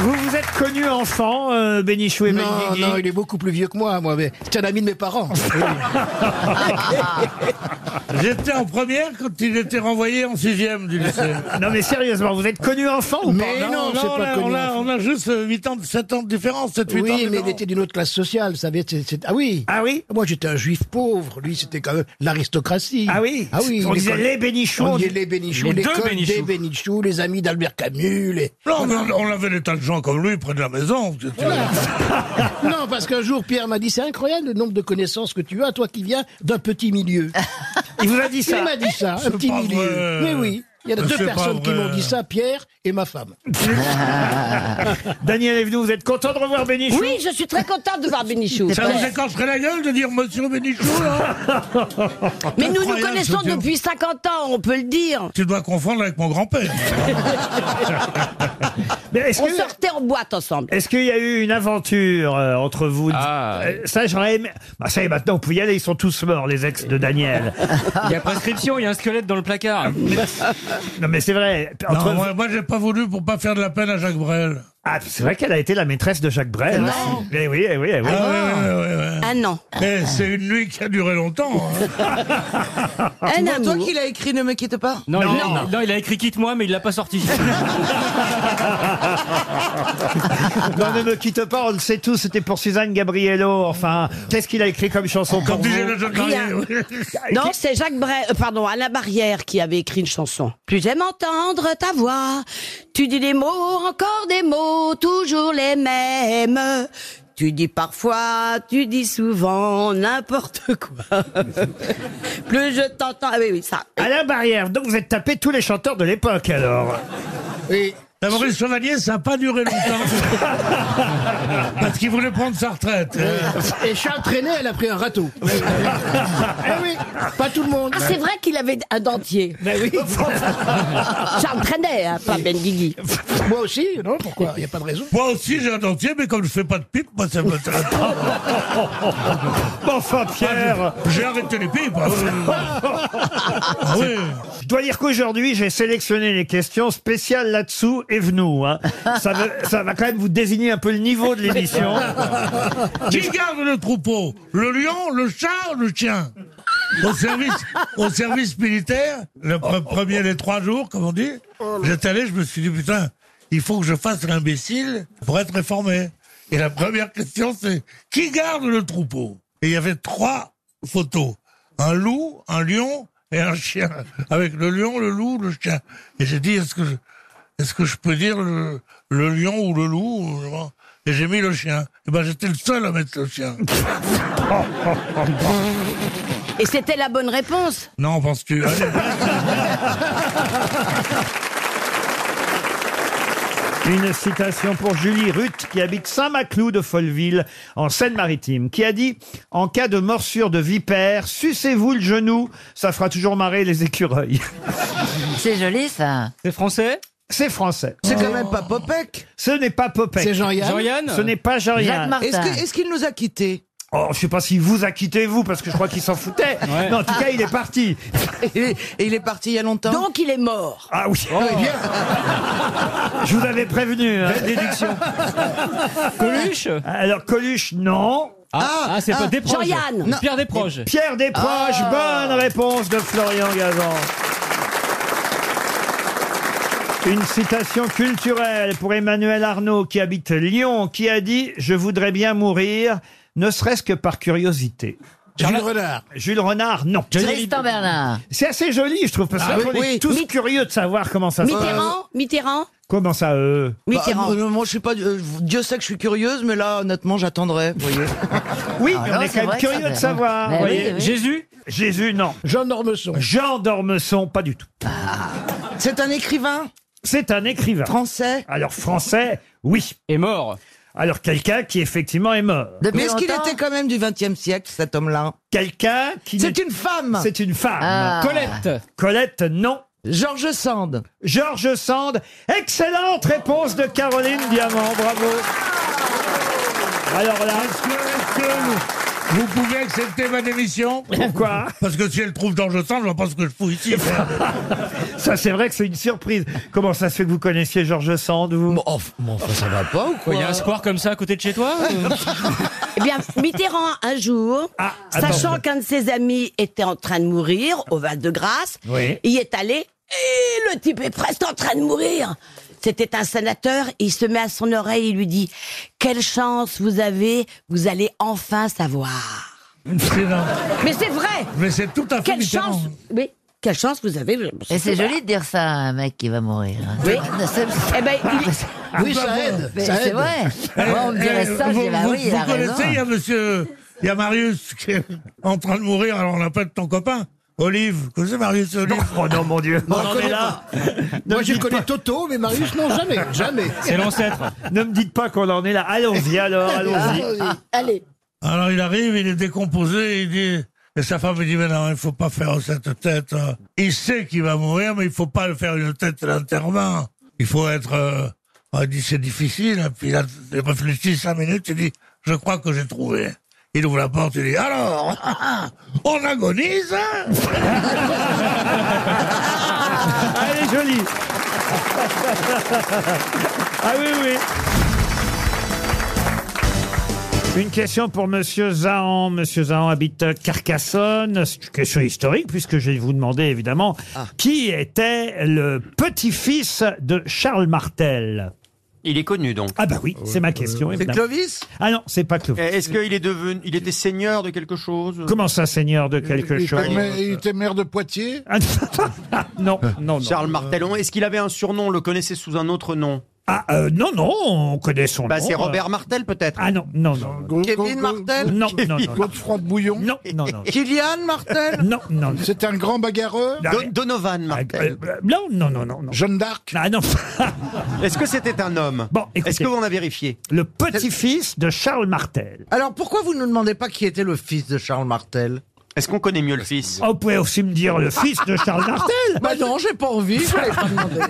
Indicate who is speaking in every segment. Speaker 1: Vous vous êtes connu enfant, euh, Bénichou et
Speaker 2: Non,
Speaker 1: Benguigui
Speaker 2: non, il est beaucoup plus vieux que moi, moi. mais C'est un ami de mes parents.
Speaker 3: J'étais en première quand il était renvoyé en sixième du lycée.
Speaker 1: Non, mais sérieusement, vous êtes connu enfant ou
Speaker 2: Mais
Speaker 1: pas
Speaker 2: non,
Speaker 3: Non,
Speaker 2: c'est
Speaker 3: on,
Speaker 2: pas
Speaker 3: a,
Speaker 2: connu.
Speaker 3: on a- on a juste
Speaker 1: euh,
Speaker 3: 8 ans, 7 ans de différence, 7, 8 ans. de
Speaker 2: Oui, mais il
Speaker 3: différence.
Speaker 2: était d'une autre classe sociale, vous savez. c'est- c'est- Ah oui.
Speaker 1: Ah oui
Speaker 2: Moi, j'étais un juif pauvre. Lui, c'était quand même l'aristocratie.
Speaker 1: Ah oui
Speaker 2: Ah oui.
Speaker 1: On disait
Speaker 2: l'école-
Speaker 1: les Bénichous.
Speaker 2: On
Speaker 1: on
Speaker 2: disait
Speaker 1: dit-
Speaker 2: les Bénichoux,
Speaker 4: Les deux
Speaker 2: l'école
Speaker 4: Bénichoux.
Speaker 2: des Bénichoux, les amis d'Albert Camus. les-
Speaker 3: Non, mais on, on avait des tas de gens comme lui près de la maison. C'était-
Speaker 2: Non, parce qu'un jour, Pierre m'a dit, c'est incroyable le nombre de connaissances que tu as, toi qui viens d'un petit milieu.
Speaker 1: Il vous a dit
Speaker 2: Il
Speaker 1: ça
Speaker 2: m'a dit ça, un petit
Speaker 3: pas
Speaker 2: milieu.
Speaker 3: vrai.
Speaker 2: Mais oui, il y a
Speaker 3: C'est
Speaker 2: deux
Speaker 3: pas
Speaker 2: personnes qui
Speaker 3: vrai.
Speaker 2: m'ont dit ça, Pierre et ma femme.
Speaker 5: Ah.
Speaker 1: Daniel Evenou, vous êtes content de revoir Bénichou
Speaker 6: Oui, je suis très contente de voir Bénichou.
Speaker 3: Ça vous écorcherait la gueule de dire Monsieur Bénichou, là
Speaker 6: Mais nous nous
Speaker 3: Incroyable,
Speaker 6: connaissons
Speaker 3: ce gars.
Speaker 6: depuis 50 ans, on peut le dire.
Speaker 3: Tu dois confondre avec mon grand-père.
Speaker 1: Mais est-ce
Speaker 6: On
Speaker 1: que-
Speaker 6: sortait en boîte ensemble.
Speaker 1: Est-ce qu'il y a eu une aventure euh, entre vous
Speaker 4: Ah.
Speaker 1: Euh, Ça, j'aurais aimé. Bah, ça y est, maintenant, vous pouvez y aller. Ils sont tous morts, les ex de Daniel.
Speaker 4: Il y a prescription, il y a un squelette dans le placard.
Speaker 1: non, mais c'est vrai. Entre-
Speaker 3: Non, moi, moi, j'ai pas voulu pour pas faire de la peine à Jacques Brel.
Speaker 1: Ah, c'est vrai qu'elle a été la maîtresse de Jacques Brel.
Speaker 6: Non.
Speaker 1: Eh oui, eh oui, eh oui.
Speaker 3: Ah, ouais, ouais, ouais, ouais.
Speaker 6: Un an.
Speaker 3: Eh, c'est une nuit qui a duré longtemps. hein.
Speaker 6: Un
Speaker 5: C'est toi
Speaker 6: amour.
Speaker 5: qui l'as écrit Ne me quitte pas
Speaker 4: Non, il, a, non, il a écrit quitte-moi, mais il l'a pas sorti.
Speaker 1: Non, ne me quitte pas, on le sait tous, c'était pour Suzanne Gabriello. Enfin, qu'est-ce qu'il a écrit comme chanson
Speaker 3: Comme
Speaker 1: pour
Speaker 3: disait
Speaker 1: vous
Speaker 3: le jeune
Speaker 6: Rien.
Speaker 3: marié. oui.
Speaker 6: Non, c'est Jacques Brel, euh, pardon, Alain Barrière qui avait écrit une chanson. Plus j'aime entendre ta voix, tu dis des mots, encore des mots, toujours les mêmes. Tu dis parfois, tu dis souvent, n'importe quoi. Plus je t'entends, ah oui, oui, ça.
Speaker 1: Alain Barrière, donc vous êtes tapé tous les chanteurs de l'époque alors.
Speaker 2: Et
Speaker 3: La Maurice Chevalier, ça n'a pas duré longtemps. Parce qu'il voulait prendre sa retraite. Euh,
Speaker 2: Et Charles Trenet, elle a pris un râteau. eh oui, pas tout le monde.
Speaker 6: Ah, c'est vrai qu'il avait un dentier.
Speaker 1: oui.
Speaker 6: Charles Trenet, hein, pas Ben Guigui.
Speaker 2: Moi aussi, non, pourquoi Il n'y a pas de raison.
Speaker 3: Moi aussi, j'ai un dentier, mais comme je fais pas de pipe, moi, ça m'intéresse pas.
Speaker 1: enfin Pierre,
Speaker 3: J'ai arrêté les pipes. Ah oui. Ah oui.
Speaker 1: je dois dire qu'aujourd'hui j'ai sélectionné les questions spéciales là-dessous et venou. hein. Ça, veut- ça va quand même vous désigner un peu le niveau de l'émission.
Speaker 3: Qui garde le troupeau Le lion, le chat, le chien au service, au service militaire, le pre- premier des trois jours, comme on dit, j'étais allé, je me suis dit, putain, il faut que je fasse l'imbécile pour être réformé. Et la première question, c'est qui garde le troupeau Et il y avait trois photos un loup, un lion et un chien. Avec le lion, le loup, le chien. Et j'ai dit, est-ce que je, est-ce que je peux dire le, le lion ou le loup Et j'ai mis le chien. Et ben j'étais le seul à mettre le chien.
Speaker 6: Et c'était la bonne réponse.
Speaker 3: Non, parce que allez,
Speaker 1: Une citation pour Julie Ruth, qui habite Saint-Maclou de Folleville, en Seine-Maritime, qui a dit « En cas de morsure de vipère, sucez-vous le genou, ça fera toujours marrer les écureuils.
Speaker 7: C'est joli ça.
Speaker 4: C'est français »
Speaker 1: C'est français.
Speaker 5: C'est quand même pas Popek
Speaker 1: Ce n'est pas
Speaker 2: C'est
Speaker 1: Popek.
Speaker 2: Jean-Yann.
Speaker 4: Jean-Yann
Speaker 1: Ce n'est pas
Speaker 7: Jacques
Speaker 1: Jean-Yann.
Speaker 7: Martin.
Speaker 5: Est-ce que- est-ce qu'il nous a quittés
Speaker 1: Oh, je sais pas s'il vous a quitté, vous, parce que je crois qu'il s'en foutait.
Speaker 4: Ouais.
Speaker 1: Non, en tout cas, il est parti.
Speaker 5: Il est- Et il est parti il y a longtemps
Speaker 6: Donc il est mort.
Speaker 1: Ah oui.
Speaker 4: Oh,
Speaker 1: je vous avais prévenu. hein.
Speaker 4: Déduction. Coluche
Speaker 1: Alors, Coluche, non.
Speaker 4: Ah, ah, c'est pas Desproges. Ah.
Speaker 6: Jean-Yann. Non.
Speaker 4: Pierre Desproges.
Speaker 1: Pierre Desproges, bonne réponse de Florian Gazan. Une citation culturelle pour Emmanuel Arnaud qui habite Lyon, qui a dit Je voudrais bien mourir, ne serait-ce que par curiosité.
Speaker 2: Jules Renard.
Speaker 1: Jules Renard, non.
Speaker 7: Tristan Bernard.
Speaker 1: C'est assez joli, je trouve, parce
Speaker 2: Ah
Speaker 1: qu'on
Speaker 2: oui,
Speaker 1: est
Speaker 2: oui.
Speaker 1: tous
Speaker 6: Mi-
Speaker 1: curieux de savoir comment ça se passe.
Speaker 6: Mitterrand, Mitterrand,
Speaker 1: Comment ça, eux
Speaker 5: Bah,
Speaker 6: Mitterrand.
Speaker 5: euh, moi, je suis pas. euh, Dieu sait que je suis curieuse, mais là, honnêtement, j'attendrai. vous voyez. Ah,
Speaker 1: Oui, mais
Speaker 7: non,
Speaker 1: on est
Speaker 7: c'est
Speaker 1: quand même
Speaker 7: vrai que ça
Speaker 1: curieux de
Speaker 7: fait-
Speaker 1: savoir.
Speaker 7: Mais
Speaker 5: Bah
Speaker 1: vous
Speaker 7: oui,
Speaker 1: voyez.
Speaker 7: oui.
Speaker 4: Jésus
Speaker 1: Jésus, non.
Speaker 2: Jean Dormesson.
Speaker 1: Jean d'Ormesson, pas du tout.
Speaker 5: Ah. C'est un écrivain
Speaker 1: C'est un écrivain.
Speaker 5: français.
Speaker 1: Alors, français, oui.
Speaker 4: est mort.
Speaker 1: Alors quelqu'un qui effectivement est mort.
Speaker 7: Depuis
Speaker 5: Mais est-ce qu'il
Speaker 7: longtemps
Speaker 5: était quand même du XXe siècle, cet homme-là
Speaker 1: Quelqu'un qui...
Speaker 5: C'est
Speaker 1: n'est-
Speaker 5: une femme
Speaker 1: C'est une femme.
Speaker 7: Ah.
Speaker 4: Colette.
Speaker 1: Colette, non.
Speaker 5: Georges Sand.
Speaker 1: Georges Sand, excellente réponse de Caroline Diamant, bravo. Alors là,
Speaker 3: est-ce que, est-ce que vous, vous pouvez accepter ma démission
Speaker 1: pourquoi
Speaker 3: Parce que si elle trouve dans je sens, je vois pas ce que je fous ici.
Speaker 1: Ça, c'est vrai que c'est une surprise. Comment ça se fait que vous connaissiez Georges Sand, vous
Speaker 5: Bon, oh, bon, enfin, ça va pas ou quoi
Speaker 4: Il y a un square comme ça à côté de chez toi euh
Speaker 6: Eh bien, Mitterrand, un jour,
Speaker 1: Ah, attends.
Speaker 6: sachant qu'un de ses amis était en train de mourir au Val de Grâce,
Speaker 1: Oui.
Speaker 6: il y est allé et le type est presque en train de mourir. C'était un sénateur, il se met à son oreille, il lui dit Quelle chance vous avez, vous allez enfin
Speaker 3: Ah,
Speaker 6: savoir.
Speaker 3: C'est non.
Speaker 6: Mais c'est vrai
Speaker 3: Mais c'est tout à fait
Speaker 6: Quelle
Speaker 3: différent.
Speaker 6: chance Oui, quelle chance vous avez.
Speaker 7: Et c'est joli de dire ça à un mec qui va mourir. hein.
Speaker 6: Oui.
Speaker 7: C'est-
Speaker 6: Eh ben,
Speaker 3: Ah,
Speaker 6: il-
Speaker 2: Oui, ça aide.
Speaker 7: mais
Speaker 2: ça
Speaker 7: c'est
Speaker 2: aide.
Speaker 7: vrai. Moi, on me dirait
Speaker 3: Eh,
Speaker 7: ça, je
Speaker 3: vous,
Speaker 7: dis, bah
Speaker 3: vous-
Speaker 7: oui, il
Speaker 3: vous
Speaker 7: a raison.
Speaker 3: connaissez, il y a monsieur, il y a Marius qui est en train de mourir, alors on l'appelle ton copain. Olive, vous connaissez Marius Olive
Speaker 1: Oh non, mon Dieu.
Speaker 2: Moi,
Speaker 1: On
Speaker 2: je
Speaker 1: en
Speaker 2: connais
Speaker 1: est là.
Speaker 2: Moi, je le connais Toto, mais Marius, non, jamais. Jamais.
Speaker 4: C'est l'ancêtre.
Speaker 1: Ne me dites pas qu'on en est là. Allons-y alors,
Speaker 3: Ah,
Speaker 5: Ah,
Speaker 1: allons-y.
Speaker 6: Ah, allez.
Speaker 3: Alors il arrive, il est décomposé, il dit. Et sa femme lui dit, mais non, il faut pas faire cette tête. euh. Il sait qu'il va mourir, mais il faut pas le faire une tête d'intervalle. Il faut être... euh, on dit, c'est difficile. Et Puis il, a, il réfléchit cinq minutes, il dit, je crois que j'ai trouvé. Il ouvre la porte, il dit, alors,
Speaker 8: Ah,
Speaker 3: on agonise hein
Speaker 1: Ah, elle est jolie. Ah oui, oui. Une question pour Monsieur Zahan. Monsieur Zahan habite Carcassonne. C'est une question historique puisque je vais vous demander évidemment
Speaker 5: Ah.
Speaker 1: qui était le petit-fils de Charles Martel.
Speaker 9: Il est connu donc.
Speaker 1: Ah bah oui, c'est ma question.
Speaker 5: C'est
Speaker 1: évidemment.
Speaker 5: Clovis
Speaker 1: Ah non, c'est pas Clovis.
Speaker 9: Eh, Est-ce qu'il est devenu, il était seigneur de quelque chose
Speaker 1: Comment ça, seigneur de
Speaker 5: Euh,
Speaker 1: quelque chose
Speaker 10: il était maire de Poitiers
Speaker 1: Ah, Non, non, non.
Speaker 9: Charles Martelon. Est-ce qu'il avait un surnom On le connaissait sous un autre nom
Speaker 1: Ah euh, non, non, on connaît son
Speaker 9: Bah,
Speaker 1: nom. euh.
Speaker 9: c'est Robert Martel peut-être.
Speaker 1: Ah non, non, non.
Speaker 10: Go-
Speaker 5: Kevin
Speaker 10: go-
Speaker 5: Martel
Speaker 1: Non, non, non. non.
Speaker 10: Godefroy de Bouillon
Speaker 1: Non, non, non.
Speaker 5: Kylian Martel
Speaker 1: Non, non, non.
Speaker 10: C'est un grand bagarreux
Speaker 1: Ah,
Speaker 9: Do-
Speaker 1: mais-
Speaker 9: Donovan
Speaker 1: ah,
Speaker 9: Martel.
Speaker 1: euh, Non, non, non, non, non.
Speaker 10: Jeanne d'Arc
Speaker 1: Ah non.
Speaker 9: Est-ce que c'était un homme
Speaker 1: Bon, écoutez.
Speaker 9: Est-ce que vous en a vérifié
Speaker 1: Le petit-fils de Charles Martel.
Speaker 5: Alors pourquoi vous ne nous demandez pas qui était le fils de Charles Martel
Speaker 9: Est-ce qu'on connaît mieux le fils
Speaker 1: Ah, vous pouvez aussi me dire le fils de Charles Martel.
Speaker 5: Bah non, j'ai pas envie, je l'ai pas demandé.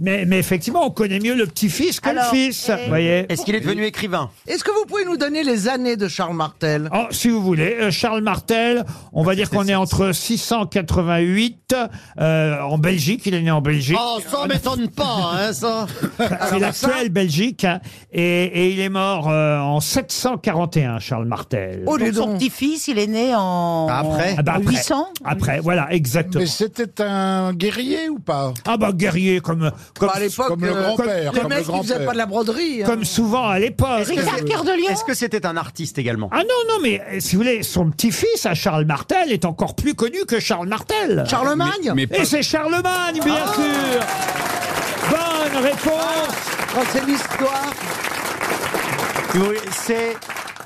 Speaker 1: Mais, mais effectivement, on connaît mieux le petit-fils que le
Speaker 6: Alors,
Speaker 1: fils.
Speaker 6: eh,
Speaker 1: Vous voyez
Speaker 9: Est-ce qu'il est devenu écrivain
Speaker 5: euh, Est-ce que vous pouvez nous donner les années de Charles Martel
Speaker 1: Oh, si vous voulez, euh, Charles Martel, on va dire qu'on est entre 688 euh, en Belgique, il est né en Belgique,
Speaker 9: Oh, ça m'étonne pas, hein, ça
Speaker 1: c'est l'actuelle Belgique, hein, et, et il est mort euh, en 741, Charles Martel.
Speaker 5: Oh, dis
Speaker 7: Son
Speaker 5: donc
Speaker 7: petit-fils, il est né en
Speaker 9: Après
Speaker 1: Ah bah après.
Speaker 7: 800
Speaker 1: Après, voilà, exactement.
Speaker 10: Mais c'était un guerrier ou pas
Speaker 1: Ah bah guerrier comme comme,
Speaker 5: Bah, À l'époque,
Speaker 10: Comme le
Speaker 5: euh,
Speaker 10: grand-père,
Speaker 5: le
Speaker 10: comme
Speaker 5: mec
Speaker 10: le
Speaker 5: qui faisait
Speaker 10: grand-père.
Speaker 5: pas de la broderie. hein.
Speaker 1: comme souvent à l'époque. Euh,
Speaker 7: Richard Cœur de Lion
Speaker 9: Est-ce que c'était un artiste également
Speaker 1: Ah non non mais euh, si vous voulez son petit-fils à Charles Martel est encore plus connu que Charles Martel.
Speaker 5: Charlemagne Ah
Speaker 1: Et c'est Charlemagne bien sûr. Bonne réponse.
Speaker 5: Ah, Quand c'est l'histoire.
Speaker 9: Oui, c'est...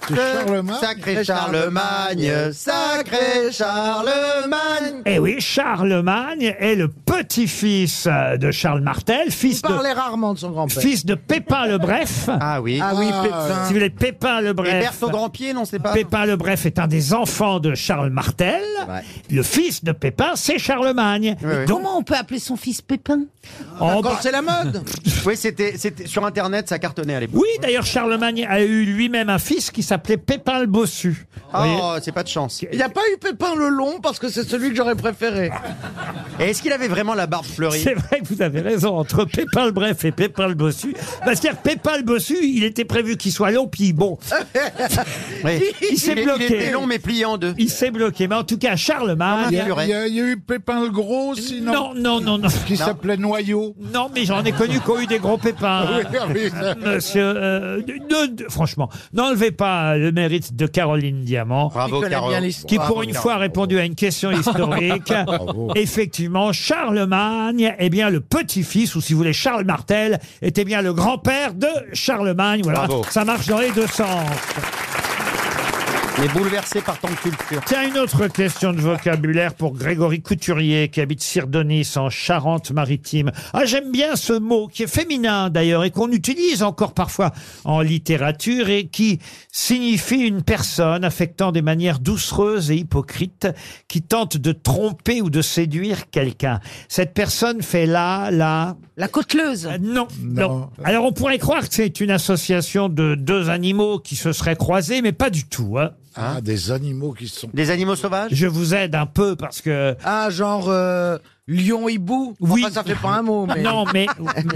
Speaker 10: C'est Charlemagne
Speaker 9: Sacré Charlemagne, sacré Charlemagne
Speaker 1: Eh oui, Charlemagne est le petit-fils euh, de Charles Martel, fils
Speaker 5: Il
Speaker 1: de
Speaker 5: parlait rarement de son grand-père.
Speaker 1: fils de Pépin le Bref.
Speaker 9: Ah oui.
Speaker 5: Ah oui,
Speaker 10: Ah,
Speaker 5: Pépin.
Speaker 1: Si vous voulez Pépin le
Speaker 9: Et
Speaker 1: Bref.
Speaker 9: Berthe au grand pied, non, c'est pas
Speaker 1: Pépin le Bref est un des enfants de Charles Martel. Le fils de Pépin, c'est Charlemagne.
Speaker 9: oui.
Speaker 1: Donc, Oh, bah-
Speaker 7: Comment on peut appeler son fils Pépin
Speaker 10: Oh,
Speaker 1: en
Speaker 10: bah.
Speaker 5: Quand c'est la mode.
Speaker 9: Oui, c'était c'était- sur Internet, ça cartonnait à l'époque.
Speaker 1: Oui, d'ailleurs, Charlemagne a eu lui-même un fils qui s'appelait Pépin le Bossu.
Speaker 9: Oh, c'est pas de chance.
Speaker 5: Il n'y a Ah, pas eu Pépin le long parce que c'est celui que j'aurais préféré.
Speaker 9: Et est-ce qu'il avait vraiment la barbe fleurie
Speaker 1: C'est vrai que vous avez raison, entre Pépin le Bref et Pépin le Bossu. Bah, C'est-à-dire que Pépin le Bossu, il était prévu qu'il soit long, puis bon,
Speaker 9: Oui.
Speaker 1: il s'est
Speaker 9: est-
Speaker 1: bloqué.
Speaker 9: était long mais Ah, plié en deux.
Speaker 1: il s'est bloqué. Mais en tout cas,
Speaker 10: Il y,
Speaker 1: Charlemagne...
Speaker 10: a, il y a- il y a eu Pépin le Gros, sinon,
Speaker 1: Non, non, non, non.
Speaker 10: qui s'appelait Noyau.
Speaker 1: Non, mais j'en ai connu qui ont eu des gros pépins. hein.
Speaker 10: Oui, oui, ça-
Speaker 1: Ah. Monsieur, euh, ne- ne- franchement, n'enlevez pas le mérite de Caroline Diamant.
Speaker 9: Bravo,
Speaker 5: Il connaît
Speaker 9: Carole.
Speaker 5: bien l'histoire.
Speaker 1: qui pour une fois a répondu à une question historique. Effectivement, Charlemagne est bien le petit-fils, ou si vous voulez, Charles Martel était bien le grand-père de Charlemagne. Voilà,
Speaker 9: Bravo.
Speaker 1: ça marche dans les deux sens.
Speaker 9: Mais bouleversé par tant de culture.
Speaker 1: Tiens, une autre question de vocabulaire pour Grégory Couturier, qui habite Sirdonis, en Charente-Maritime. Ah, j'aime bien ce mot, qui est féminin d'ailleurs, et qu'on utilise encore parfois en littérature, et qui signifie une personne affectant des manières doucereuses et hypocrites, qui tente de tromper ou de séduire quelqu'un. Cette personne fait là, là,
Speaker 7: La côteleuse.
Speaker 1: euh, Non, non.
Speaker 10: Non.
Speaker 1: Alors on pourrait croire que c'est une association de deux animaux qui se seraient croisés, mais pas du tout. hein.
Speaker 10: Ah, des animaux qui sont.
Speaker 9: Des animaux sauvages
Speaker 1: Je vous aide un peu parce que
Speaker 5: Ah, genre euh, lion-hibou
Speaker 1: Oui.
Speaker 5: Enfin, ça fait pas un mot, mais...
Speaker 1: non, mais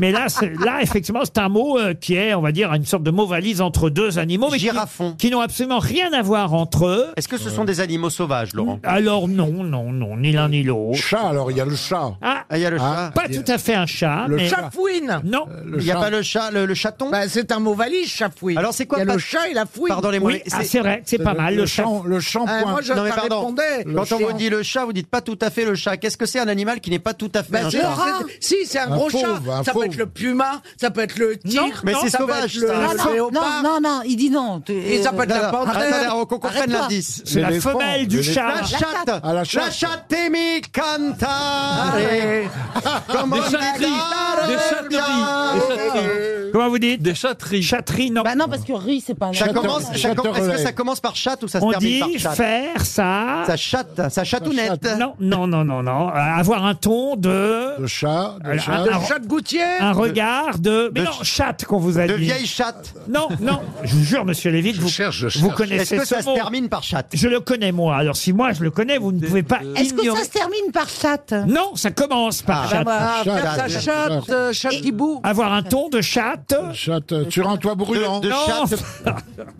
Speaker 1: mais là, c'est- là effectivement, c'est un mot euh, qui est, on va dire, une sorte de mot valise entre deux animaux, mais qui-
Speaker 9: Girafon.
Speaker 1: qui n'ont absolument rien à voir entre eux. Mmh.
Speaker 9: Est-ce que ce sont des animaux sauvages, Laurent
Speaker 1: Alors non, non, non, ni l'un ni l'autre.
Speaker 10: Chat, alors il y a le chat.
Speaker 1: Ah,
Speaker 9: Ah, il y a le
Speaker 10: Ah.
Speaker 9: chat.
Speaker 1: pas tout à fait un chat.
Speaker 10: Le
Speaker 1: mais-
Speaker 10: chat.
Speaker 5: Ah, Chafouine Euh,
Speaker 1: Non.
Speaker 10: Le
Speaker 9: Il n'y a
Speaker 10: chat.
Speaker 9: pas le chat, le, le chaton
Speaker 5: Bah, c'est un mot valise, chafouine.
Speaker 9: Alors, c'est quoi
Speaker 5: Il y a
Speaker 9: pas-
Speaker 5: le chat et la fouine.
Speaker 9: Pardon les mots.
Speaker 1: Oui, ah,
Speaker 9: c'est-
Speaker 1: c'est vrai, c'est pas mal. Le, chat.
Speaker 10: champ- Le shampoing.
Speaker 5: Ah, moi, je
Speaker 9: Non mais
Speaker 5: ça
Speaker 9: pardon.
Speaker 5: répondait.
Speaker 9: Quand
Speaker 5: Le
Speaker 9: on vous
Speaker 5: chien.
Speaker 9: dit le chat, vous dites pas tout à fait le chat. Qu'est-ce que c'est un animal qui n'est pas tout à fait
Speaker 5: Bah,
Speaker 9: un
Speaker 5: c'est-
Speaker 9: chat
Speaker 5: c'est- Si, c'est un
Speaker 10: Un
Speaker 5: gros
Speaker 10: fauve,
Speaker 5: chat.
Speaker 10: un
Speaker 5: Ça peut
Speaker 10: fauve.
Speaker 5: être le puma, ça peut être le
Speaker 1: Non,
Speaker 5: tigre.
Speaker 9: mais
Speaker 5: ça
Speaker 9: c'est
Speaker 5: peut
Speaker 9: sauvage,
Speaker 5: être le
Speaker 9: ça.
Speaker 7: Ah non,
Speaker 5: léopard.
Speaker 7: non, non, non, il dit non. Tu-
Speaker 5: Et ça
Speaker 7: euh,
Speaker 5: peut être la
Speaker 9: Alors, attendez,
Speaker 5: panthère.
Speaker 9: on qu'on comprenne
Speaker 7: Arrête-toi.
Speaker 9: l'indice.
Speaker 1: C'est la
Speaker 10: L'éléphant,
Speaker 1: femelle du
Speaker 10: l'éléphant.
Speaker 1: chat.
Speaker 9: La chatte,
Speaker 10: Ah, la chatte.
Speaker 9: la chatte est mi
Speaker 5: Ah,
Speaker 9: cantare. Comment
Speaker 4: Des
Speaker 9: on
Speaker 4: chatteries.
Speaker 9: dit-
Speaker 4: Des chatteries.
Speaker 1: Comment vous dites
Speaker 4: Des chatteries.
Speaker 1: Chatterie, non.
Speaker 7: Bah non, parce que riz, c'est pas un
Speaker 9: Ça
Speaker 10: Chatte-
Speaker 9: commence, ça com- est-ce que
Speaker 10: Chatterelay.
Speaker 9: ça commence par chatte ou ça se
Speaker 1: On
Speaker 9: termine
Speaker 1: dit
Speaker 9: par chatte
Speaker 1: faire ça.
Speaker 9: Ça chatte, ça chatounette.
Speaker 1: Non, non, non, non, non. Euh, Avoir un ton de.
Speaker 10: Le chat. Le
Speaker 1: Alors,
Speaker 10: chat.
Speaker 1: un-
Speaker 5: Le chat de Gouttière.
Speaker 1: Un regard de. Mais
Speaker 9: de-
Speaker 1: non, chatte qu'on vous a
Speaker 9: De
Speaker 1: dit.
Speaker 9: vieilles chattes.
Speaker 1: Non, non. Je vous jure, monsieur Lévy, que vous,
Speaker 10: cherche, je
Speaker 1: vous
Speaker 10: cherche.
Speaker 9: Est-ce
Speaker 1: connaissez
Speaker 9: que ça
Speaker 1: ce
Speaker 9: se
Speaker 1: mot.
Speaker 9: termine par chatte
Speaker 1: Je le connais, moi. Alors, si moi je le connais, vous ne pouvez pas
Speaker 7: Est-ce que
Speaker 1: ignorer.
Speaker 7: ça se bah, termine par chatte
Speaker 1: Non, ça commence par
Speaker 9: Ah,
Speaker 1: chatte.
Speaker 5: Ah,
Speaker 10: Chat,
Speaker 5: faire sa
Speaker 10: chat,
Speaker 5: chatte,
Speaker 10: chat.
Speaker 5: euh, chatte d'hibou.
Speaker 1: Avoir un ton de chatte.
Speaker 10: Chatte, euh, tu rends-toi brûlant.
Speaker 9: de-
Speaker 1: non,
Speaker 9: chatte.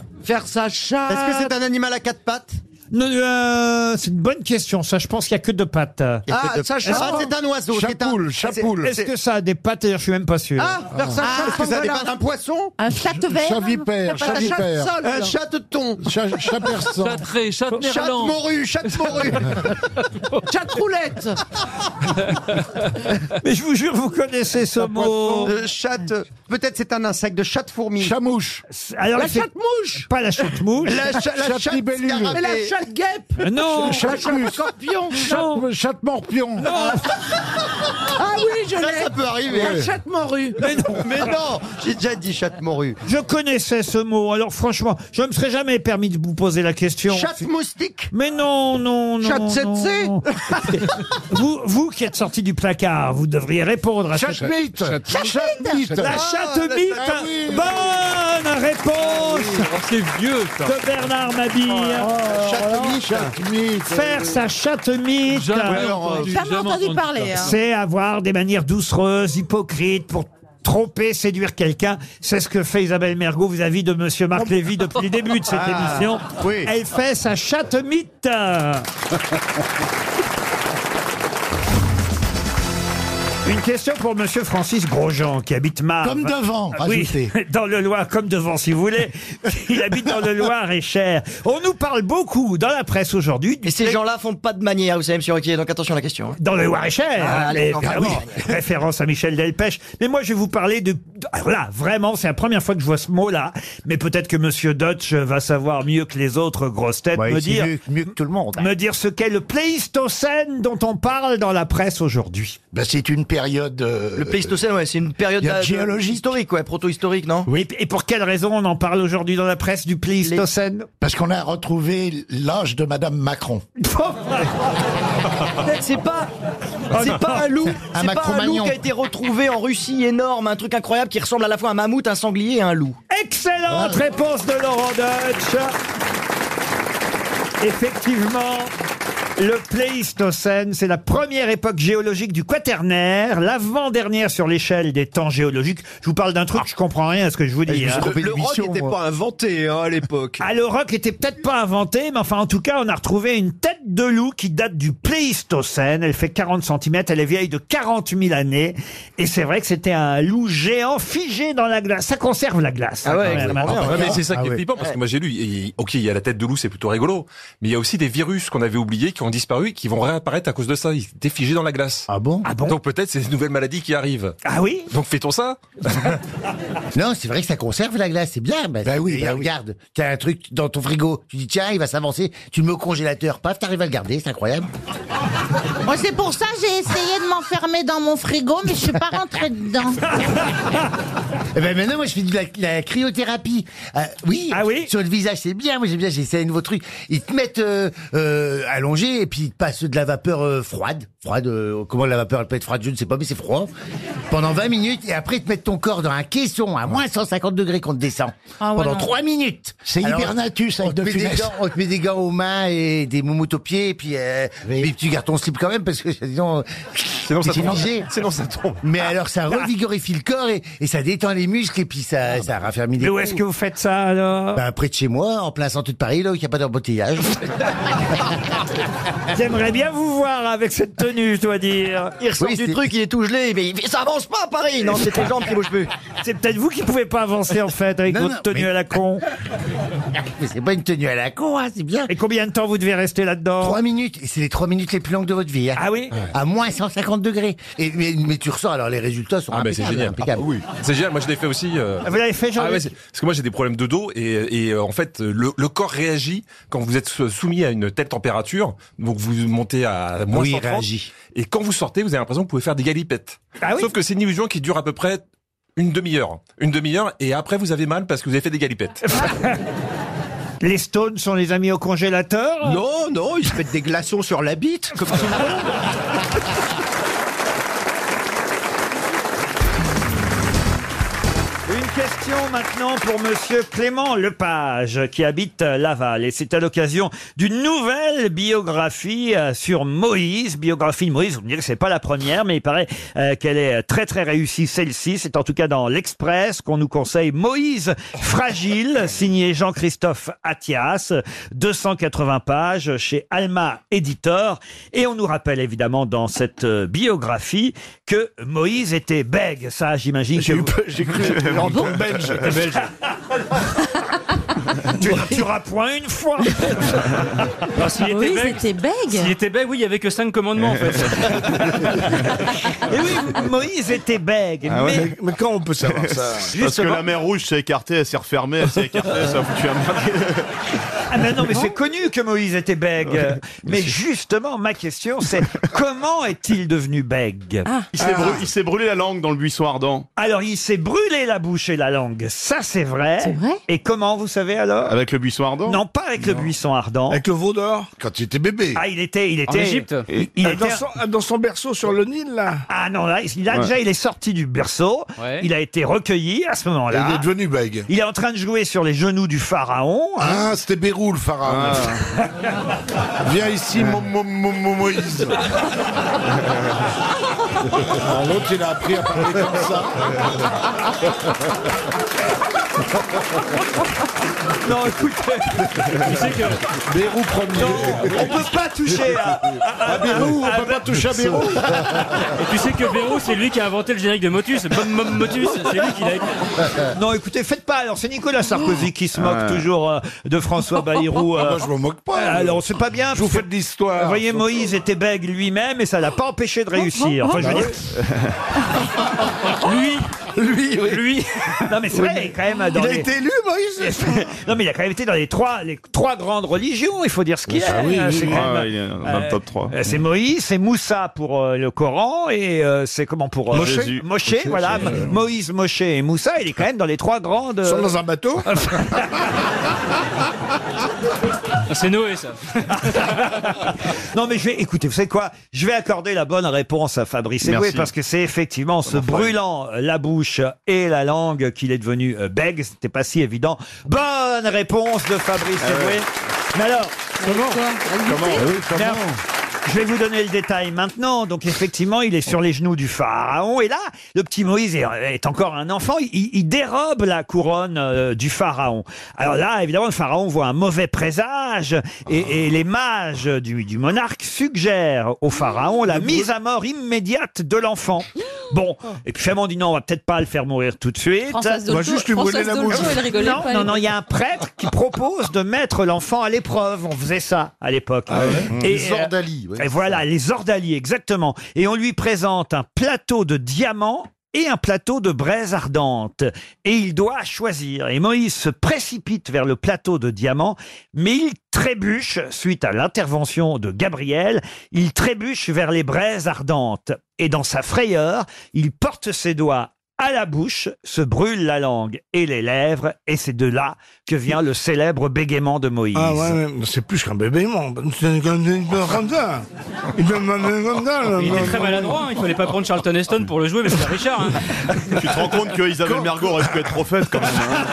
Speaker 5: Faire sa chatte.
Speaker 9: Est-ce que c'est un animal à quatre pattes
Speaker 1: non, euh, c'est une bonne question. Ça, je pense qu'il n'y a que deux pattes.
Speaker 5: Ah,
Speaker 9: Est-ce que-
Speaker 5: ça chatte.
Speaker 9: Ah, c'est un oiseau. c'est un-
Speaker 10: Chapoule, chapoule.
Speaker 1: Est-ce que ça a des pattes D'ailleurs, je suis même pas sûr.
Speaker 5: Ah, faire sa chatte.
Speaker 9: Est-ce que ça
Speaker 5: voilà.
Speaker 9: dépend d'un poisson
Speaker 7: Un chatte vert
Speaker 10: Chavipère,
Speaker 7: Ça passe-
Speaker 10: chavipère.
Speaker 7: chatte
Speaker 9: Un
Speaker 7: sole.
Speaker 9: chatte-ton.
Speaker 10: Chat, chat persan.
Speaker 4: Chatteries,
Speaker 9: Chatte
Speaker 4: chatterland.
Speaker 9: morue, chatte morue.
Speaker 5: Chatte roulette.
Speaker 1: Mais je vous jure, vous connaissez ce mot.
Speaker 9: Euh, chatte. Peut-être c'est un insecte de chatte fourmi.
Speaker 10: Chamouche.
Speaker 1: Alors,
Speaker 5: La
Speaker 1: c'est
Speaker 5: chatte mouche.
Speaker 1: pas la chatte mouche. Euh,
Speaker 9: La, cha- la
Speaker 10: Chatte
Speaker 9: chatte
Speaker 10: libellule.
Speaker 9: scarabée.
Speaker 5: Mais la chatte guêpe.
Speaker 1: Non,
Speaker 10: Chaclus.
Speaker 5: Scorpion.
Speaker 1: non.
Speaker 10: Chatte morpion.
Speaker 1: Ah.
Speaker 5: Ah oui, je
Speaker 9: Ça, ça
Speaker 5: l'ai.
Speaker 9: peut arriver.
Speaker 5: La chatte morue.
Speaker 9: Mais non, mais non, j'ai déjà dit chatte morue.
Speaker 1: Je connaissais ce mot. Alors, franchement, je ne me serais jamais permis de vous poser la question.
Speaker 9: Chatte moustique.
Speaker 1: Mais non, non, non.
Speaker 5: Chat
Speaker 1: non,
Speaker 5: 7C.
Speaker 1: non. vous, vous qui êtes sorti du placard, vous devriez répondre à cette
Speaker 10: Chatmite. Chatmite.
Speaker 1: La chatte bite.
Speaker 10: ah oui.
Speaker 1: Bonne réponse
Speaker 4: Oh, C'est vieux ça.
Speaker 1: de Bernard Mabille.
Speaker 10: Chatmite.
Speaker 1: Faire sa chatte mite.
Speaker 4: Jamais
Speaker 9: alors,
Speaker 4: entendu,
Speaker 7: Jamais entendu
Speaker 4: ça.
Speaker 7: parler, hein.
Speaker 1: C'est avoir des manières doucereuses, hypocrites pour tromper, séduire quelqu'un. C'est ce que fait Isabelle Mergot vis-à-vis de Monsieur Marc Lévy depuis le début de cette
Speaker 9: Ah,
Speaker 1: émission.
Speaker 9: oui.
Speaker 1: Elle fait sa chatte mite. Une question pour Monsieur Francis Grosjean qui habite Marne.
Speaker 10: Comme devant,
Speaker 1: Ah, bah, Oui,
Speaker 10: ajoutez.
Speaker 1: dans le Loir, comme devant si vous voulez. Il habite dans le Loir et cher. On nous parle beaucoup dans la presse aujourd'hui du
Speaker 11: Et ces gens-là font pas de manière, vous savez, monsieur Ruquier, donc attention à la question. hein.
Speaker 1: dans le
Speaker 11: Ah,
Speaker 1: Loir-et-Cher. hein,
Speaker 11: allez,
Speaker 1: mais
Speaker 11: encore,
Speaker 1: évidemment. Référence à Michel Delpech. Mais moi, je vais vous parler de. Alors là, vraiment, c'est la première fois que je vois ce mot-là. Mais peut-être que Monsieur Dutch va savoir mieux que les autres grosses têtes me dire
Speaker 10: mieux que tout le monde.
Speaker 1: me dire ce qu'est le Pléistocène dont on parle dans la presse aujourd'hui.
Speaker 10: Ben, c'est une période. euh,
Speaker 11: Le Pléistocène, ouais, c'est une période
Speaker 10: il y a
Speaker 11: euh,
Speaker 10: géologique.
Speaker 11: historique, ouais, proto-historique, non
Speaker 1: Oui. Et pour quelle raison on en parle aujourd'hui dans la presse du Pléistocène
Speaker 10: Parce qu'on a retrouvé l'âge de Madame Macron.
Speaker 11: C'est pas, c'est pas un loup,
Speaker 10: Un
Speaker 11: c'est pas un loup
Speaker 10: Macron-Magnon.
Speaker 11: qui a été retrouvé en Russie énorme, un truc incroyable qui ressemble à la fois à un mammouth, un sanglier et un loup.
Speaker 1: Excellente réponse de Laurent Deutsch. Effectivement. Le Pléistocène, c'est la première époque géologique du Quaternaire, l'avant-dernière sur l'échelle des temps géologiques. Je vous parle d'un truc, je comprends rien à ce que je vous
Speaker 12: Eh,
Speaker 11: eh,
Speaker 1: dis. hein.
Speaker 10: trompé d'émission, moi.
Speaker 11: inventé hein, à l'époque.
Speaker 1: Ah, le rock était peut-être pas inventé, mais enfin, en tout cas, on a retrouvé une tête de loup qui date du Pléistocène. Elle fait 40 cm, elle est vieille de 40 000 années. Et c'est vrai que c'était un loup géant figé dans la glace. Ça conserve la glace.
Speaker 11: Ah
Speaker 1: hein,
Speaker 11: ouais,
Speaker 1: quand même,
Speaker 11: exactement.
Speaker 1: hein.
Speaker 11: Ah,
Speaker 12: Ouais, mais c'est ça
Speaker 10: Ah
Speaker 12: qui est
Speaker 10: ouais.
Speaker 12: flippant, parce que moi j'ai lu, et- ok, il y a la tête de loup, c'est plutôt rigolo, mais il y a aussi des virus qu'on avait oubliés, qui ont disparu, qui vont réapparaître à cause de ça, ils étaient figés dans la glace.
Speaker 10: Ah bon
Speaker 1: Ah bon?
Speaker 12: Donc peut-être c'est une nouvelle maladie qui arrive.
Speaker 1: Ah oui?
Speaker 12: Donc fait-on ça
Speaker 8: Non, c'est vrai que ça conserve la glace, c'est bien. Bah,
Speaker 10: Bah oui,
Speaker 8: d'ailleurs,
Speaker 10: bah oui.
Speaker 8: regarde, t'as un truc dans ton frigo, tu dis tiens, il va s'avancer, tu le mets au congélateur, paf, t'arrives à le garder, c'est incroyable.
Speaker 7: Moi, c'est pour ça que j'ai essayé de m'enfermer dans mon frigo, mais je suis pas rentrée dedans.
Speaker 8: Eh ben maintenant, moi, je fais de la, la cryothérapie. Ah, oui. Sur le visage, c'est bien. Moi, j'aime bien. J'ai essayé un nouveau truc. Ils te mettent euh, euh, allongé et puis ils te passent de la vapeur euh, froide. Froide. euh, comment la vapeur, elle peut être froide, je ne sais pas, mais c'est froid. Pendant 20 minutes et après, ils te mettent ton corps dans un caisson à moins 150 degrés qu'on te descend.
Speaker 10: Ah ouais,
Speaker 8: pendant
Speaker 10: non.
Speaker 8: 3 minutes.
Speaker 10: C'est
Speaker 8: Alors,
Speaker 10: Hibernatus avec
Speaker 8: on te
Speaker 10: De
Speaker 8: met des
Speaker 10: Funès.
Speaker 8: gants- on te met des gants aux mains et des moumoutes aux pieds, et puis euh, mais tu gardes ton slip quand même parce que sinon, sinon
Speaker 12: ça tombe.
Speaker 8: Sinon ça tombe. Mais alors ça revigorifie le corps et, et ça détend les muscles et puis ça,
Speaker 10: Ah.
Speaker 8: ça raffermit les.
Speaker 1: Mais où est-ce que vous faites ça alors
Speaker 8: ben, Près de chez moi, en plein centre de Paris, là où il n'y a pas d'embouteillage.
Speaker 7: Ah.
Speaker 1: J'aimerais bien vous voir avec cette tenue, je dois dire.
Speaker 11: Il ressort du truc, il est tout gelé, mais il fait- ça avance pas à Paris. Non, c'est tes jambes qui bougent plus.
Speaker 1: C'est peut-être vous qui pouvez pas avancer en fait avec
Speaker 11: Non,
Speaker 1: votre
Speaker 11: non,
Speaker 1: tenue
Speaker 11: mais-
Speaker 1: à la con.
Speaker 8: Mais c'est pas une tenue à la con, hein, c'est bien.
Speaker 1: Et combien de temps vous devez rester là-dedans
Speaker 8: Trois minutes. Et c'est les trois minutes les plus longues de votre vie. Ah
Speaker 1: oui
Speaker 8: À moins 150 degrés. Et, mais, mais tu ressors, alors les résultats sont
Speaker 12: Ah, mais c'est
Speaker 8: impeccables,
Speaker 12: génial.
Speaker 8: impeccables.
Speaker 12: Ah, oui. C'est génial, moi je l'ai fait aussi. euh.
Speaker 8: Ah, vous l'avez fait, Jean-Luc
Speaker 12: ouais, c'est- Parce que moi j'ai des problèmes de dos et, et, euh, en fait le, le corps réagit quand vous êtes sou- soumis à une telle température. Donc vous montez à moins
Speaker 8: Oui, il
Speaker 12: 130.
Speaker 8: réagit.
Speaker 12: Et quand vous sortez, vous avez l'impression que vous pouvez faire des galipettes.
Speaker 8: Ah
Speaker 12: Sauf que c'est une illusion qui dure à peu près une demi-heure. Une demi-heure et après vous avez mal parce que vous avez fait des galipettes.
Speaker 1: Les Stones sont les amis au congélateur
Speaker 13: Non, non, ils se mettent des glaçons sur la bite, comme tout le monde.
Speaker 1: Une question maintenant pour Monsieur Clément Lepage qui habite euh, Laval et c'est à l'occasion d'une nouvelle biographie euh, sur Moïse, biographie de Moïse. Vous me direz que c'est pas la première, mais il paraît euh, qu'elle est très très réussie celle-ci. C'est en tout cas dans l'Express qu'on nous conseille Moïse fragile, signé Jean-Christophe Attias, 280 pages chez Alma Éditeur et on nous rappelle évidemment dans cette euh, biographie que Moïse était bègue. Ça, j'imagine. que vous-
Speaker 14: Euh,
Speaker 1: tu, tu point une fois.
Speaker 15: Ah, S'il était bègue. S'il était bègue, oui, il n'y avait que 5 commandements en fait.
Speaker 1: Et oui, Moïse était bègue.
Speaker 14: Ah ouais,
Speaker 1: mais-
Speaker 14: mais... mais quand on peut savoir ça Parce que
Speaker 1: Justement.
Speaker 14: la mer Rouge s'est écartée, elle s'est refermée, elle s'est écartée, ça a foutu un bordel.
Speaker 1: Ah ben non, mais c'est connu que Moïse était bègue.
Speaker 14: Ouais.
Speaker 1: Mais justement, ma question, c'est comment est-il devenu bègue Ah.
Speaker 14: Il s'est brû- il s'est brûlé la langue dans le buisson ardent.
Speaker 1: Alors, il s'est brûlé la bouche et la langue. Ça, c'est vrai. Et comment, vous savez alors
Speaker 14: Avec le buisson ardent
Speaker 1: Non, pas avec le buisson ardent. Avec
Speaker 14: le veau d'or
Speaker 1: Quand il était bébé. Ah, il était. Il
Speaker 14: En
Speaker 1: était
Speaker 14: Égypte
Speaker 1: Il, il
Speaker 14: Ah,
Speaker 1: était-
Speaker 14: dans son-
Speaker 16: euh,
Speaker 14: dans son berceau sur le Nil, là
Speaker 1: Ah non, là, il- là,
Speaker 14: Ouais.
Speaker 1: déjà, il est sorti du berceau.
Speaker 14: Ouais.
Speaker 1: Il a été recueilli à ce moment-là.
Speaker 16: Et il est devenu bègue.
Speaker 1: Il est en train de jouer sur les genoux du pharaon. hein. Ah.
Speaker 16: Ah, c'était Bérou le pharaon. Ah. Viens ici, mon, mon- mon- mon Moïse. Alors, L'autre, il a appris à parler comme ça.
Speaker 1: Non, écoutez,
Speaker 16: tu sais que. Bérou premier.
Speaker 1: on peut pas toucher à- à-
Speaker 16: À Bérou,
Speaker 15: à-
Speaker 16: on peut pas toucher à Bérou.
Speaker 15: Et tu sais que Véro, c'est lui qui a inventé le générique de Motus. Mom, Mom, Motus, c'est lui qui l'a écrit.
Speaker 1: Non, écoutez, faites pas. Alors, c'est Nicolas Sarkozy qui se moque
Speaker 16: Ah.
Speaker 1: toujours euh, de François Bayrou. euh.
Speaker 16: Ah, moi, je me moque pas.
Speaker 1: Alors, c'est pas bien.
Speaker 16: Je vous
Speaker 1: parce
Speaker 16: fais
Speaker 1: que-
Speaker 16: de l'histoire.
Speaker 1: Vous voyez, Moïse était bègue lui-même et ça l'a pas empêché de réussir. Enfin, je veux
Speaker 16: Bah
Speaker 1: dire. Lui
Speaker 16: Lui, oui.
Speaker 1: Lui Non, mais c'est
Speaker 16: Oui,
Speaker 1: vrai,
Speaker 16: mais
Speaker 1: il est quand même. Dans
Speaker 16: il a
Speaker 1: les-
Speaker 16: été élu, Moïse
Speaker 1: Non, mais il a quand même été dans les trois, les trois grandes religions, il faut dire ce qu'il
Speaker 14: Ah
Speaker 1: est.
Speaker 14: oui,
Speaker 1: hein,
Speaker 14: oui,
Speaker 1: c'est
Speaker 14: oui.
Speaker 1: quand même,
Speaker 14: Ah, il est dans le
Speaker 1: euh,
Speaker 14: top trois.
Speaker 1: euh, C'est Moïse, c'est Moussa pour euh, le Coran et euh, c'est comment pour.
Speaker 14: Moshe. Jésus.
Speaker 1: Moshe,
Speaker 14: Moshe,
Speaker 1: voilà.
Speaker 14: c'est-
Speaker 1: Moïse, Moshe et Moussa, il est quand même dans les trois grandes. euh,
Speaker 16: Ils sont dans un
Speaker 1: bateau
Speaker 15: Ah, C'est Noé, ça.
Speaker 1: Non, mais je vais, écoutez, vous savez quoi Je vais accorder la bonne réponse à Fabrice
Speaker 9: Merci.
Speaker 1: Eboué parce que c'est effectivement en se brûlant euh, la bouche et la langue qu'il est devenu euh, bègue. C'était pas si évident. Bonne réponse de Fabrice
Speaker 9: Ah ouais.
Speaker 1: Eboué. Mais alors, comment
Speaker 16: Comment Ah oui, comment
Speaker 1: Mais alors, je vais vous donner le détail maintenant. Donc effectivement, il est sur les genoux du pharaon. Et là, le petit Moïse est, est encore un enfant. Il, il dérobe la couronne euh, du pharaon. Alors là, évidemment, le pharaon voit un mauvais présage. Et, et les mages du, du monarque suggèrent au pharaon la mise à mort immédiate de l'enfant. Bon, et puis finalement, on dit non, on va peut-être pas le faire mourir tout de suite.
Speaker 16: Françoise Dolto- On va juste lui brûler Françoise la Dolto, bouche. elle rigolait
Speaker 1: Non,
Speaker 16: pas,
Speaker 1: non,
Speaker 16: elle.
Speaker 1: non, il y a un prêtre qui propose de mettre l'enfant à l'épreuve. On faisait ça à l'époque.
Speaker 16: Ah
Speaker 1: euh,
Speaker 16: ouais Les ordalies, ouais.
Speaker 1: Et voilà, les ordalies, exactement. Et on lui présente un plateau de diamants et un plateau de braise ardente. Et il doit choisir. Et Moïse se précipite vers le plateau de diamants, mais il trébuche, suite à l'intervention de Gabriel, il trébuche vers les braises ardentes. Et dans sa frayeur, il porte ses doigts à la bouche se brûle la langue et les lèvres, et c'est de là que vient le célèbre bégaiement de Moïse.
Speaker 17: Ah ouais, ouais, c'est plus qu'un bébé, mon. C'est comme c'est comme ça. Il fait comme ça.
Speaker 3: Ah, bah,
Speaker 17: là.
Speaker 15: Il était très maladroit, hein, il fallait pas prendre Charlton Heston pour le jouer, mais c'était Richard. hein.
Speaker 14: Tu te rends compte que Isabelle Mergo aurait pu être prophète quand même. hein.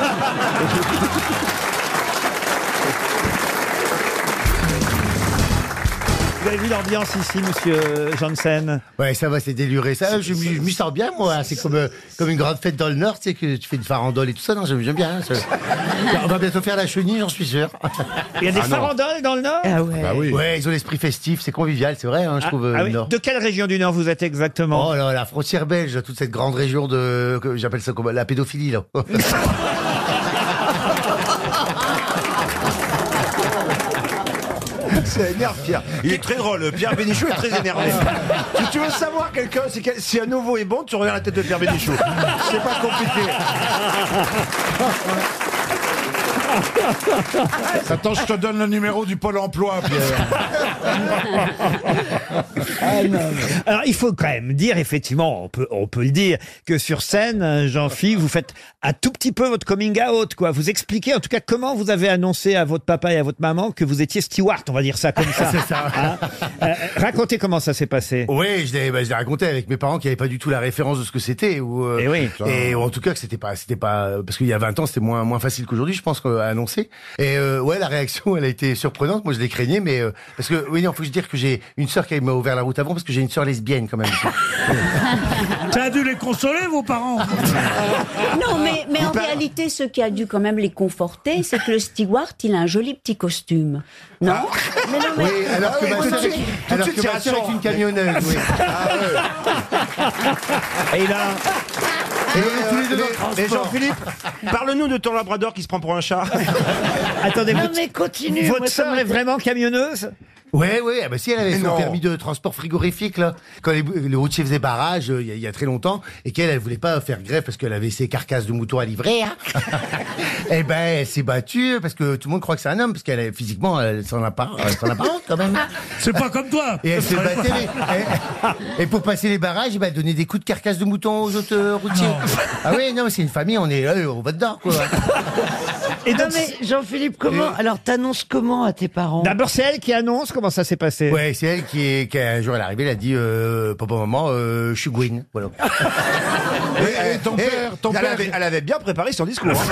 Speaker 1: Vous avez vu l'ambiance ici, monsieur Janssen
Speaker 8: Ouais, ça va, c'est déluré. Ça, je m'y je m'y sens bien, moi. C'est comme, euh, comme une grande fête dans le Nord, tu sais, que tu fais une farandole et tout ça. Non, j'aime j'aime bien. hein, ça. On va bientôt faire la chenille, j'en suis sûr.
Speaker 1: Il y a des
Speaker 8: Ah, non.
Speaker 1: farandoles dans le Nord
Speaker 8: Ah ouais.
Speaker 14: Bah
Speaker 8: Ouais, ils ont l'esprit festif, c'est convivial, c'est vrai, hein, je
Speaker 1: Ah,
Speaker 8: trouve. euh,
Speaker 1: ah
Speaker 8: le
Speaker 1: oui.
Speaker 8: Nord.
Speaker 1: De quelle région du Nord vous êtes exactement
Speaker 8: Oh là, la frontière belge, toute cette grande région de, que j'appelle ça comment, la pédophilie là.
Speaker 15: hein.
Speaker 13: Ça énerve Pierre. Il est très drôle. Pierre Bénichou est très énervé. si tu veux savoir quelqu'un, c'est quel- si un nouveau est bon, tu regardes la tête de Pierre Bénichou. C'est pas compliqué.
Speaker 16: Attends, je te donne le numéro du pôle emploi, Pierre.
Speaker 1: Alors, il faut quand même dire, effectivement, on peut, on peut le dire, que sur scène, euh, Jean-Philippe, vous faites un tout petit peu votre coming out, quoi. Vous expliquez, en tout cas, comment vous avez annoncé à votre papa et à votre maman que vous étiez steward, on va dire ça comme ça.
Speaker 8: C'est ça.
Speaker 1: Hein Euh, racontez comment ça s'est passé.
Speaker 8: Oui, je l'ai bah, je l'ai raconté avec mes parents qui n'avaient pas du tout la référence de ce que c'était. Ou, euh, et
Speaker 1: Eh oui.
Speaker 8: ou en tout cas, que c'était pas, c'était pas, parce qu'il y a 20 ans, c'était moins, moins facile qu'aujourd'hui, je pense, euh, à annoncer. Et euh, ouais, la réaction, elle a été surprenante. Moi, je l'ai craignée, mais euh, parce que oui, il faut se dire que j'ai une sœur qui m'a ouvert la route avant, parce que j'ai une sœur lesbienne quand même.
Speaker 3: T'as dû les consoler, vos parents
Speaker 18: Non, mais, mais en réalité, ce qui a dû quand même les conforter, c'est que le steward, il a un joli petit costume. Non
Speaker 8: Ah.
Speaker 18: mais non, mais-
Speaker 8: Oui,
Speaker 1: Ah
Speaker 8: alors que ma sœur est- alors que ma sœur est une camionneuse. oui.
Speaker 1: Et là.
Speaker 13: Et, et Jean-Philippe, parle-nous de ton labrador qui se prend pour un chat.
Speaker 1: Attendez,
Speaker 13: Non,
Speaker 1: votre,
Speaker 13: mais continue,
Speaker 1: votre
Speaker 13: moi, ça
Speaker 1: sœur est
Speaker 13: m'intéresse.
Speaker 1: vraiment camionneuse
Speaker 8: Ouais, ouais, ah bah si elle avait
Speaker 1: Mais
Speaker 8: son
Speaker 1: non.
Speaker 8: permis de transport frigorifique, là, quand les, le routier faisait barrage, euh, il y, a- il y a très longtemps, et qu'elle, elle voulait pas faire grève parce qu'elle avait ses carcasses de moutons à livrer, hein. Eh ben, elle s'est battue parce que tout le monde croit que c'est un homme, parce qu'elle, est- physiquement, elle s'en a pas, elle s'en a pas honte, quand même.
Speaker 3: C'est pas comme toi.
Speaker 8: Et elle s'est battue. Et, et pour passer les barrages, eh ben, elle donnait des coups de carcasse de moutons aux autres euh, routiers. Ah oui, non, mais c'est une famille, on est, euh, on va dedans, quoi.
Speaker 1: Et
Speaker 5: non, mais Jean-Philippe, comment
Speaker 8: Et-
Speaker 5: Alors, t'annonces comment à tes parents
Speaker 1: D'abord, c'est elle qui annonce comment ça s'est passé.
Speaker 8: Ouais, c'est elle qui est, qui un jour elle est arrivée, elle a dit, euh, papa, maman, euh, je suis Gwyn. Voilà.
Speaker 13: Et ton père, ton père. Avait, elle avait bien préparé son discours.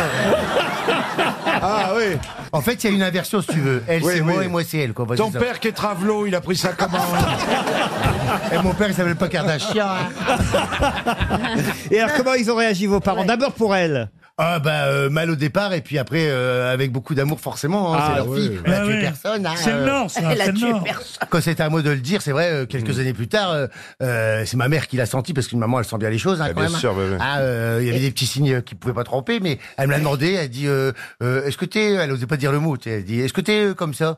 Speaker 8: Ah oui. En fait, il y a une inversion si tu veux. Elle
Speaker 13: Oui,
Speaker 8: c'est moi
Speaker 13: oui.
Speaker 8: et moi c'est elle. Quoi.
Speaker 13: Ton
Speaker 8: père qui est travelot, il a pris ça comment Et mon père il s'appelle pas Kardashian. hein.
Speaker 1: Et alors comment ils ont réagi vos parents D'abord pour elle.
Speaker 8: Ah bah euh, mal au départ et puis après euh, avec beaucoup d'amour forcément. hein,
Speaker 1: Ah,
Speaker 8: c'est leur
Speaker 1: oui.
Speaker 8: fille. Elle a
Speaker 1: Ah
Speaker 8: tué
Speaker 1: oui.
Speaker 8: personne. hein,
Speaker 1: C'est le
Speaker 8: euh.
Speaker 1: Nord, ça, Elle a c'est le tué Nord. personne.
Speaker 8: Quand c'était à moi de le dire, c'est vrai. euh, quelques années plus tard, euh, euh, c'est ma mère qui l'a senti parce qu'une maman elle sent bien les choses. Hein,
Speaker 16: Ah,
Speaker 8: quand
Speaker 16: bien
Speaker 8: même.
Speaker 16: sûr, ouais, ouais.
Speaker 8: Ah, euh, il y avait des petits signes euh, qui pouvaient pas tromper, mais elle me l'a demandé. Elle dit euh, euh, Est-ce que t'es Elle osait pas dire le mot. tu sais, Elle dit Est-ce que t'es euh, comme ça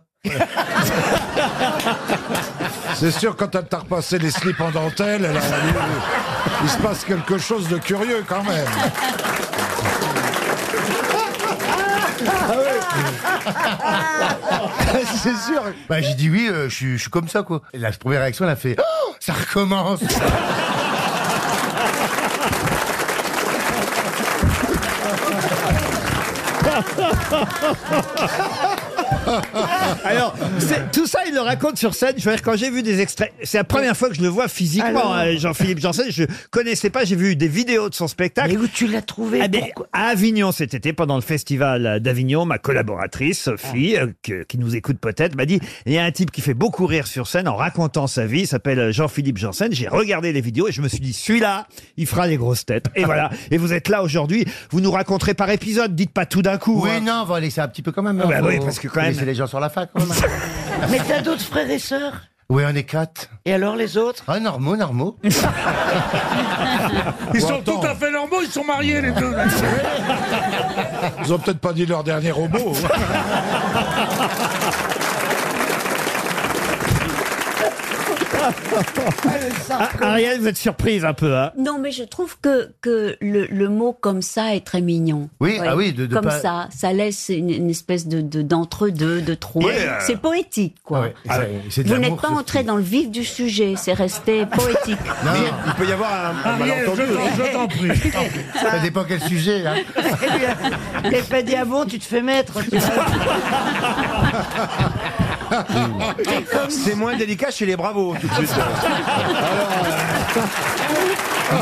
Speaker 16: C'est sûr, quand elle t'a repassé les slips en dentelle, elle a- il se passe quelque chose de curieux quand même.
Speaker 12: Ah,
Speaker 8: C'est sûr. Bah, j'ai dit oui, euh, je suis- je suis comme ça, quoi. Et la première réaction, elle a fait Oh, ça recommence.
Speaker 1: Alors, c'est- tout ça, il le raconte sur scène. Je veux dire, quand j'ai vu des extraits, c'est la première fois que je le vois physiquement,
Speaker 5: Alors
Speaker 1: hein, Jean-Philippe Janssen. Je connaissais pas, j'ai vu des vidéos de son spectacle.
Speaker 5: Et où tu l'as trouvé
Speaker 1: Ah, mais à Avignon cet été, pendant le festival d'Avignon, ma collaboratrice, Sophie, euh, que- qui nous écoute peut-être, m'a dit il y a un type qui fait beaucoup rire sur scène en racontant sa vie, il s'appelle Jean-Philippe Janssen. J'ai regardé les vidéos et je me suis dit celui-là, il fera les grosses têtes. Et voilà. Et vous êtes là aujourd'hui, vous nous raconterez par épisode, dites pas tout d'un coup.
Speaker 8: oui,
Speaker 1: hein.
Speaker 8: non, on va laisser un petit peu quand même.
Speaker 1: Ah bah
Speaker 8: faut-
Speaker 1: oui, parce que quand
Speaker 8: faut
Speaker 1: même-
Speaker 8: laisser les gens sur la fac, quand même.
Speaker 5: Mais t'as d'autres frères et sœurs
Speaker 8: oui, on est quatre.
Speaker 5: Et alors les autres
Speaker 8: Ah, normaux, normaux.
Speaker 3: Ils sont
Speaker 8: Attends.
Speaker 3: tout à fait normaux, ils sont mariés, les deux. là.
Speaker 16: Ils ont peut-être pas dit leur dernier robot.
Speaker 1: Ah, Ariel, vous êtes surprise un peu, hein
Speaker 18: Non, mais je trouve que, que le, le mot comme ça est très mignon.
Speaker 8: Oui, ah oui, de- de
Speaker 18: comme
Speaker 8: pas-
Speaker 18: ça, ça laisse une, une espèce de de- d'entre-deux, de, trop.
Speaker 8: Oui, euh,
Speaker 18: C'est poétique, quoi.
Speaker 8: Ah ouais, c'est de
Speaker 18: Vous
Speaker 8: l'amour,
Speaker 18: n'êtes pas
Speaker 8: ce
Speaker 18: entré dans le vif du sujet, c'est resté poétique.
Speaker 13: Il peut y avoir un,
Speaker 1: Ah,
Speaker 13: un
Speaker 18: Ariel,
Speaker 13: malentendu.
Speaker 18: je t'en- je t'en prie.
Speaker 8: Ça dépend quel sujet. hein.
Speaker 7: T'es pas dit avant, tu te fais mettre. tu vois.
Speaker 13: C'est moins délicat chez les bravos, tout de suite.
Speaker 3: euh,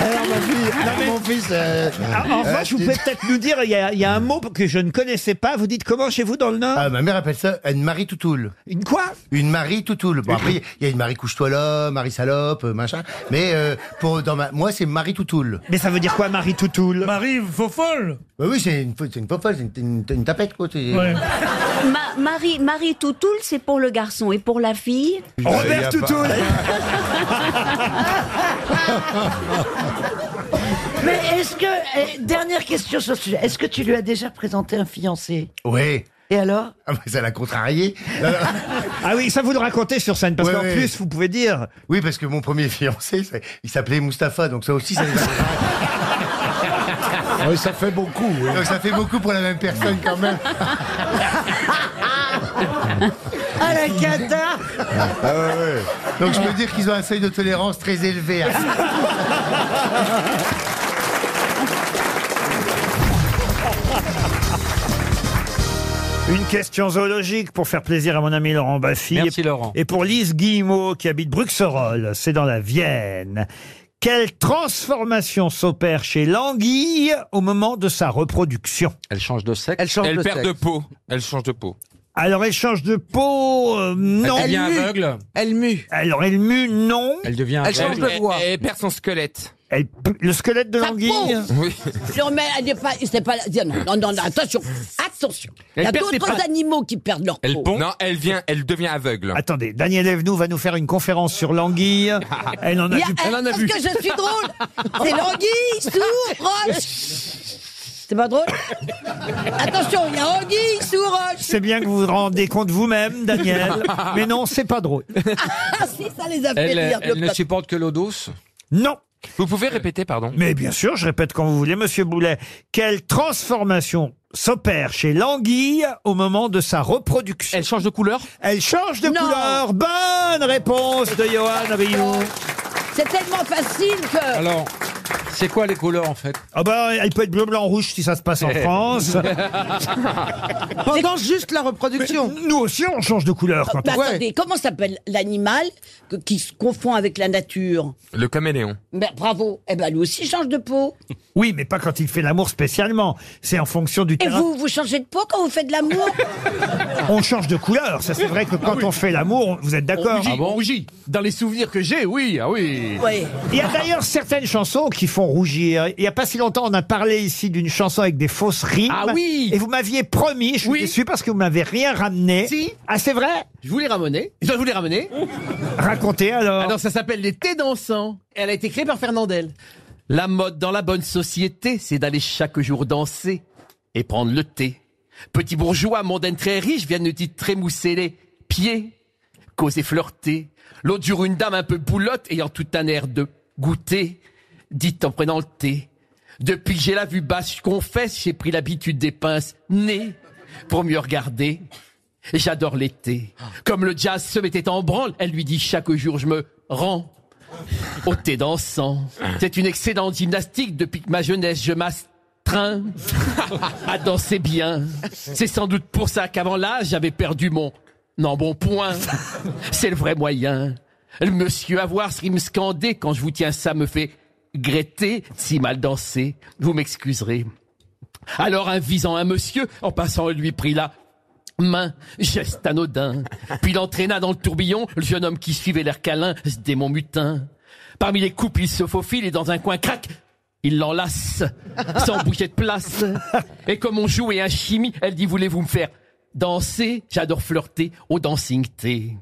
Speaker 1: Alors, ma fille, Ah. mon fils. euh,
Speaker 8: Euh,
Speaker 1: en revanche, Ah, vous pouvez peut-être nous dire, il y, a- il y a un mot que je ne connaissais pas. Vous dites comment chez vous dans le Nord
Speaker 8: Ah, ma mère appelle ça une Marie Toutoule.
Speaker 1: Une quoi
Speaker 8: Une Marie Toutoule. Bon, après, il y a une Marie couche-toi là, Marie salope, euh, machin. Mais euh, pour, dans ma, moi, c'est Marie Toutoule.
Speaker 1: Mais ça veut dire quoi, Marie Toutoule
Speaker 8: Marie fofolle bah Oui, c'est une, fo- c'est une fofolle, c'est une, une- une tapette, quoi. c'est-
Speaker 18: Ma- Marie, Marie Toutoul, c'est pour le garçon et pour la fille.
Speaker 8: Robert Toutoul.
Speaker 7: Mais est-ce que. eh, Dernière question sur ce sujet. Est-ce que tu lui as déjà présenté un fiancé
Speaker 8: Ouais.
Speaker 7: Et alors
Speaker 8: Ah, bah, ça l'a contrarié. ah
Speaker 1: oui, ça vous le racontez sur scène, parce qu'en plus, vous pouvez dire.
Speaker 8: Oui, parce que mon premier fiancé, c'est- il s'appelait Mustapha, donc ça aussi, ça nous a-
Speaker 16: Oui, ça fait beaucoup. oui.
Speaker 8: Donc ça fait beaucoup pour la même personne quand même.
Speaker 7: Ah la cata
Speaker 8: Donc je peux dire qu'ils ont un seuil de tolérance très élevé.
Speaker 1: Une question zoologique pour faire plaisir à mon ami Laurent Baffy.
Speaker 15: Merci,
Speaker 1: Et-
Speaker 15: Laurent.
Speaker 1: Et pour Lise Guillemot qui habite Bruxerolles, c'est dans la Vienne. Quelle transformation s'opère chez l'anguille au moment de sa reproduction
Speaker 19: Elle change de sexe. Elle,
Speaker 1: change de
Speaker 19: perd
Speaker 1: sexe.
Speaker 19: de peau. Elle change de peau.
Speaker 1: Alors elle change de peau, euh, non.
Speaker 19: Elle devient Elle mue. aveugle.
Speaker 1: Elle mue. Alors elle mue, non.
Speaker 19: Elle devient.
Speaker 1: Elle change de voix.
Speaker 19: Elle, elle perd son squelette.
Speaker 1: Elle- le squelette de l'anguille
Speaker 19: Oui.
Speaker 6: Je remets, elle n'est pas, c'est pas, non, non, non, non, attention, attention. Il y a
Speaker 19: Elle perd ses
Speaker 6: d'autres
Speaker 19: pattes.
Speaker 6: animaux qui perdent leur peau.
Speaker 19: Non, elle vient. Elle devient aveugle.
Speaker 1: Attendez, Daniel Evenou va nous faire une conférence sur l'anguille. Elle en a
Speaker 6: Il y a-
Speaker 1: vu.
Speaker 6: Parce que je suis drôle. C'est l'anguille sous roche. C'est pas drôle Attention, il y a anguille sous roche.
Speaker 1: C'est bien que vous vous rendez compte vous-même, Daniel. Mais non, c'est pas drôle.
Speaker 6: Ah, si, ça les a fait
Speaker 19: Elle,
Speaker 6: rire.
Speaker 19: elle
Speaker 6: le
Speaker 19: ne
Speaker 6: peuple.
Speaker 19: supporte que l'eau douce.
Speaker 1: Non.
Speaker 19: Vous pouvez répéter, pardon.
Speaker 1: Mais bien sûr, je répète quand vous voulez, Monsieur Boulet, quelle transformation s'opère chez l'anguille au moment de sa reproduction Elle change de couleur Elle change de couleur Bonne réponse de Johan Rioux
Speaker 6: C'est tellement facile que.
Speaker 19: Alors, c'est quoi les couleurs en fait Eh.
Speaker 1: Ah bah, elle peut être bleu, blanc, rouge si ça se passe en France.
Speaker 6: Pendant juste la reproduction.
Speaker 1: Nous aussi, on change de couleur quand
Speaker 6: Bah,
Speaker 1: on...
Speaker 6: Attendez, comment s'appelle l'animal que- qui se confond avec la nature
Speaker 19: Le caméléon.
Speaker 6: Ben, Bravo. Eh ben, lui aussi change de peau.
Speaker 1: Oui, mais pas quand il fait l'amour spécialement. C'est en fonction du
Speaker 6: Et
Speaker 1: terrain.
Speaker 6: vous, vous changez de peau quand vous faites de l'amour
Speaker 1: On change de couleur. Ça, c'est vrai
Speaker 6: Ah
Speaker 1: que quand on fait l'amour, on- vous êtes d'accord Ah
Speaker 4: rougit, on rougit. Dans les souvenirs que j'ai, oui, ah oui.
Speaker 1: Il y a d'ailleurs certaines chansons qui font rougir. Il n'y a pas si longtemps, on a parlé ici d'une chanson avec des fausses rimes.
Speaker 4: Ah oui
Speaker 1: Et vous m'aviez promis, je suis déçu parce que vous m'avez rien ramené.
Speaker 4: Si.
Speaker 1: Ah, c'est vrai
Speaker 4: Je voulais ramener. Je dois vous les ramener.
Speaker 1: Racontez alors.
Speaker 4: Alors, ça s'appelle Les Thés dansants. Elle a été créée par Fernandel. La mode dans la bonne société, c'est d'aller chaque jour danser et prendre le thé. Petits bourgeois, mondaines très riches, viennent nous dire trémousser les pieds, causer flirter. L'autre jour, une dame un peu boulotte, ayant tout un air de goûter, dit en prenant le thé. Depuis que j'ai la vue basse, je confesse, j'ai pris l'habitude des pinces nées pour mieux regarder. J'adore l'été. Comme le jazz se mettait en branle, elle lui dit chaque jour je me rends au thé Oh, dansant. C'est une excellente gymnastique depuis que ma jeunesse je m'astreins à danser bien. C'est sans doute pour ça qu'avant l'âge j'avais perdu mon embonpoint. C'est le vrai moyen. Le monsieur à voir ce qui me scandait quand je vous tiens ça me fait gretter si mal danser. Vous m'excuserez. Alors, un visant un monsieur, en passant, lui prit la main, geste anodin, puis l'entraîna dans le tourbillon, le jeune homme qui suivait l'air câlin, ce démon mutin. Parmi les couples, il se faufile et dans un coin, crac il l'enlace, sans bouger de place. Et comme on jouait un chimie, elle dit, voulez-vous me faire danser? J'adore flirter au dancing thé.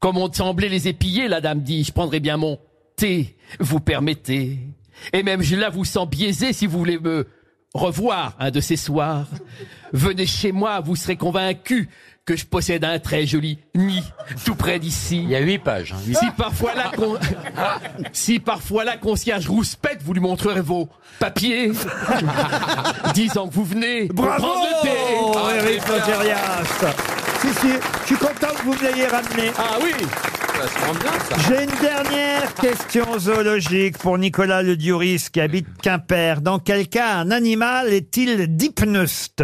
Speaker 4: Comme on semblait les épiller, la dame dit, je prendrai bien mon thé, vous permettez. Et même je là vous sens biaisé si vous voulez me revoir un de ces soirs. Venez chez moi, vous serez convaincu que je possède un très joli nid tout près d'ici. Il y a huit pages.
Speaker 17: huit
Speaker 4: si
Speaker 17: pages.
Speaker 4: parfois la con- si parfois la concierge rouspète, vous lui montrerez vos papiers, disant que vous venez
Speaker 1: Bravo
Speaker 4: prendre le thé. Ah,
Speaker 1: Eric Logérias. Si, si, je suis content que vous me l'ayez ramené.
Speaker 4: Ah oui
Speaker 17: Ça se rend bien, ça.
Speaker 1: J'ai une dernière question zoologique pour Nicolas Le Duris qui habite Quimper. Dans quel cas un animal est-il dipneuste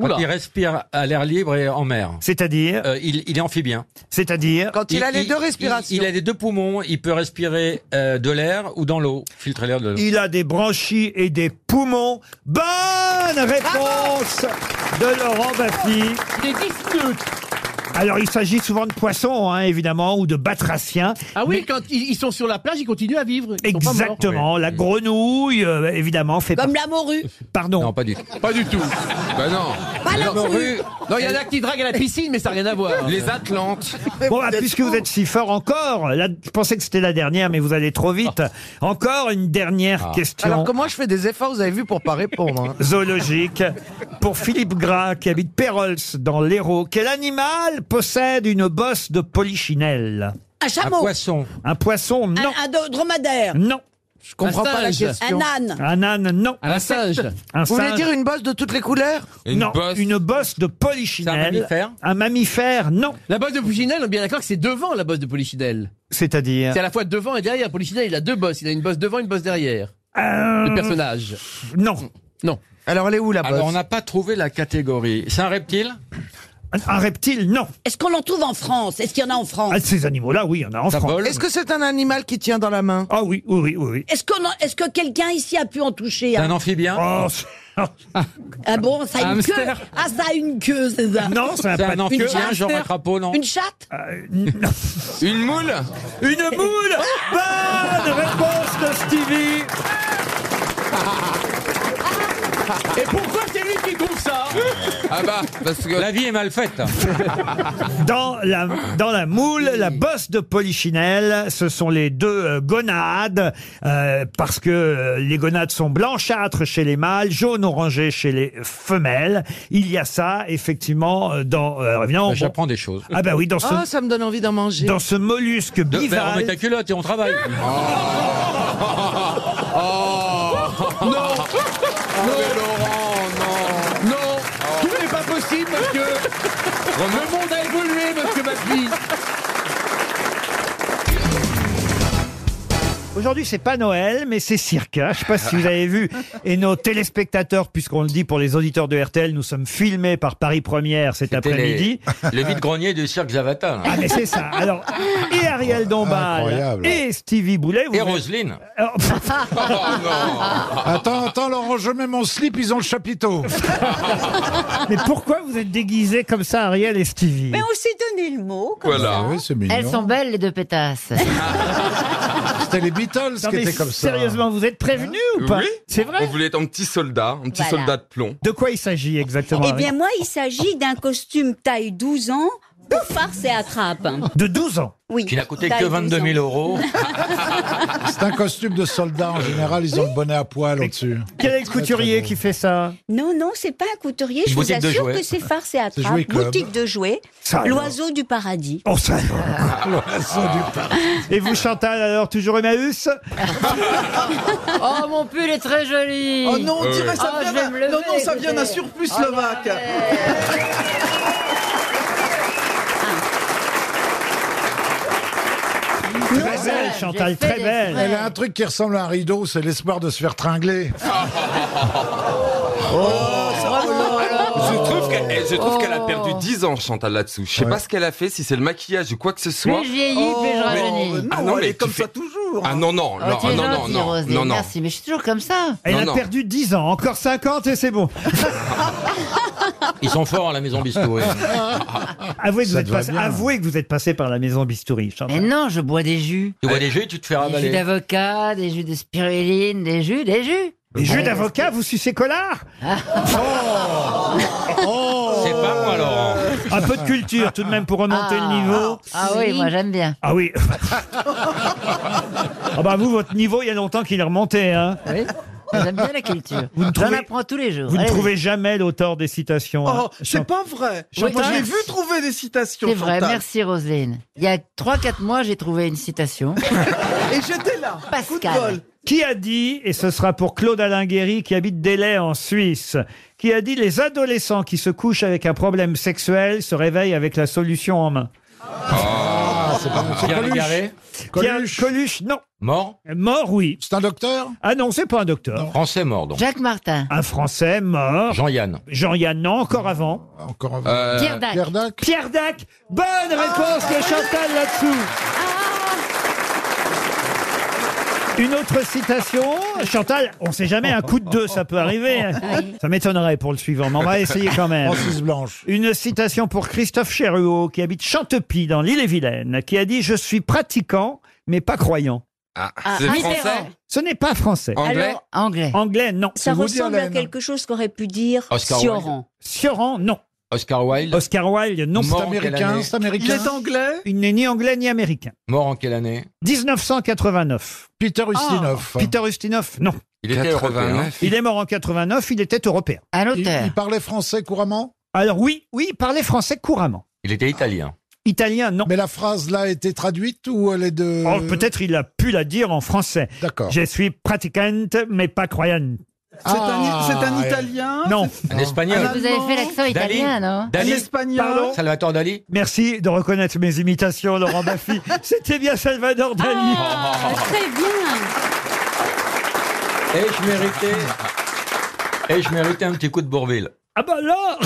Speaker 17: Quand il respire à l'air libre et en mer.
Speaker 1: C'est-à-dire
Speaker 17: Euh, il, il est amphibien.
Speaker 1: C'est-à-dire
Speaker 17: Quand
Speaker 5: il a les deux respirations.
Speaker 17: Il, a les deux poumons, il peut respirer euh, de l'air ou dans l'eau, filtrer l'air de l'eau.
Speaker 1: Il a des branchies et des poumons. Bonne réponse de Laurent Baffy. Alors, il s'agit souvent de poissons, hein, évidemment, ou de batraciens.
Speaker 4: Ah oui, quand ils ils sont sur la plage, ils continuent à vivre. Ils sont pas morts.
Speaker 1: Exactement. La grenouille, euh, évidemment, fait
Speaker 4: Comme
Speaker 1: la morue. Pardon. Non,
Speaker 17: pas du tout. Pas du tout. bah non.
Speaker 4: Pas la
Speaker 17: morue.
Speaker 4: morue. Non, il y en a qui draguent à la piscine, mais ça n'a rien à voir.
Speaker 17: Les Atlantes.
Speaker 1: Bon, ah, puisque vous êtes si fort encore, là, je pensais que c'était la dernière, mais vous allez trop vite.
Speaker 4: Ah.
Speaker 1: Encore une dernière Ah. question.
Speaker 5: Alors que moi, je fais des efforts, vous avez vu, pour pas répondre. hein.
Speaker 1: zoologique pour Philippe Gras qui habite Pérols dans l'Hérault. Quel animal possède une bosse de polichinelle
Speaker 6: Un chameau. Un
Speaker 17: poisson.
Speaker 1: Un poisson, non.
Speaker 6: Un, un do- dromadaire.
Speaker 1: Non.
Speaker 6: Je
Speaker 1: comprends
Speaker 5: pas la question.
Speaker 6: Un âne.
Speaker 1: Un âne, non.
Speaker 4: Un singe.
Speaker 1: Un
Speaker 5: vous voulez
Speaker 1: singe.
Speaker 5: dire une bosse de toutes les couleurs
Speaker 1: non, une bosse de polichinelle.
Speaker 4: C'est un mammifère
Speaker 1: Un mammifère, non.
Speaker 4: La bosse de polichinelle, on est bien d'accord que c'est devant la bosse de polichinelle.
Speaker 1: C'est-à-dire
Speaker 4: C'est à la fois devant et derrière. Polichinelle, il a deux bosses. Il a une bosse devant et une bosse derrière.
Speaker 1: Euh.
Speaker 4: Le personnage.
Speaker 1: Non.
Speaker 4: Non.
Speaker 5: Alors elle est où la
Speaker 17: Alors on n'a pas trouvé la catégorie. C'est un reptile
Speaker 1: un, un reptile, non.
Speaker 6: Est-ce qu'on en trouve en France Est-ce qu'il y en a en France
Speaker 1: Ah, ces animaux-là, oui, il y en a en France.
Speaker 5: Est-ce que c'est un animal qui tient dans la main
Speaker 1: Ah oui, oui, oui, oui. oui.
Speaker 6: Est-ce qu'on en- est-ce que quelqu'un ici a pu en toucher un,
Speaker 17: amphibien
Speaker 1: Oh,
Speaker 6: Ah bon, ça a
Speaker 17: Un
Speaker 6: une queue
Speaker 17: hamster
Speaker 6: Ah, ça a une queue, c'est ça
Speaker 1: Non, ça a
Speaker 17: C'est
Speaker 1: pas
Speaker 17: un
Speaker 1: de-
Speaker 17: amphibien,
Speaker 1: Une
Speaker 17: genre un
Speaker 1: hamster
Speaker 17: crapaud, non
Speaker 6: Une chatte
Speaker 1: Ah,
Speaker 17: Une moule
Speaker 1: Une moule Bonne réponse de Stevie
Speaker 4: Et pourquoi c'est lui qui trouve ça
Speaker 17: Ah bah, parce que... La vie est mal faite.
Speaker 1: Dans la, dans la moule, la bosse de polichinelle, ce sont les deux euh, gonades, euh, parce que euh, les gonades sont blanchâtres chez les mâles, jaune-orangé chez les femelles. Il y a ça, effectivement, euh, dans... euh, évidemment,
Speaker 17: Bah,
Speaker 1: on-
Speaker 17: J'apprends des choses.
Speaker 1: Ah bah oui, dans ce,
Speaker 5: Ah, ça me donne envie d'en manger.
Speaker 1: dans ce mollusque
Speaker 17: De- bah, on met
Speaker 1: bivalve... Ah,
Speaker 17: ta culotte et on travaille.
Speaker 3: Oh.
Speaker 1: Oh.
Speaker 4: Non Non Laurent, non Non
Speaker 1: Oh.
Speaker 4: Tout n'est pas possible, monsieur Le monde a évolué, monsieur Macri
Speaker 1: Aujourd'hui, c'est pas Noël, mais c'est cirque. hein. Je sais pas si vous avez vu. Et nos téléspectateurs, puisqu'on le dit pour les auditeurs de RTL, nous sommes filmés par Paris Première cet
Speaker 17: C'était
Speaker 1: après-midi.
Speaker 17: les- Le vide-grenier du cirque Zavata.
Speaker 1: Ah mais c'est ça. Alors et Ariel Dombal
Speaker 16: Incroyable.
Speaker 1: et Stevie Boulet. vous-
Speaker 17: Et Roselyne.
Speaker 8: Oh,
Speaker 1: Alors,
Speaker 16: Attends, attends, Laurent, je mets mon slip, ils ont le chapiteau.
Speaker 1: mais pourquoi vous êtes déguisés comme ça, Ariel et Stevie
Speaker 18: Mais on s'est donné le mot. comme ça.
Speaker 16: Oui, c'est mignon.
Speaker 18: Elles sont belles, les deux pétasses.
Speaker 16: C'était les Beatles
Speaker 1: Non,
Speaker 16: qui
Speaker 1: mais
Speaker 16: étaient comme ça.
Speaker 1: Sérieusement, vous êtes prévenus ou pas
Speaker 19: Oui.
Speaker 1: C'est vrai.
Speaker 19: On voulait être un petit soldat, un petit
Speaker 18: Voilà.
Speaker 19: soldat de plomb.
Speaker 1: De quoi il s'agit exactement
Speaker 18: Eh bien,
Speaker 1: Ariel
Speaker 18: moi, il s'agit d'un costume taille 12 ans pour farce et attrape.
Speaker 1: De 12 ans.
Speaker 18: Oui. Bah,
Speaker 17: Qui n'a coûté
Speaker 18: Taille
Speaker 17: que 22 000 euros.
Speaker 16: C'est un costume de soldat en général, ils ont le bonnet à poil au-dessus.
Speaker 1: Quel est le couturier qui fait ça
Speaker 18: Non, non, c'est pas un couturier. Je vous
Speaker 16: Boutique de
Speaker 18: assure
Speaker 16: jouets.
Speaker 18: que c'est farce et attrape.
Speaker 16: jouet club.
Speaker 18: Boutique de jouets.
Speaker 1: Ça alors.
Speaker 18: L'oiseau du paradis.
Speaker 1: Oh ça. Et vous Chantal alors toujours Emmaüs
Speaker 18: Oh, mon pull est très joli.
Speaker 5: Oh non, on
Speaker 1: Oui.
Speaker 5: dirait ça
Speaker 18: Ah,
Speaker 5: vient
Speaker 18: je vais
Speaker 5: d'un-
Speaker 18: me lever,
Speaker 5: Non, non, ça
Speaker 18: écoutez.
Speaker 5: vient d'un surplus
Speaker 18: Oh,
Speaker 5: slovaque.
Speaker 1: Très belle Chantal, très belle.
Speaker 16: Elle a un truc qui ressemble à un rideau, c'est l'espoir de se faire tringler.
Speaker 19: Ah. Je trouve qu'elle Oh. eh, je trouve qu'elle a perdu
Speaker 18: Oh.
Speaker 19: 10 ans, Chantal, là-dessous. Je sais pas ce qu'elle a fait, si c'est le maquillage ou quoi que ce soit.
Speaker 18: Plus je vieillis, plus je rajeunis.
Speaker 19: Ah non, mais comme ça toujours. Ah non, non,
Speaker 18: Oh,
Speaker 19: non,
Speaker 18: t'es
Speaker 19: non, non,
Speaker 18: gentil,
Speaker 19: non,
Speaker 18: Roselyne,
Speaker 19: non, non.
Speaker 18: Merci, mais je suis toujours comme ça.
Speaker 1: Elle
Speaker 19: Non,
Speaker 1: a
Speaker 19: non.
Speaker 1: perdu 10 ans, encore 50 et c'est bon.
Speaker 17: Ils sont forts à la maison Bistouri.
Speaker 1: Avouez que, vous
Speaker 17: Ça
Speaker 1: êtes
Speaker 17: te va
Speaker 1: passé,
Speaker 17: bien.
Speaker 1: avouez que vous êtes passé par la maison Bistouri. Chantal.
Speaker 18: Mais non, je bois des jus.
Speaker 17: Tu vois les jeux et tu te fais
Speaker 1: Ah, bah,
Speaker 11: Ah, bah,
Speaker 18: Des jus
Speaker 17: ravaler.
Speaker 18: d'avocat, des jus de spiruline, des jus, des jus.
Speaker 1: Des jus d'avocat, vous sucez collard
Speaker 7: Ah.
Speaker 1: Oh.
Speaker 17: C'est pas moi, Laurent.
Speaker 1: Un peu de culture tout de même pour remonter le niveau.
Speaker 18: Ah oui, moi j'aime bien.
Speaker 1: Ah oui. ah bah vous, votre niveau, il y a longtemps qu'il est remonté. Hein.
Speaker 7: J'aime bien la culture.
Speaker 1: Vous ne
Speaker 7: J'en
Speaker 1: trouvez-
Speaker 7: apprends tous les jours.
Speaker 1: Vous ne
Speaker 7: Allez.
Speaker 1: trouvez jamais l'auteur des citations. hein.
Speaker 2: Oh, c'est pas vrai.
Speaker 7: Oui,
Speaker 2: Moi,
Speaker 7: quand
Speaker 2: je l'ai
Speaker 7: même.
Speaker 2: vu trouver des citations.
Speaker 7: C'est vrai,
Speaker 2: Chantal.
Speaker 7: merci Roselyne. Il y a 3-4 mois, j'ai trouvé une citation.
Speaker 2: Et j'étais là. Coup de bol.
Speaker 7: Pascal.
Speaker 1: Qui a dit, et ce sera pour Claude Alain Guéry qui habite Délai en Suisse, qui a dit les adolescents qui se couchent avec un problème sexuel se réveillent avec la solution en main.
Speaker 16: Ah, c'est pas c'est
Speaker 1: Pierre
Speaker 16: Coluche.
Speaker 1: Légaré
Speaker 16: Coluche.
Speaker 1: Coluche, non.
Speaker 19: Mort
Speaker 1: Mort, oui.
Speaker 16: C'est un docteur
Speaker 1: Ah non, c'est pas un docteur.
Speaker 19: Français mort, donc.
Speaker 7: Jacques Martin.
Speaker 1: Un Français mort.
Speaker 19: Jean-Yann.
Speaker 1: Jean-Yann, non, encore avant.
Speaker 16: Encore avant.
Speaker 19: Euh,
Speaker 1: Pierre Dac. Pierre Dac. Bonne réponse de Chantal là-dessous. Une autre citation, Chantal, on sait jamais, un coup de deux, ça peut arriver. hein. Ça m'étonnerait pour le suivant, mais on va essayer quand même.
Speaker 16: Francis Blanche.
Speaker 1: Une citation pour Christophe Cheruot, qui habite Chantepie, dans l'île-et-Vilaine, qui a dit « Je suis pratiquant, mais pas croyant
Speaker 20: Ah,
Speaker 1: Ah,
Speaker 20: c'est
Speaker 1: Mitterrand.
Speaker 20: français.
Speaker 1: Ce n'est pas français.
Speaker 20: Anglais
Speaker 21: Alors,
Speaker 1: Anglais. Anglais, non.
Speaker 21: Ça ressemble à quelque chose qu'aurait pu dire
Speaker 1: Oscar
Speaker 21: Sioran.
Speaker 1: Sioran, non.
Speaker 19: Oscar Wilde.
Speaker 1: Oscar Wilde, non.
Speaker 19: Mort en quelle année
Speaker 1: anglais Il n'est ni anglais ni américain.
Speaker 19: Mort en quelle année
Speaker 1: 1989.
Speaker 16: Peter
Speaker 1: Ustinov. Ah. Peter Ustinov, non.
Speaker 19: Il était 89.
Speaker 1: Il est mort en 89, il était européen.
Speaker 7: Un
Speaker 16: Il, il parlait français couramment
Speaker 1: Alors oui, oui, il parlait français couramment.
Speaker 19: Il était italien.
Speaker 1: Italien, non.
Speaker 16: Mais la phrase là a été traduite ou elle est de.
Speaker 1: Oh, Peut-être il a pu la dire en français.
Speaker 16: D'accord.
Speaker 1: Je suis pratiquante, mais pas croyante.
Speaker 2: C'est un,
Speaker 16: Ah,
Speaker 2: c'est un Italien. Ah,
Speaker 1: Non.
Speaker 19: Un espagnol.
Speaker 7: Ah, Vous avez fait l'accent italien, non
Speaker 19: Dali.
Speaker 2: Un espagnol.
Speaker 1: Pardon
Speaker 19: Salvatore Dali.
Speaker 1: Merci de reconnaître mes imitations, Laurent Baffy. C'était bien Salvador Dali. Ah,
Speaker 2: Ah,
Speaker 19: Oh.
Speaker 18: Eh
Speaker 21: Très bien.
Speaker 19: Et je méritais. Et je méritais un petit coup de Bourville.
Speaker 1: Ah bah là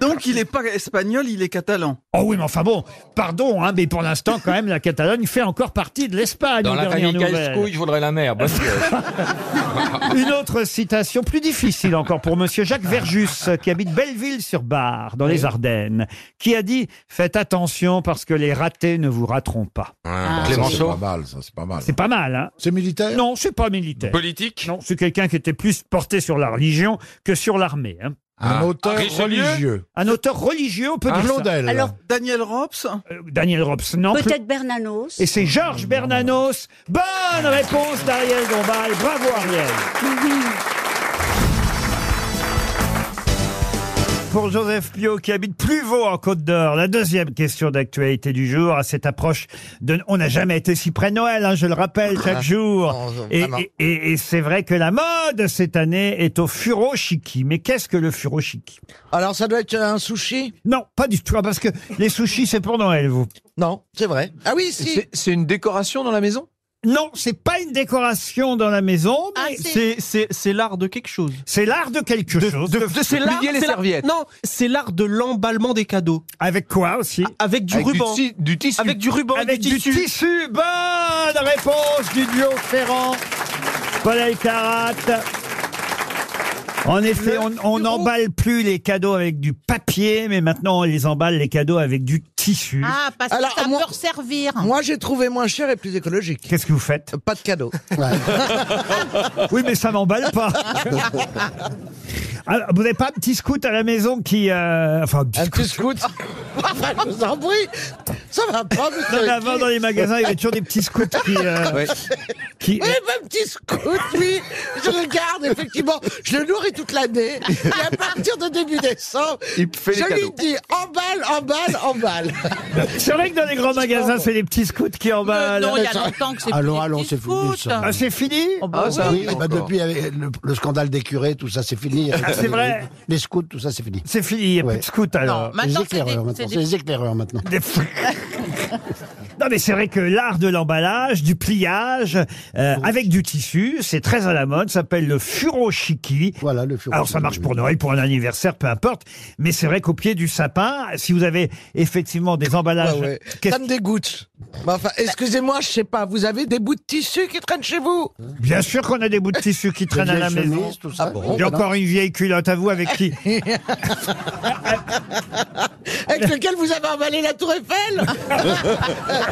Speaker 2: Donc il est pas espagnol, il est catalan.
Speaker 1: Oh oui, mais enfin bon, pardon, hein, mais pour l'instant, quand même, la Catalogne fait encore partie de l'Espagne.
Speaker 19: Dans
Speaker 1: aux
Speaker 19: la
Speaker 1: dernières
Speaker 19: famille
Speaker 1: nouvelles.
Speaker 19: Caïscouille, je voudrais la mère. Parce
Speaker 1: Une autre citation plus difficile encore pour Monsieur Jacques Verjus, qui habite Belleville-sur-Bar, dans les Ardennes, qui a dit « Faites attention parce que les ratés ne vous rateront pas
Speaker 16: Ah, ça, C'est
Speaker 19: Clémenceau.
Speaker 16: pas mal, ça, c'est pas mal. ».
Speaker 1: C'est pas mal, hein
Speaker 16: C'est militaire
Speaker 1: Non, c'est pas militaire.
Speaker 20: Politique
Speaker 1: Non, c'est quelqu'un qui était plus porté sur la religion que sur l'armée. hein.
Speaker 16: Un
Speaker 20: Ah.
Speaker 16: auteur
Speaker 20: Richelieu
Speaker 16: religieux.
Speaker 1: Un auteur religieux, on peut dire ça.
Speaker 16: Blondel.
Speaker 21: Alors,
Speaker 2: Daniel Robs
Speaker 1: Euh, Daniel Robson, non. plus-
Speaker 21: peut-être Bernanos.
Speaker 1: Et c'est Georges Bernanos. Bonne réponse d'Ariel Dombal. Bravo Ariel. Pour Joseph Pio qui habite Pluvaux en Côte d'Or, la deuxième question d'actualité du jour à cette approche de... On n'a jamais été si près de Noël, hein, je le rappelle, chaque jour.
Speaker 16: non,
Speaker 1: Et,
Speaker 16: vraiment.
Speaker 1: et- et- et c'est vrai que la mode cette année est au furoshiki. Mais qu'est-ce que le furoshiki
Speaker 5: Alors, ça doit être un sushi
Speaker 1: Non, pas du tout, hein, parce que les sushis c'est pour Noël, vous.
Speaker 5: Non, c'est vrai. Ah oui, si.
Speaker 9: C'est une décoration dans la maison
Speaker 1: Non, c'est pas une décoration dans la maison,
Speaker 5: Ah,
Speaker 1: mais
Speaker 2: C'est, c'est, c'est l'art de quelque chose.
Speaker 1: c'est l'art de quelque chose.
Speaker 2: C'est l'art,
Speaker 9: plier les
Speaker 2: c'est l'art-
Speaker 9: serviettes.
Speaker 2: non, c'est l'art de l'emballement des cadeaux.
Speaker 1: Avec quoi aussi
Speaker 2: Avec du ruban.
Speaker 9: ti- du tissu.
Speaker 2: avec du ruban
Speaker 1: Avec
Speaker 2: et du,
Speaker 1: du
Speaker 2: tissu.
Speaker 1: tissu. Bonne réponse du duo Ferrand. Paul Alcarat. En effet, on- on n'emballe plus les cadeaux avec du papier, mais maintenant on les emballe les cadeaux avec du tissu.
Speaker 22: Ah, parce
Speaker 5: Alors,
Speaker 22: que ça
Speaker 5: moi-
Speaker 22: peut resservir.
Speaker 5: Moi, j'ai trouvé moins cher et plus écologique.
Speaker 1: Qu'est-ce que vous faites
Speaker 5: Pas de cadeau.
Speaker 1: Oui, mais ça n'emballe pas. Alors, Ah, vous n'avez pas un petit scout à la maison qui... euh, enfin, un petit
Speaker 5: Un
Speaker 1: scout.
Speaker 5: petit scout. Enfin, je vous en prie. Ça va pas, vous
Speaker 1: Non,
Speaker 5: savez
Speaker 1: mais avant,
Speaker 5: qui
Speaker 1: dans les magasins, il y avait toujours des petits scouts qui... euh, qui
Speaker 5: Oui, ma petit scout, oui. Je le garde, effectivement. Je le nourris toute l'année. Et à partir de début décembre,
Speaker 9: Il fait les
Speaker 5: je lui
Speaker 9: cadeaux.
Speaker 5: dis emballe, emballe, emballe.
Speaker 1: C'est vrai que dans les grands magasins, c'est les petits scouts qui emballent.
Speaker 22: Non, il y a longtemps que c'est
Speaker 23: Allons,
Speaker 22: plus des
Speaker 23: allons,
Speaker 22: petits
Speaker 23: c'est fou,
Speaker 22: scouts. Oh,
Speaker 1: Ah, c'est fini
Speaker 23: Ah, ça, oui,
Speaker 9: oui,
Speaker 23: bah,
Speaker 9: encore.
Speaker 23: depuis avec le, le scandale des curés, tout ça, c'est fini.
Speaker 1: Ah, c'est
Speaker 23: Les-
Speaker 1: vrai.
Speaker 23: Les scouts, tout ça, c'est fini.
Speaker 1: C'est fini, il n'y a
Speaker 23: Ouais.
Speaker 1: plus de scouts alors.
Speaker 23: Les
Speaker 22: Maintenant, c'est des-
Speaker 23: éclaireurs,
Speaker 22: c'est
Speaker 23: maintenant.
Speaker 22: des-
Speaker 23: C'est les éclaireurs, maintenant.
Speaker 1: Des fous. Non mais c'est vrai que l'art de l'emballage, du pliage, euh, avec du tissu, c'est très à la mode, ça s'appelle le furoshiki.
Speaker 23: Voilà, le furoshiki.
Speaker 1: Alors ça marche pour Noël, pour un anniversaire, peu importe, mais c'est vrai qu'au pied du sapin, si vous avez effectivement des emballages...
Speaker 5: Ah ouais.
Speaker 1: Qu'est-ce-
Speaker 5: Ça me dégoûte. Mais enfin, excusez-moi, je sais pas, vous avez des bouts de tissu qui traînent chez vous
Speaker 1: Bien sûr qu'on a des bouts de tissu qui traînent à la
Speaker 23: vieilles
Speaker 1: maison.
Speaker 23: chemises, tout ça. Ah
Speaker 1: J'ai encore une vieille culotte à vous avec qui
Speaker 5: Avec lequel vous avez emballé la tour Eiffel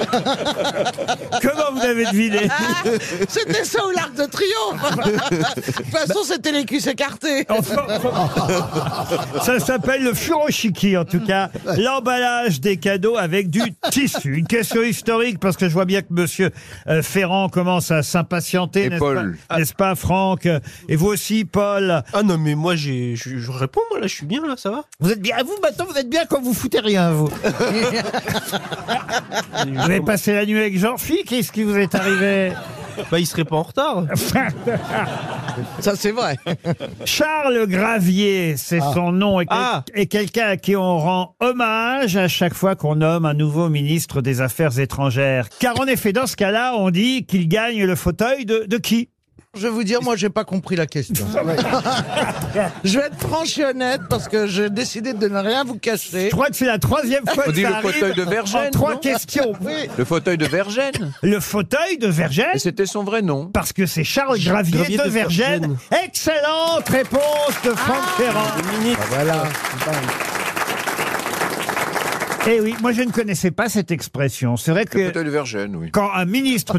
Speaker 1: Comment vous avez deviné
Speaker 5: C'était ça ou l'arc de triomphe De toute façon, c'était les cuisses écartées.
Speaker 1: Enfin, ça s'appelle le furoshiki en tout cas, l'emballage des cadeaux avec du tissu. Une question ici historique parce que je vois bien que Monsieur euh, Ferrand commence à s'impatienter,
Speaker 5: Et
Speaker 1: n'est-ce
Speaker 5: Paul.
Speaker 1: pas, n'est-ce pas, Franck Et vous aussi, Paul
Speaker 5: Ah non, mais moi, j'ai- je je réponds, moi, là, je suis bien, là, ça va
Speaker 11: Vous êtes bien, vous maintenant vous êtes bien quand vous foutez rien vous.
Speaker 1: Vous avez passé la nuit avec Jean-Philippe, qu'est-ce qui vous est arrivé
Speaker 5: Bah, il serait pas en retard.
Speaker 1: Ça, c'est vrai. Charles Gravier, c'est
Speaker 5: Ah.
Speaker 1: son nom, et, quel-
Speaker 5: Ah.
Speaker 1: et quelqu'un à qui on rend hommage à chaque fois qu'on nomme un nouveau ministre des Affaires étrangères. Car en effet, dans ce cas-là, on dit qu'il gagne le fauteuil de, de qui
Speaker 11: Je vais vous dire, moi, j'ai pas compris la question. je vais être franche et honnête parce que j'ai décidé de ne rien vous cacher. Je
Speaker 1: crois que c'est la troisième fois
Speaker 5: On
Speaker 1: que
Speaker 5: dit
Speaker 1: ça
Speaker 5: le
Speaker 1: arrive
Speaker 5: fauteuil de
Speaker 1: en
Speaker 5: Vergène,
Speaker 1: trois
Speaker 5: non
Speaker 1: questions.
Speaker 5: Le fauteuil de Vergène.
Speaker 1: Le fauteuil de Vergène
Speaker 5: C'était son vrai nom.
Speaker 1: Parce que c'est Charles Gravier, de, Vergène. Excellente réponse de Franck
Speaker 5: Ah.
Speaker 1: Ferrand.
Speaker 8: Voilà.
Speaker 1: Eh oui, moi je ne connaissais pas cette expression. C'est vrai que
Speaker 5: fauteuil de Vergène, oui.
Speaker 1: quand un ministre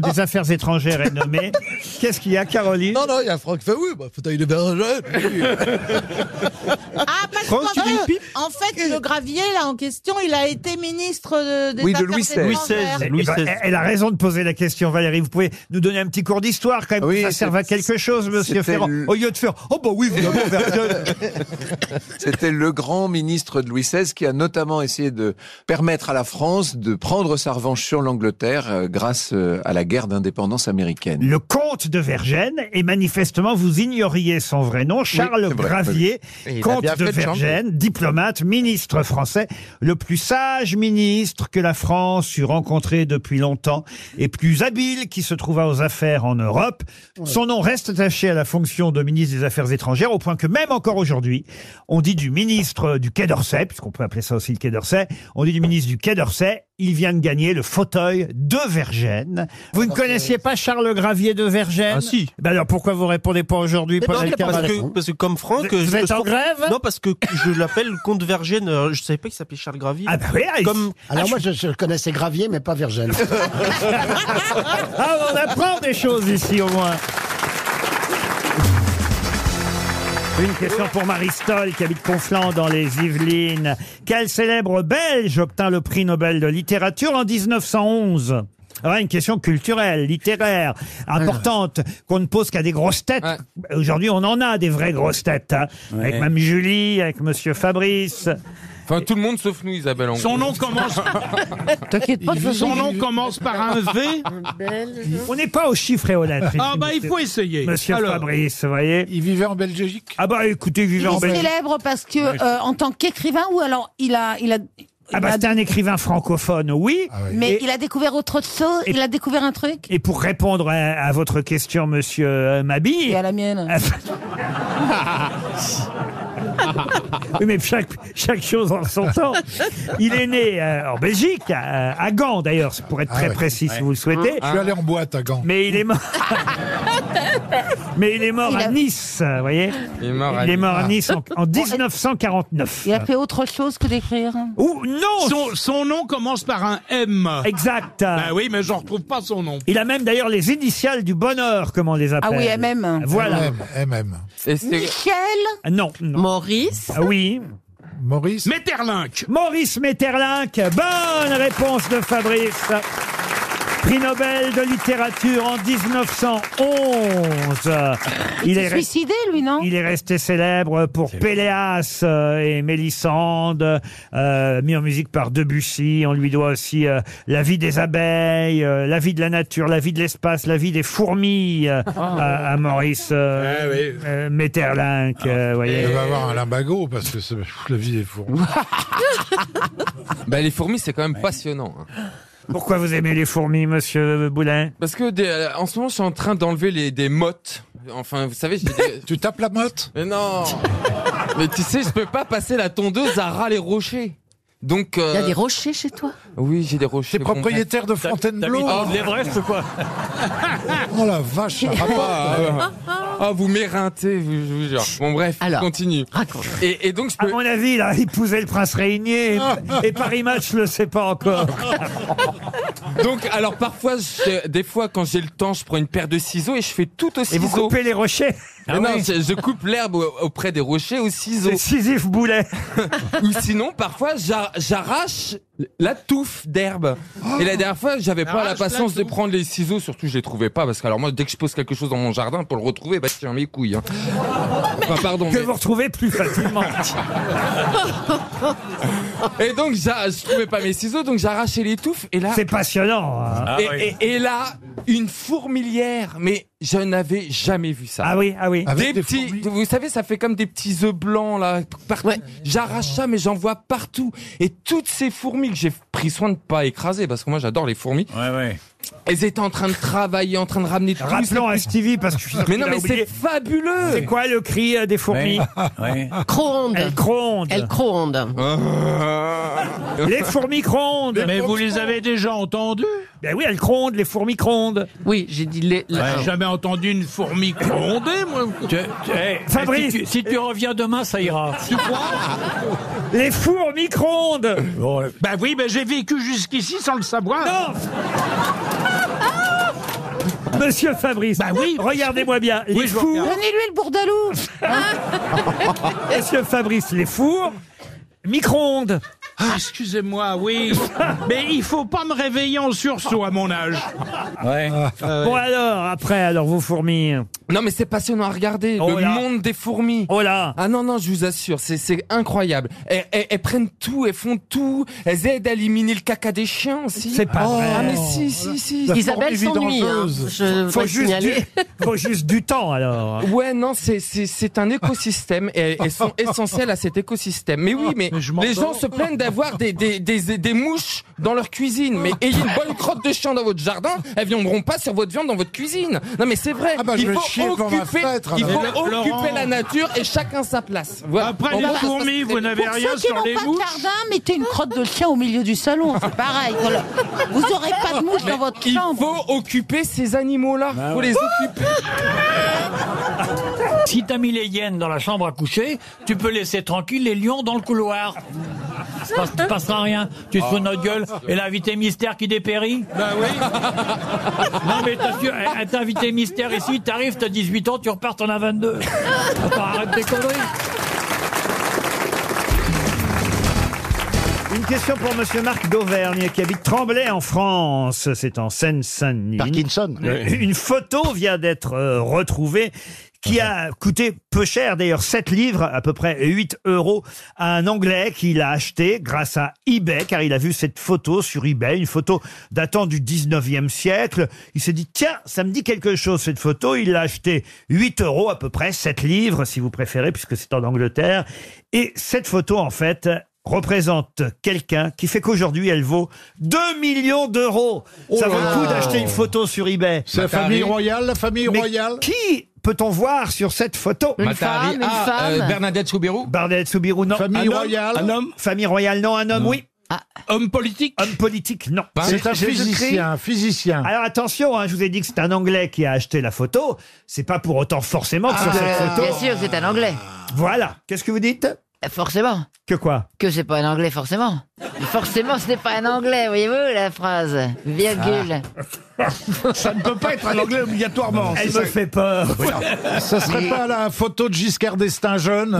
Speaker 1: des Affaires étrangères est nommé, qu'est-ce qu'il y a, Caroline Non,
Speaker 11: non, il y a Franck fait oui, fauteuil de Vergène.
Speaker 7: Ah, parce
Speaker 11: Franck, tu
Speaker 7: qu'en
Speaker 11: veux une
Speaker 7: fait, en fait, le gravier, là, en question, il a été ministre de, des Affaires étrangères.
Speaker 1: Eh ben, elle- Elle a raison de poser la question, Valérie. Vous pouvez nous donner un petit cours d'histoire quand même, que ça serve à quelque chose, monsieur
Speaker 22: c'était
Speaker 1: Ferrand.
Speaker 22: le-
Speaker 1: Au lieu de faire Oh, bah oui, évidemment, Vergène.
Speaker 22: C'était le grand ministre de Louis XVI qui a notamment essayé de permettre à la France de prendre sa revanche sur l'Angleterre euh, grâce euh, à la guerre d'indépendance américaine.
Speaker 1: Le comte de Vergène, et manifestement vous ignoriez son vrai nom, Charles
Speaker 22: c'est vrai,
Speaker 1: Gravier,
Speaker 22: oui. Et il a
Speaker 1: comte
Speaker 22: bien
Speaker 1: de
Speaker 22: fait de changer.
Speaker 1: Vergène, diplomate, ministre français, le plus sage ministre que la France eût rencontré depuis longtemps, et plus habile qui se trouva aux affaires en Europe. Son nom reste attaché à la fonction de ministre des Affaires étrangères, au point que même encore aujourd'hui, on dit du ministre du Quai d'Orsay, puisqu'on peut appeler ça aussi le Quai d'Orsay, on dit du ministre du Quai d'Orsay, il vient de gagner le fauteuil de Vergène. Vous ne connaissiez pas Charles Gravier de Vergène Ah si. Ben alors pourquoi vous répondez pas aujourd'hui, Paul
Speaker 5: parce,
Speaker 1: Alcarat
Speaker 5: que, parce que comme Franck,
Speaker 1: Vous-
Speaker 5: je
Speaker 1: vous
Speaker 5: me
Speaker 1: êtes
Speaker 5: sens-
Speaker 1: en grève
Speaker 5: Non, parce que je l'appelle Comte Vergène. euh, Je savais pas qu'il s'appelait Charles Gravier.
Speaker 1: Ah bah oui, ah, il-
Speaker 5: comme
Speaker 8: Alors moi, je, je connaissais Gravier, mais pas Vergène.
Speaker 1: Ah, on apprend des choses ici au moins. Une question pour Marie Stoll, qui habite Conflans dans les Yvelines. Quel célèbre Belge obtint le prix Nobel de littérature en 1911 alors, une question culturelle, littéraire, importante, qu'on ne pose qu'à des grosses têtes. Aujourd'hui, on en a des vraies grosses têtes. hein. Avec Mme Julie, avec Monsieur Fabrice.
Speaker 19: Enfin, tout le monde sauf nous, Isabelle.
Speaker 1: Son nom commence-
Speaker 19: T'inquiète
Speaker 1: pas, je veux
Speaker 5: son
Speaker 1: dire-
Speaker 5: nom commence par un V.
Speaker 1: On n'est pas au chiffre et aux lettres.
Speaker 5: Ah bah, il faut essayer.
Speaker 1: Monsieur
Speaker 5: Alors.
Speaker 1: Fabrice, vous voyez. Il vivait en Belgique Ah bah écoutez, il
Speaker 7: Il
Speaker 1: vivait en
Speaker 7: est
Speaker 1: Belgique.
Speaker 7: célèbre parce que, euh, en tant qu'écrivain, ou alors il a. Il a
Speaker 1: Ah bah c'était un écrivain francophone, oui.
Speaker 7: mais
Speaker 1: et,
Speaker 7: il a découvert autre chose, il a découvert un truc.
Speaker 1: et pour répondre à, à votre question, monsieur euh, Mabille...
Speaker 7: Et à la mienne.
Speaker 1: Oui, mais chaque, chaque chose en son temps. Il est né euh, en Belgique, à, à Gand d'ailleurs, pour être
Speaker 16: Ah
Speaker 1: très
Speaker 16: ouais.
Speaker 1: précis si vous le souhaitez.
Speaker 16: Je suis allé en boîte à Gand.
Speaker 1: Mais il est mort. Mais il est mort à Nice, vous voyez.
Speaker 19: Il est mort à
Speaker 1: Il est mort à Nice
Speaker 19: Nice.
Speaker 1: en, en 1949.
Speaker 7: Il a fait autre chose que d'écrire.
Speaker 1: Ou non
Speaker 5: son, son nom commence par un M.
Speaker 1: Exact.
Speaker 5: Bah oui, mais je retrouve pas son nom.
Speaker 1: Il a même d'ailleurs les initiales du bonheur, comme on les appelle.
Speaker 7: oui, MM.
Speaker 1: Voilà.
Speaker 16: MM.
Speaker 7: Michel
Speaker 1: Ah, Non, Maurice Oui.
Speaker 16: Maurice
Speaker 5: Metterlinck.
Speaker 1: Maurice Metterlinck. Bonne réponse de Fabrice. Prix Nobel de littérature en 1911.
Speaker 7: Ah, Il
Speaker 1: est
Speaker 7: s'est
Speaker 1: resté-
Speaker 7: suicidé, lui, non
Speaker 1: Il est resté célèbre pour Péléas euh, et Mélisande, euh, mis en musique par Debussy. On lui doit aussi euh, La vie des abeilles, euh, La vie de la nature, La vie de l'espace, La vie des fourmis euh,
Speaker 7: Ah.
Speaker 1: à, à Maurice euh, euh, Metterlinck. euh, voyez.
Speaker 16: Eh Il va avoir un limbago parce que c'est- pff, la vie est fournie.
Speaker 19: Bah, les fourmis, c'est quand même passionnant. hein.
Speaker 1: Pourquoi vous aimez les fourmis, monsieur Boulin
Speaker 19: Parce que des- euh, en ce moment, je suis en train d'enlever les, des mottes. Enfin, vous savez, j'ai des...
Speaker 16: Tu tapes la motte
Speaker 19: Mais non Mais tu sais, je peux pas passer la tondeuse à ras les rochers. Donc.
Speaker 7: Il y a
Speaker 19: euh,
Speaker 7: des rochers chez toi
Speaker 19: Oui, j'ai des rochers.
Speaker 16: T'es propriétaire de Fontainebleau
Speaker 19: ou quoi
Speaker 16: Oh la vache, ça
Speaker 19: Ah, bah,
Speaker 16: rapporte.
Speaker 3: hein.
Speaker 19: ah, ah, ah, vous m'éreintez, vous- je vous jure. Bon, bref, continue. Et, et donc, je
Speaker 1: À
Speaker 19: peux.
Speaker 1: mon avis, il a épousé le prince Régnier et, et Paris Match le sait pas encore.
Speaker 19: Donc, alors parfois, je- des fois, quand j'ai le temps, je prends une paire de ciseaux et je fais tout au ciseau.
Speaker 1: Et vous coupez les rochers Ah
Speaker 19: Mais non, je, je coupe l'herbe a- auprès des rochers au ciseau.
Speaker 1: C'est Sisyphe Boulet.
Speaker 19: Ou sinon, parfois, j'a- j'arrache La touffe d'herbe. Et la dernière fois, j'avais pas
Speaker 24: Arrache
Speaker 19: la
Speaker 24: la
Speaker 19: patience de prendre les ciseaux, surtout je les trouvais pas, parce que alors moi, dès que je pose quelque chose dans mon jardin pour le retrouver, bah tiens mes couilles. hein. Enfin, pardon.
Speaker 1: Que vous retrouvez plus facilement.
Speaker 19: Et donc, j'a- je trouvais pas mes ciseaux, donc j'arrachais les touffes, et là.
Speaker 1: C'est passionnant. hein.
Speaker 19: et, et- et là, une fourmilière, mais je n'avais jamais vu ça. Ah
Speaker 1: oui, ah oui.
Speaker 19: Des, petits, vous savez, ça fait comme des petits œufs blancs là partout. J'arrache ça, mais j'en vois partout. Et toutes ces fourmis que j'ai pris soin de pas écraser, parce que moi j'adore les fourmis. Elles étaient en train de travailler, en train de ramener. tous
Speaker 1: Rappelons
Speaker 19: ces
Speaker 1: à Stevie parce que je suis sûr
Speaker 19: Mais
Speaker 1: qu'il
Speaker 19: non,
Speaker 1: a
Speaker 19: mais
Speaker 1: oublié.
Speaker 19: c'est fabuleux.
Speaker 1: C'est quoi le cri euh, des fourmis
Speaker 5: Cronde.
Speaker 1: Elles crondent.
Speaker 5: Elles crondent.
Speaker 1: Les fourmis crondent.
Speaker 5: Mais vous les
Speaker 1: avez déjà entendues Ben oui, elles crondent, les fourmis crondent.
Speaker 5: Oui, j'ai dit les.
Speaker 1: les-
Speaker 5: J'ai jamais entendu une fourmi gronder, moi. Eh,
Speaker 1: Fabrice.
Speaker 5: Si tu, si tu reviens demain, ça ira.
Speaker 1: Les fourmis crondent.
Speaker 5: Bah oui, mais j'ai vécu jusqu'ici sans le savoir.
Speaker 1: Monsieur Fabrice,
Speaker 19: Bah
Speaker 1: regardez-moi bien. Les fours,
Speaker 7: Donnez-lui le bourdalou. hein?
Speaker 1: Monsieur Fabrice, les fours, micro-ondes.
Speaker 5: Ah, excusez-moi, oui. mais il faut pas me réveiller en sursaut à mon âge.
Speaker 19: Ah,
Speaker 1: Ah, Bon alors, après, alors vous fourmis.
Speaker 19: Non mais c'est passionnant à regarder,
Speaker 1: Oh
Speaker 19: le
Speaker 1: là.
Speaker 19: monde des fourmis.
Speaker 1: Oh là
Speaker 19: Ah non non, je vous assure, c'est- c'est incroyable. Elles, elles- elles prennent tout, elles font tout, elles aident à éliminer le caca des chiens aussi.
Speaker 1: C'est pas
Speaker 19: Oh,
Speaker 1: vrai.
Speaker 19: Ah mais si si si.
Speaker 1: La Isabelle fourmi s'ennuie, hein. vidangeuse. Je Faut vais juste signaler. du- faut juste du temps alors.
Speaker 19: Ouais non, c'est- c'est c'est un écosystème et elles sont essentielles à cet écosystème. Mais oui, mais, les gens se plaignent d'avoir des, des, des, des mouches dans leur cuisine. Mais ayez une bonne crotte de chien dans votre jardin, elles viendront pas sur votre viande dans votre cuisine. Non mais c'est vrai,
Speaker 16: Ah bah, je
Speaker 19: il
Speaker 16: vais
Speaker 19: faut
Speaker 16: chier devant ma
Speaker 19: occuper,
Speaker 16: fenêtre,
Speaker 19: il
Speaker 16: alors.
Speaker 19: faut
Speaker 16: Mais Laurent-
Speaker 19: occuper la nature et chacun sa place. Voilà.
Speaker 5: Après
Speaker 19: En
Speaker 5: les
Speaker 7: bah,
Speaker 19: gros, ça se
Speaker 5: fourmis,
Speaker 19: passe-
Speaker 5: vous n'avez
Speaker 19: Pour
Speaker 5: rien
Speaker 19: ceux qui
Speaker 5: sur
Speaker 19: n'ont
Speaker 5: les
Speaker 19: pas de
Speaker 5: mouches.
Speaker 7: Jardin, mettez une crotte de chien au milieu du salon, c'est pareil. Voilà. Vous aurez pas de mouche
Speaker 19: Mais
Speaker 7: dans votre
Speaker 19: il
Speaker 7: chambre.
Speaker 19: faut occuper ces animaux-là.
Speaker 5: Ben
Speaker 19: faut les occuper.
Speaker 5: Si t'as mis les hyènes dans la chambre à coucher, tu peux laisser tranquille les lions dans le couloir. Ça ne passera rien. Tu te fous de notre gueule et l'invité mystère qui dépérit Bah Ah. oui. non mais t'as su- eh, t'as invité mystère ici, t'arrives, t'as 18 ans, tu repars, t'en as 22. Attends, arrête tes conneries.
Speaker 1: Une question pour Monsieur Marc d'Auvergne qui habite Tremblay en France. C'est en Seine-Saint-Denis. Euh,
Speaker 12: Parkinson.
Speaker 1: Une- Une photo vient d'être euh, retrouvée qui a coûté peu cher, d'ailleurs 7 livres, à peu près 8 euros, à un Anglais qui l'a acheté grâce à eBay, car il a vu cette photo sur eBay, une photo datant du 19e siècle. Il s'est dit, tiens, ça me dit quelque chose cette photo. Il l'a acheté 8 euros à peu près, 7 livres si vous préférez, puisque c'est en Angleterre. Et cette photo, en fait, représente quelqu'un qui fait qu'aujourd'hui elle vaut 2 millions d'euros. ça
Speaker 16: Oh
Speaker 1: vaut
Speaker 16: là
Speaker 1: le coup
Speaker 16: là.
Speaker 1: d'acheter une photo sur eBay.
Speaker 16: C'est la famille
Speaker 1: Matari.
Speaker 16: royale, la famille
Speaker 1: Mais
Speaker 16: royale.
Speaker 1: Qui peut-on voir sur cette photo
Speaker 19: Une Matari. femme, une Ah, euh, femme. Bernadette Soubirou
Speaker 1: Bernadette Soubirou, non.
Speaker 16: Famille
Speaker 1: Un homme
Speaker 16: royale.
Speaker 1: Un homme Famille royale, non. Un homme, oui.
Speaker 5: Homme politique
Speaker 1: Homme politique, non.
Speaker 16: C'est un
Speaker 1: Jésus-Christ.
Speaker 16: physicien, un physicien.
Speaker 1: Alors attention, hein, je vous ai dit que c'est un Anglais qui a acheté la photo. C'est pas pour autant forcément que sur cette photo.
Speaker 11: Ah, Bien sûr, c'est un anglais.
Speaker 1: Voilà. Qu'est-ce que vous dites
Speaker 11: Forcément.
Speaker 1: Que quoi
Speaker 11: Que c'est pas un anglais, forcément. Forcément, ce n'est pas un anglais, voyez-vous, la phrase. Virgule.
Speaker 1: Ah.
Speaker 16: Ça ne peut pas être un anglais obligatoirement.
Speaker 1: Elle
Speaker 16: c'est
Speaker 1: me
Speaker 16: ça.
Speaker 1: fait peur.
Speaker 16: Ça serait pas la photo de Giscard d'Estaing jeune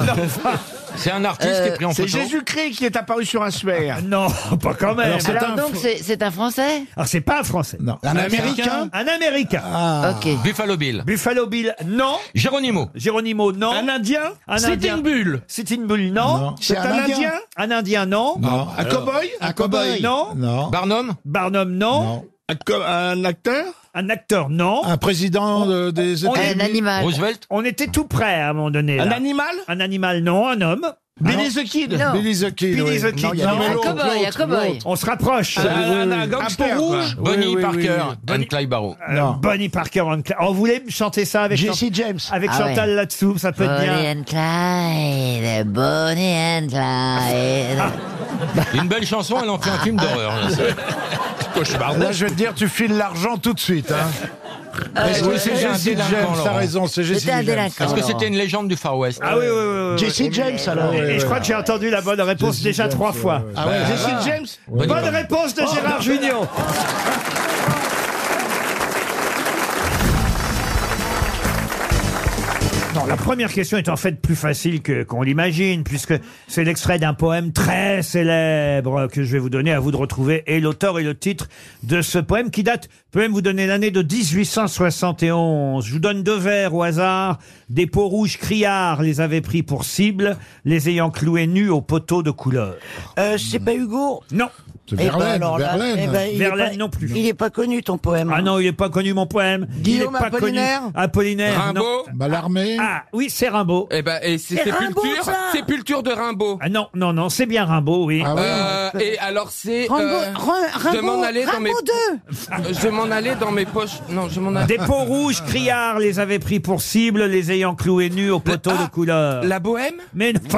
Speaker 19: C'est un artiste
Speaker 16: qui est
Speaker 1: Euh,
Speaker 16: pris en photo.
Speaker 11: Jésus-Christ qui est apparu sur un sphère.
Speaker 1: Non, pas quand même.
Speaker 11: Alors, donc, c'est c'est un français
Speaker 1: Alors c'est pas un Ah. Français. Non.
Speaker 11: Un Américain
Speaker 1: Un Américain.
Speaker 5: Ah.
Speaker 11: Ok.
Speaker 19: Buffalo Bill.
Speaker 1: Buffalo Bill, non.
Speaker 19: Geronimo.
Speaker 1: Géronimo, non. Un
Speaker 5: Indien
Speaker 1: Un
Speaker 5: C'est
Speaker 1: Indien.
Speaker 5: une bulle.
Speaker 1: C'est une bulle, non.
Speaker 5: C'est un Indien
Speaker 1: Un Indien, non.
Speaker 16: Non. Un Alors, cow-boy
Speaker 1: Un cow-boy, non.
Speaker 16: Non.
Speaker 19: Barnum
Speaker 1: Barnum, non.
Speaker 16: Un acteur
Speaker 1: Un acteur, non.
Speaker 16: Un président de- des
Speaker 1: On est-
Speaker 16: États-Unis
Speaker 19: Roosevelt
Speaker 1: On était tout près à un moment donné.
Speaker 16: Un
Speaker 1: animal Un animal, non. Un homme
Speaker 16: Billy the Kid.
Speaker 11: Non.
Speaker 16: Billy the Kid.
Speaker 1: Billy
Speaker 16: oui.
Speaker 1: the Kid,
Speaker 16: Non, il y a
Speaker 1: non.
Speaker 16: des-
Speaker 11: Un
Speaker 16: l'autre,
Speaker 11: cow-boy, un
Speaker 16: l'autre,
Speaker 11: cow-boy.
Speaker 16: l'autre. Ah,
Speaker 1: On se rapproche.
Speaker 16: Un- un gangster, quoi.
Speaker 19: Bonnie
Speaker 16: Oui, oui, oui,
Speaker 19: Parker.
Speaker 16: oui.
Speaker 19: Bonnie Clyde Barrow.
Speaker 1: Alors, Bonnie Parker. and Clyde. Oh, vous voulez me chanter ça avec
Speaker 11: Jesse
Speaker 1: Chan-
Speaker 11: James.
Speaker 1: Avec
Speaker 11: Ah
Speaker 1: Chantal
Speaker 11: ouais.
Speaker 1: là-dessous, ça peut être
Speaker 11: Bonnie
Speaker 1: bien.
Speaker 11: and Clyde, Bonnie and
Speaker 1: Ah,
Speaker 11: Clyde.
Speaker 19: Une belle chanson, elle en fait un film d'horreur. là, c'est- Cauchemar.
Speaker 16: Là, je vais te dire, tu files l'argent tout de suite. Hein. Est-ce que c'est
Speaker 19: c'était Euh, un
Speaker 16: Jesse
Speaker 19: délinquant,
Speaker 16: James T'as
Speaker 19: Laurent.
Speaker 16: raison, c'est Jesse
Speaker 11: C'était un
Speaker 16: James.
Speaker 11: délinquant.
Speaker 19: Parce que c'était une légende du Far West.
Speaker 1: Ah oui, oui, oui. oui, oui.
Speaker 12: Jesse James, alors.
Speaker 1: Et, et je
Speaker 12: ouais.
Speaker 1: crois que j'ai entendu la bonne réponse déjà trois fois.
Speaker 12: Ah
Speaker 11: Ben
Speaker 12: ouais, Jesse James Oh,
Speaker 1: Bonne
Speaker 19: Bonne
Speaker 1: réponse de Gérard Junior. Non, la première question est en fait plus facile que qu'on l'imagine, puisque c'est l'extrait d'un poème très célèbre que je vais vous donner à vous de retrouver, et l'auteur et le titre de ce poème qui date, je peux même vous donner l'année de 1871. Je vous donne deux vers au hasard. Des peaux rouges criards les avaient pris pour cible, les ayant cloués nus au poteau de couleur.
Speaker 7: Euh, c'est pas Hugo
Speaker 1: Non.
Speaker 7: Eh ben alors là, eh ben, il est
Speaker 1: Verlaine
Speaker 7: pas-
Speaker 1: non plus.
Speaker 7: Il est pas connu ton poème.
Speaker 5: hein.
Speaker 1: Ah non, il n'est pas connu mon poème.
Speaker 7: Guillaume
Speaker 1: il est pas
Speaker 7: Apollinaire
Speaker 1: connu. Apollinaire.
Speaker 19: Rimbaud
Speaker 1: Malarmé. Ah oui, c'est Rimbaud.
Speaker 19: Eh ben, et c'est
Speaker 1: C'est Rimbaud,
Speaker 19: Sépulture,
Speaker 1: ça
Speaker 19: Sépulture de Rimbaud.
Speaker 1: Ah non, non, non, c'est bien Rimbaud, oui.
Speaker 19: Euh, et alors c'est
Speaker 1: Rimbaud-
Speaker 19: euh,
Speaker 1: Rim-
Speaker 19: je m'en
Speaker 1: Rimbaud-
Speaker 19: allais dans mes
Speaker 1: Rimbaud
Speaker 19: je m'en allais dans mes poches non je m'en allais
Speaker 1: Des peaux rouges criards les avaient pris pour cible, les ayant cloués nus au poteau de couleur.
Speaker 19: Ah, La bohème
Speaker 1: Mais non,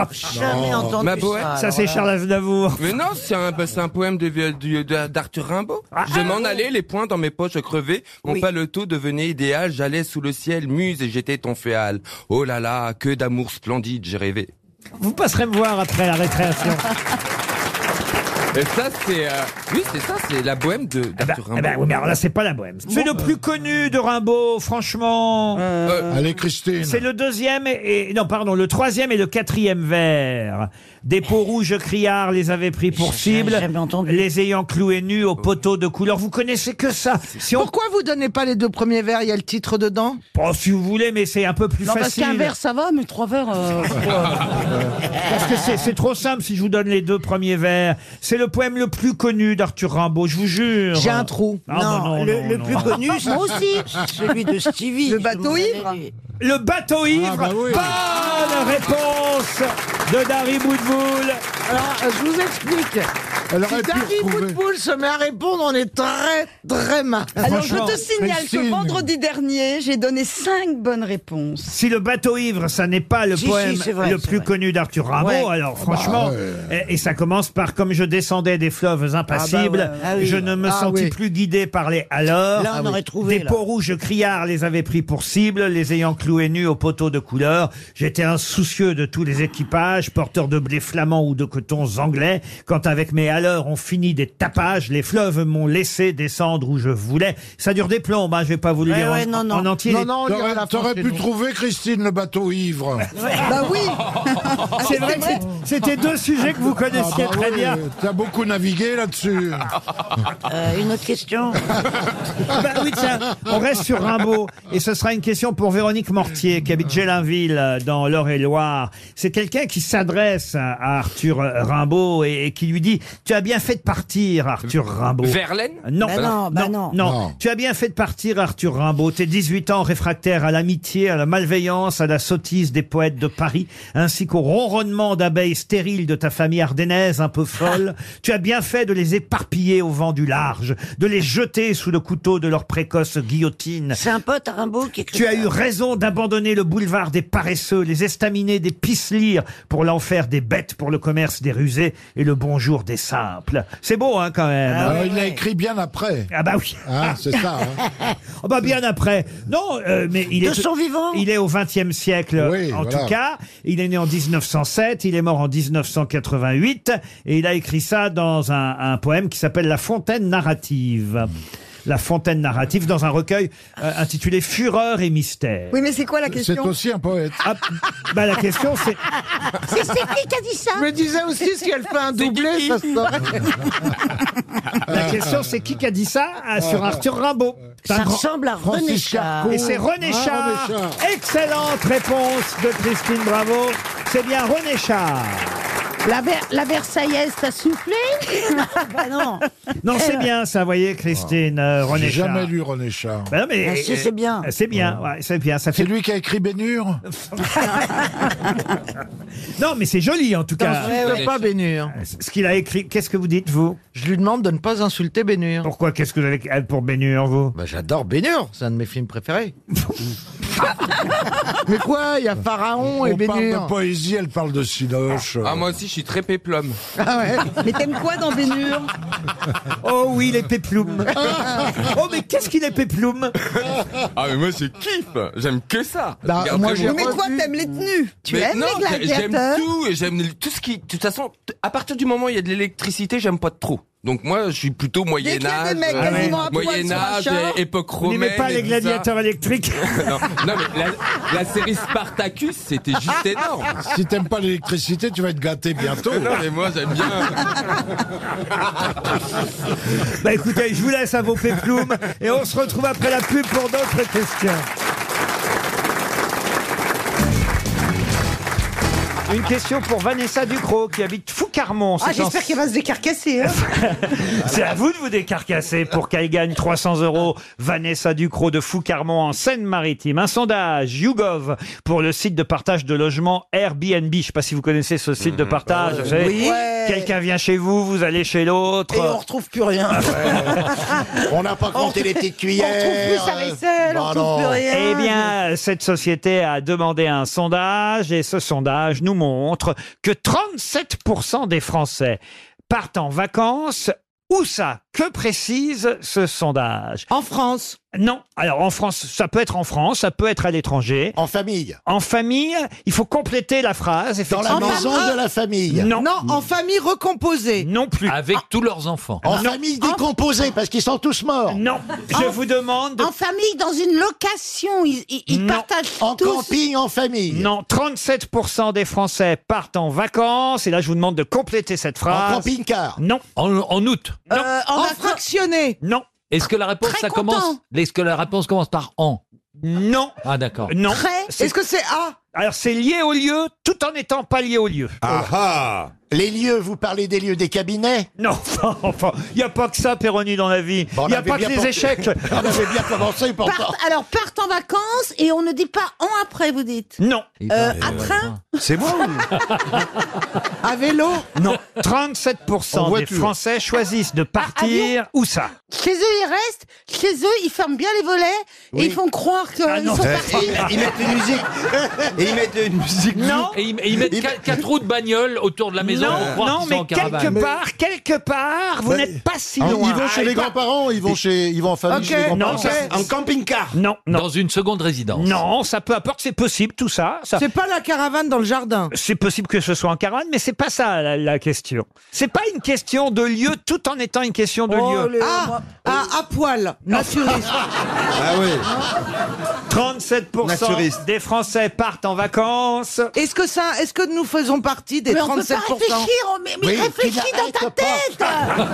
Speaker 19: Non. Ma bohème
Speaker 1: Ça, c'est Charles Aznavour.
Speaker 19: Mais non, c'est un, bah, c'est un poème de vi- du- de- d'Arthur Rimbaud.
Speaker 1: Ah.
Speaker 19: je m'en allais, les poings dans mes poches crevées, mon
Speaker 13: Oui.
Speaker 19: paletot devenait idéal, j'allais sous le ciel, muse, et j'étais ton féal. Oh là là, que d'amour splendide, j'ai rêvé.
Speaker 1: Vous passerez me voir après la récréation.
Speaker 19: Et ça, c'est... euh, oui, c'est ça, c'est la bohème de- d'Arthur
Speaker 1: Eh
Speaker 19: Rimbaud.
Speaker 1: ben oui, mais alors là, c'est pas la bohème. C'est le plus connu de Rimbaud, franchement.
Speaker 5: Euh,
Speaker 16: Euh, Allez, Christine.
Speaker 1: C'est le deuxième et, et- non pardon le troisième et le quatrième vers. Des peaux rouges criards les avaient pris pour cible, les ayant cloués nus au poteau de couleur. Vous connaissez que ça. Si on
Speaker 5: Pourquoi vous donnez pas les deux premiers vers Il y a le titre dedans
Speaker 1: Oh, si vous voulez, mais c'est un peu plus
Speaker 5: Non, parce
Speaker 1: facile.
Speaker 5: qu'un verre, ça va, mais trois verres. euh,
Speaker 1: Parce que c'est- c'est trop simple si je vous donne les deux premiers vers. C'est le poème le plus connu d'Arthur Rimbaud, je vous jure.
Speaker 5: J'ai un trou.
Speaker 1: Ah, bah
Speaker 7: Non, le- le plus connu,
Speaker 1: Moi
Speaker 7: c'est- c'est celui de Stevie.
Speaker 5: Le
Speaker 7: Tout
Speaker 5: bateau
Speaker 7: monde
Speaker 5: ivre
Speaker 7: allait-
Speaker 1: Le bateau
Speaker 19: Ah,
Speaker 1: ivre.
Speaker 19: bah
Speaker 1: Bonne réponse de Dari Boudboul.
Speaker 5: Alors, euh, je vous explique.
Speaker 16: Elle aurait
Speaker 5: si
Speaker 16: pu
Speaker 5: Dari
Speaker 16: retrouver.
Speaker 5: Boudboul se met à répondre, on est très, très mal.
Speaker 21: Alors je te signale que vendredi dernier, j'ai donné cinq bonnes réponses.
Speaker 1: Si le bateau ivre, ça n'est pas le
Speaker 21: Si,
Speaker 1: poème
Speaker 21: si, c'est vrai,
Speaker 1: le
Speaker 21: c'est
Speaker 1: plus
Speaker 21: vrai.
Speaker 1: connu d'Arthur Rimbaud,
Speaker 21: Ouais.
Speaker 1: alors
Speaker 21: Ah
Speaker 1: franchement, et, et ça commence par comme je descendais des fleuves impassibles,
Speaker 5: Ah bah ouais. Ah oui.
Speaker 1: je ne me
Speaker 5: Ah
Speaker 1: sentis
Speaker 5: oui.
Speaker 1: plus guidé par les alors.
Speaker 5: Là, on Ah oui. aurait trouvé,
Speaker 1: Des
Speaker 5: là.
Speaker 1: peaux rouges criards les avaient pris pour cible, les ayant cloués nus au poteau de couleur. J'étais insoucieux de tous les équipages, porteurs de blé flamand ou de cotons anglais. Quand avec mes alors on finit des tapages, les fleuves m'ont laissé descendre où je voulais. Ça dure des plombes, hein, je vais pas vous le
Speaker 7: Ouais,
Speaker 1: dire
Speaker 7: ouais, non,
Speaker 1: en-
Speaker 7: non.
Speaker 1: en entier.
Speaker 7: Non, non, on lira
Speaker 16: T'aurais-
Speaker 7: la fin
Speaker 16: T'aurais
Speaker 7: chez
Speaker 16: pu
Speaker 7: nous.
Speaker 16: trouver, Christine, le bateau ivre.
Speaker 5: Bah oui
Speaker 1: C'est vrai que c'est- c'était deux sujets que vous connaissiez
Speaker 16: Ah bah
Speaker 1: très
Speaker 16: oui,
Speaker 1: bien.
Speaker 16: T'as beaucoup navigué là-dessus.
Speaker 7: Euh, une autre question.
Speaker 1: Ah bah oui, tiens, on reste sur Rimbaud. Et ce sera une question pour Véronique Mortier, qui habite Gélinville, euh, dans l'Eure-et-Loire. C'est quelqu'un qui s'adresse à- à Arthur euh, Rimbaud et, et qui lui dit « Tu as bien fait de partir, Arthur Rimbaud. »
Speaker 19: Verlaine
Speaker 1: Non,
Speaker 19: Bah non, bah non. Non.
Speaker 1: Tu as bien fait de partir, Arthur Rimbaud. Tes 18 ans réfractaires à l'amitié, à la malveillance, à la sottise des poètes de Paris, ainsi qu'au ronronnement d'abeilles stériles de ta famille ardennaise un peu folle. tu as bien fait de les éparpiller au vent du large, de les jeter sous le couteau de leur précoce guillotine.
Speaker 7: C'est un pote à Rimbaud qui écrit.
Speaker 1: Tu as
Speaker 7: ça.
Speaker 1: eu raison d'abandonner le boulevard des paresseux, les estaminets des pisselires pour l'enfer des bêtes, pour le commerce des rusés et le bonjour des simples. C'est beau, hein, quand même.
Speaker 16: Alors, Ah,
Speaker 7: Ah
Speaker 16: il l'a écrit bien après.
Speaker 1: Ah bah oui.
Speaker 16: Hein, c'est ça. hein.
Speaker 1: Ah bah bien après. Non, euh, mais il
Speaker 7: De
Speaker 1: est
Speaker 7: son vivant.
Speaker 1: Il est au XXe siècle
Speaker 16: Oui,
Speaker 1: en
Speaker 16: voilà.
Speaker 1: tout cas. Il est né en 1907, il est mort en 1988 et il a écrit ça dans un, un poème qui s'appelle La Fontaine narrative. La Fontaine narrative dans un recueil euh, intitulé Fureur et mystère.
Speaker 13: Oui, mais c'est quoi la question
Speaker 16: C'est aussi un poète.
Speaker 1: Ah, bah la question c'est
Speaker 13: C'est Stéphie qui a dit ça
Speaker 5: Je me disais aussi, si elle fait un doublé, ça se saurait.
Speaker 1: la question c'est qui qui Ah, a dit ça Ah, sur Arthur Rimbaud. C'est un
Speaker 7: Ça
Speaker 1: grand-
Speaker 7: ressemble à René Char.
Speaker 1: Et c'est René
Speaker 16: Ah,
Speaker 1: Char.
Speaker 16: René Char.
Speaker 1: Excellente réponse de Christine Bravo. C'est bien René Char.
Speaker 13: La, Ver- la Versaillaise, ça soufflé
Speaker 7: Bah non.
Speaker 1: Non,
Speaker 7: Eh
Speaker 1: c'est
Speaker 7: ben.
Speaker 1: bien ça, voyez, Christine, euh, René
Speaker 16: J'ai
Speaker 1: Char.
Speaker 16: jamais lu René Char.
Speaker 1: Ben non, mais-
Speaker 7: Ah, si, c'est bien.
Speaker 1: C'est bien, ouais, c'est bien. Ça fait...
Speaker 16: C'est lui qui a écrit Bénure
Speaker 1: Non, mais c'est joli en tout cas.
Speaker 16: Eh
Speaker 5: N'insulte pas Bénur.
Speaker 1: Ce qu'il a écrit, Ah, qu'est-ce que vous dites, vous
Speaker 5: Je lui demande de ne pas insulter Bénur.
Speaker 1: Pourquoi Qu'est-ce que vous avez euh, pour Bénur, vous
Speaker 5: Bah, J'adore Bénur, c'est un de mes films préférés. Mais quoi Il y a Pharaon et
Speaker 16: On parle de
Speaker 5: Bénur.
Speaker 16: poésie, elle parle de Sinoche.
Speaker 19: Ah, moi aussi, je suis très péplum.
Speaker 5: Ah ouais
Speaker 13: Mais t'aimes quoi dans Bénure
Speaker 1: Oh oui, les péplumes. oh, mais qu'est-ce qu'il est péplume
Speaker 22: Ah mais moi je kiffe, j'aime que ça.
Speaker 5: Bah,
Speaker 22: Regarde
Speaker 5: moi,
Speaker 22: vraiment.
Speaker 5: j'ai
Speaker 13: Mais quoi, t'aimes les tenues Tu
Speaker 19: Mais
Speaker 13: aimes
Speaker 19: non,
Speaker 13: les
Speaker 19: j'ai- j'aime
Speaker 13: gladiateurs
Speaker 19: tout, et j'aime tout ce qui. De toute façon, t- à partir du moment où il y a de l'électricité, j'aime pas trop. Donc moi, je suis plutôt Moyen Âge,
Speaker 1: des mecs
Speaker 19: euh,
Speaker 1: quasiment à poil
Speaker 19: Moyen
Speaker 1: sur un
Speaker 19: Âge,
Speaker 1: char.
Speaker 19: et époque
Speaker 1: Vous
Speaker 19: romaine.
Speaker 1: n'aimez pas
Speaker 19: et
Speaker 1: les
Speaker 19: tout ça.
Speaker 1: gladiateurs électriques
Speaker 19: non, non, mais la, la série Spartacus, c'était juste énorme.
Speaker 16: Si t'aimes pas l'électricité, tu vas être gâté bientôt.
Speaker 19: Non, mais moi j'aime bien.
Speaker 1: Bah écoutez, je vous laisse à vos péplums et on se retrouve après la pub pour d'autres questions. Une question pour Vanessa Ducrot qui habite Foucarmont.
Speaker 7: Ah,
Speaker 1: c'est en-
Speaker 7: j'espère qu'elle va se décarcasser. hein.
Speaker 1: C'est à vous de vous décarcasser pour qu'elle gagne 300 euros. Vanessa Ducrot de Foucarmont en Seine-Maritime. Un sondage YouGov pour le site de partage de logements Airbnb. Je ne sais pas si vous connaissez ce site de partage.
Speaker 8: Mhm. ouais.
Speaker 1: vous savez,
Speaker 8: Oui.
Speaker 1: Quelqu'un vient chez vous, vous allez chez l'autre.
Speaker 8: Et on retrouve plus rien.
Speaker 5: Ah
Speaker 1: On n'a pas
Speaker 8: compté les petites cuillères.
Speaker 7: On retrouve plus sa vaisselle,
Speaker 5: Ah
Speaker 7: on retrouve plus rien.
Speaker 1: Eh bien, cette société a demandé un sondage et ce sondage nous montre que 37% des Français partent en vacances. Où ça Que précise ce sondage En France Non. Alors en France, ça peut être en France, ça peut être à l'étranger. En famille En famille, il faut compléter la phrase.
Speaker 5: Dans la maison de la famille.
Speaker 1: Non.
Speaker 7: en famille recomposée.
Speaker 1: Non plus.
Speaker 7: Avec
Speaker 1: tous leurs enfants.
Speaker 5: En famille décomposée, parce qu'ils sont tous morts.
Speaker 1: Non, je vous demande.
Speaker 5: En famille, dans une location, ils, partagent En camping, en famille.
Speaker 1: Non, 37% des Français partent en vacances. Et là, je vous demande de compléter cette phrase.
Speaker 5: En camping-car
Speaker 1: Non.
Speaker 17: En, en août
Speaker 1: Non.
Speaker 7: en fractionné.
Speaker 1: Non.
Speaker 17: Est-ce que la réponse ça commence Est-ce que la réponse commence par en
Speaker 1: Non.
Speaker 17: Ah d'accord.
Speaker 1: Non.
Speaker 7: Est-ce que c'est A
Speaker 1: Alors, c'est lié au lieu, tout en étant pas lié au lieu.
Speaker 5: Ah Les lieux, vous parlez des lieux des cabinets
Speaker 1: Non, enfin, il n'y a pas que ça, Péroni, dans la vie. Il
Speaker 5: on
Speaker 1: n'y a
Speaker 5: avait
Speaker 1: pas que
Speaker 5: bien
Speaker 1: les
Speaker 5: pensé-
Speaker 1: échecs.
Speaker 5: On avait bien commencé, pourtant.
Speaker 1: Partent-
Speaker 5: alors, partent en vacances et on ne dit pas en après, vous dites
Speaker 1: Non.
Speaker 5: Euh, à train
Speaker 1: C'est moi
Speaker 7: À vélo
Speaker 1: Non. 37% des
Speaker 5: voiture.
Speaker 1: Français choisissent de partir. Où ça
Speaker 7: Chez eux, ils restent. Chez eux, ils ferment bien les volets et ils font croire qu'ils
Speaker 5: Ah
Speaker 1: non.
Speaker 7: sont
Speaker 1: Eh,
Speaker 7: partis.
Speaker 1: ils- ils mettent une musique.
Speaker 5: Et ils mettent une musique.
Speaker 1: Non.
Speaker 17: Et ils, et ils mettent quatre, quatre roues de bagnole autour de la maison
Speaker 1: non,
Speaker 17: pour croire
Speaker 1: non,
Speaker 17: qu'ils sont
Speaker 1: mais
Speaker 17: en caravane.
Speaker 1: quelque part, quelque part, vous
Speaker 17: Bah,
Speaker 1: n'êtes pas si
Speaker 17: ils
Speaker 1: loin. Ah,
Speaker 17: vont chez les
Speaker 1: grands-parents, ils vont chez, ils vont en
Speaker 17: famille, chez les grands-parents.
Speaker 1: Non, ça-
Speaker 17: En
Speaker 1: camping-car. Non, non.
Speaker 17: Dans une seconde résidence.
Speaker 1: Non, ça peu importe, c'est possible tout ça. ça-
Speaker 7: C'est pas la caravane dans le jardin.
Speaker 1: C'est possible que ce soit en caravane, mais c'est pas ça la, la question. C'est pas une question de lieu, tout en étant une question de
Speaker 7: Oh,
Speaker 1: lieu.
Speaker 7: les- Ah, à, à poil, naturiste.
Speaker 1: Ah oui. 37%
Speaker 7: Naturiste.
Speaker 1: des Français partent en vacances.
Speaker 7: Est-ce que ça, est-ce que nous faisons partie des
Speaker 25: Mais on
Speaker 7: 37%
Speaker 25: peut pas réfléchir, on- mais, mais
Speaker 7: Oui,
Speaker 25: réfléchis
Speaker 7: tu
Speaker 25: dans ta tête Non,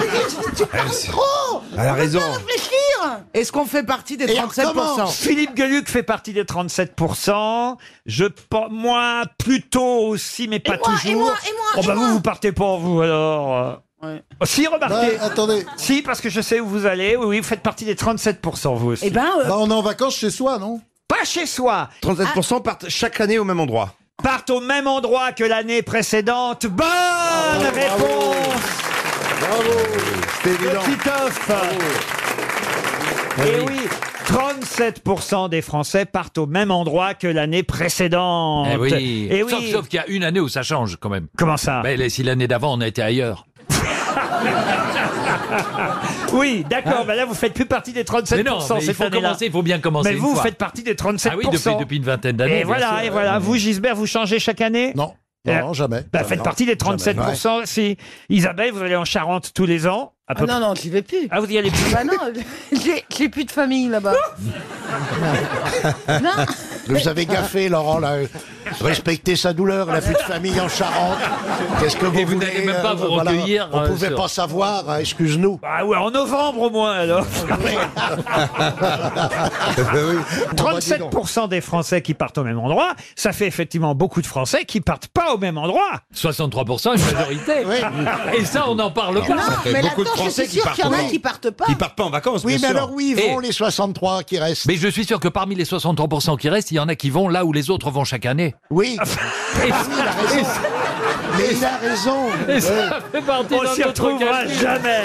Speaker 25: mais Tu parles trop
Speaker 1: Elle a
Speaker 25: On peut
Speaker 1: raison.
Speaker 25: pas réfléchir
Speaker 7: Est-ce qu'on fait partie des 37%
Speaker 1: Philippe Gueluc fait partie des 37%. Je pense, moi, plutôt aussi, mais pas
Speaker 25: moi, et
Speaker 1: toujours.
Speaker 25: moi, et moi,
Speaker 1: oh,
Speaker 25: et
Speaker 1: bah,
Speaker 25: moi.
Speaker 1: vous, vous partez pas, vous, alors. euh. Oh, Si, remarquez.
Speaker 25: Bah,
Speaker 16: Ouais, attendez.
Speaker 1: Si, parce que je sais où vous allez. Oui, oui, vous faites partie des 37%,
Speaker 7: Eh
Speaker 1: vous
Speaker 25: Eh
Speaker 1: aussi.
Speaker 25: ben,
Speaker 7: ben, euh,
Speaker 25: euh,
Speaker 16: Bah,
Speaker 5: Ah,
Speaker 16: on est en vacances chez soi, non
Speaker 1: Pas chez soi.
Speaker 16: 37% partent chaque année au même endroit.
Speaker 1: Partent au même endroit que l'année précédente. Bonne Ah, réponse
Speaker 16: évident.
Speaker 1: de Titoff. Eh oui 37% des Français partent au même endroit que l'année précédente.
Speaker 17: Eh oui.
Speaker 1: Eh oui.
Speaker 17: Sauf, sauf qu'il y a une année où ça change quand même.
Speaker 1: Comment ça
Speaker 17: ben, là, Si l'année d'avant on était ailleurs.
Speaker 1: Oui, d'accord. mais là, vous faites plus partie des 37%.
Speaker 17: mais non, Hein mais il
Speaker 1: cette
Speaker 17: faut
Speaker 1: année-là.
Speaker 17: commencer, il faut bien commencer.
Speaker 1: Mais
Speaker 17: une
Speaker 1: vous, vous
Speaker 17: fois.
Speaker 1: faites partie des 37%.
Speaker 17: Ah oui, depuis, depuis une vingtaine d'années.
Speaker 1: Et
Speaker 17: bien
Speaker 1: voilà,
Speaker 17: sûr.
Speaker 1: et voilà. Vous, Gisbert, vous changez chaque année
Speaker 16: Non.
Speaker 1: Euh,
Speaker 16: Non, jamais.
Speaker 1: Bah,
Speaker 16: Euh,
Speaker 1: faites
Speaker 16: non,
Speaker 1: partie des
Speaker 16: jamais.
Speaker 1: 37%. Si. Isabelle, vous allez en Charente tous les ans. Ah, bah. à peu
Speaker 7: non,
Speaker 1: près.
Speaker 7: non, j'y vais plus.
Speaker 1: Ah, vous y allez plus
Speaker 7: Bah non, j'ai j'ai plus de famille là-bas.
Speaker 5: Vous avez gaffé, Laurent, là. Respectez sa douleur, elle n'a plus de famille en Charente. Qu'est-ce que vous
Speaker 17: Et vous
Speaker 5: voulez,
Speaker 17: n'allez même
Speaker 5: euh,
Speaker 17: pas vous
Speaker 5: voilà,
Speaker 17: recueillir.
Speaker 5: On
Speaker 17: euh,
Speaker 5: pouvait
Speaker 17: sur-
Speaker 5: pas savoir, hein, excuse-nous.
Speaker 1: Ah ouais, en novembre au moins alors.
Speaker 16: Eh ben
Speaker 1: 37% des Français qui partent au même endroit, ça fait effectivement beaucoup de Français qui partent pas au même endroit.
Speaker 17: 63% une majorité. Et ça, on n'en parle pas.
Speaker 5: mais là-dedans, je suis sûr qu'il y en a qui
Speaker 7: partent pas.
Speaker 17: partent pas en vacances,
Speaker 5: Oui, mais alors où ils vont,
Speaker 17: Et-
Speaker 5: les 63 qui restent
Speaker 17: Mais je suis sûr que parmi les 63% qui restent, il y en a qui vont là où les autres vont chaque année.
Speaker 5: Oui. Ah oui, il a raison. Mais il a raison.
Speaker 17: Et ça
Speaker 5: Ouais.
Speaker 17: fait partie
Speaker 1: On s'y retrouvera jamais.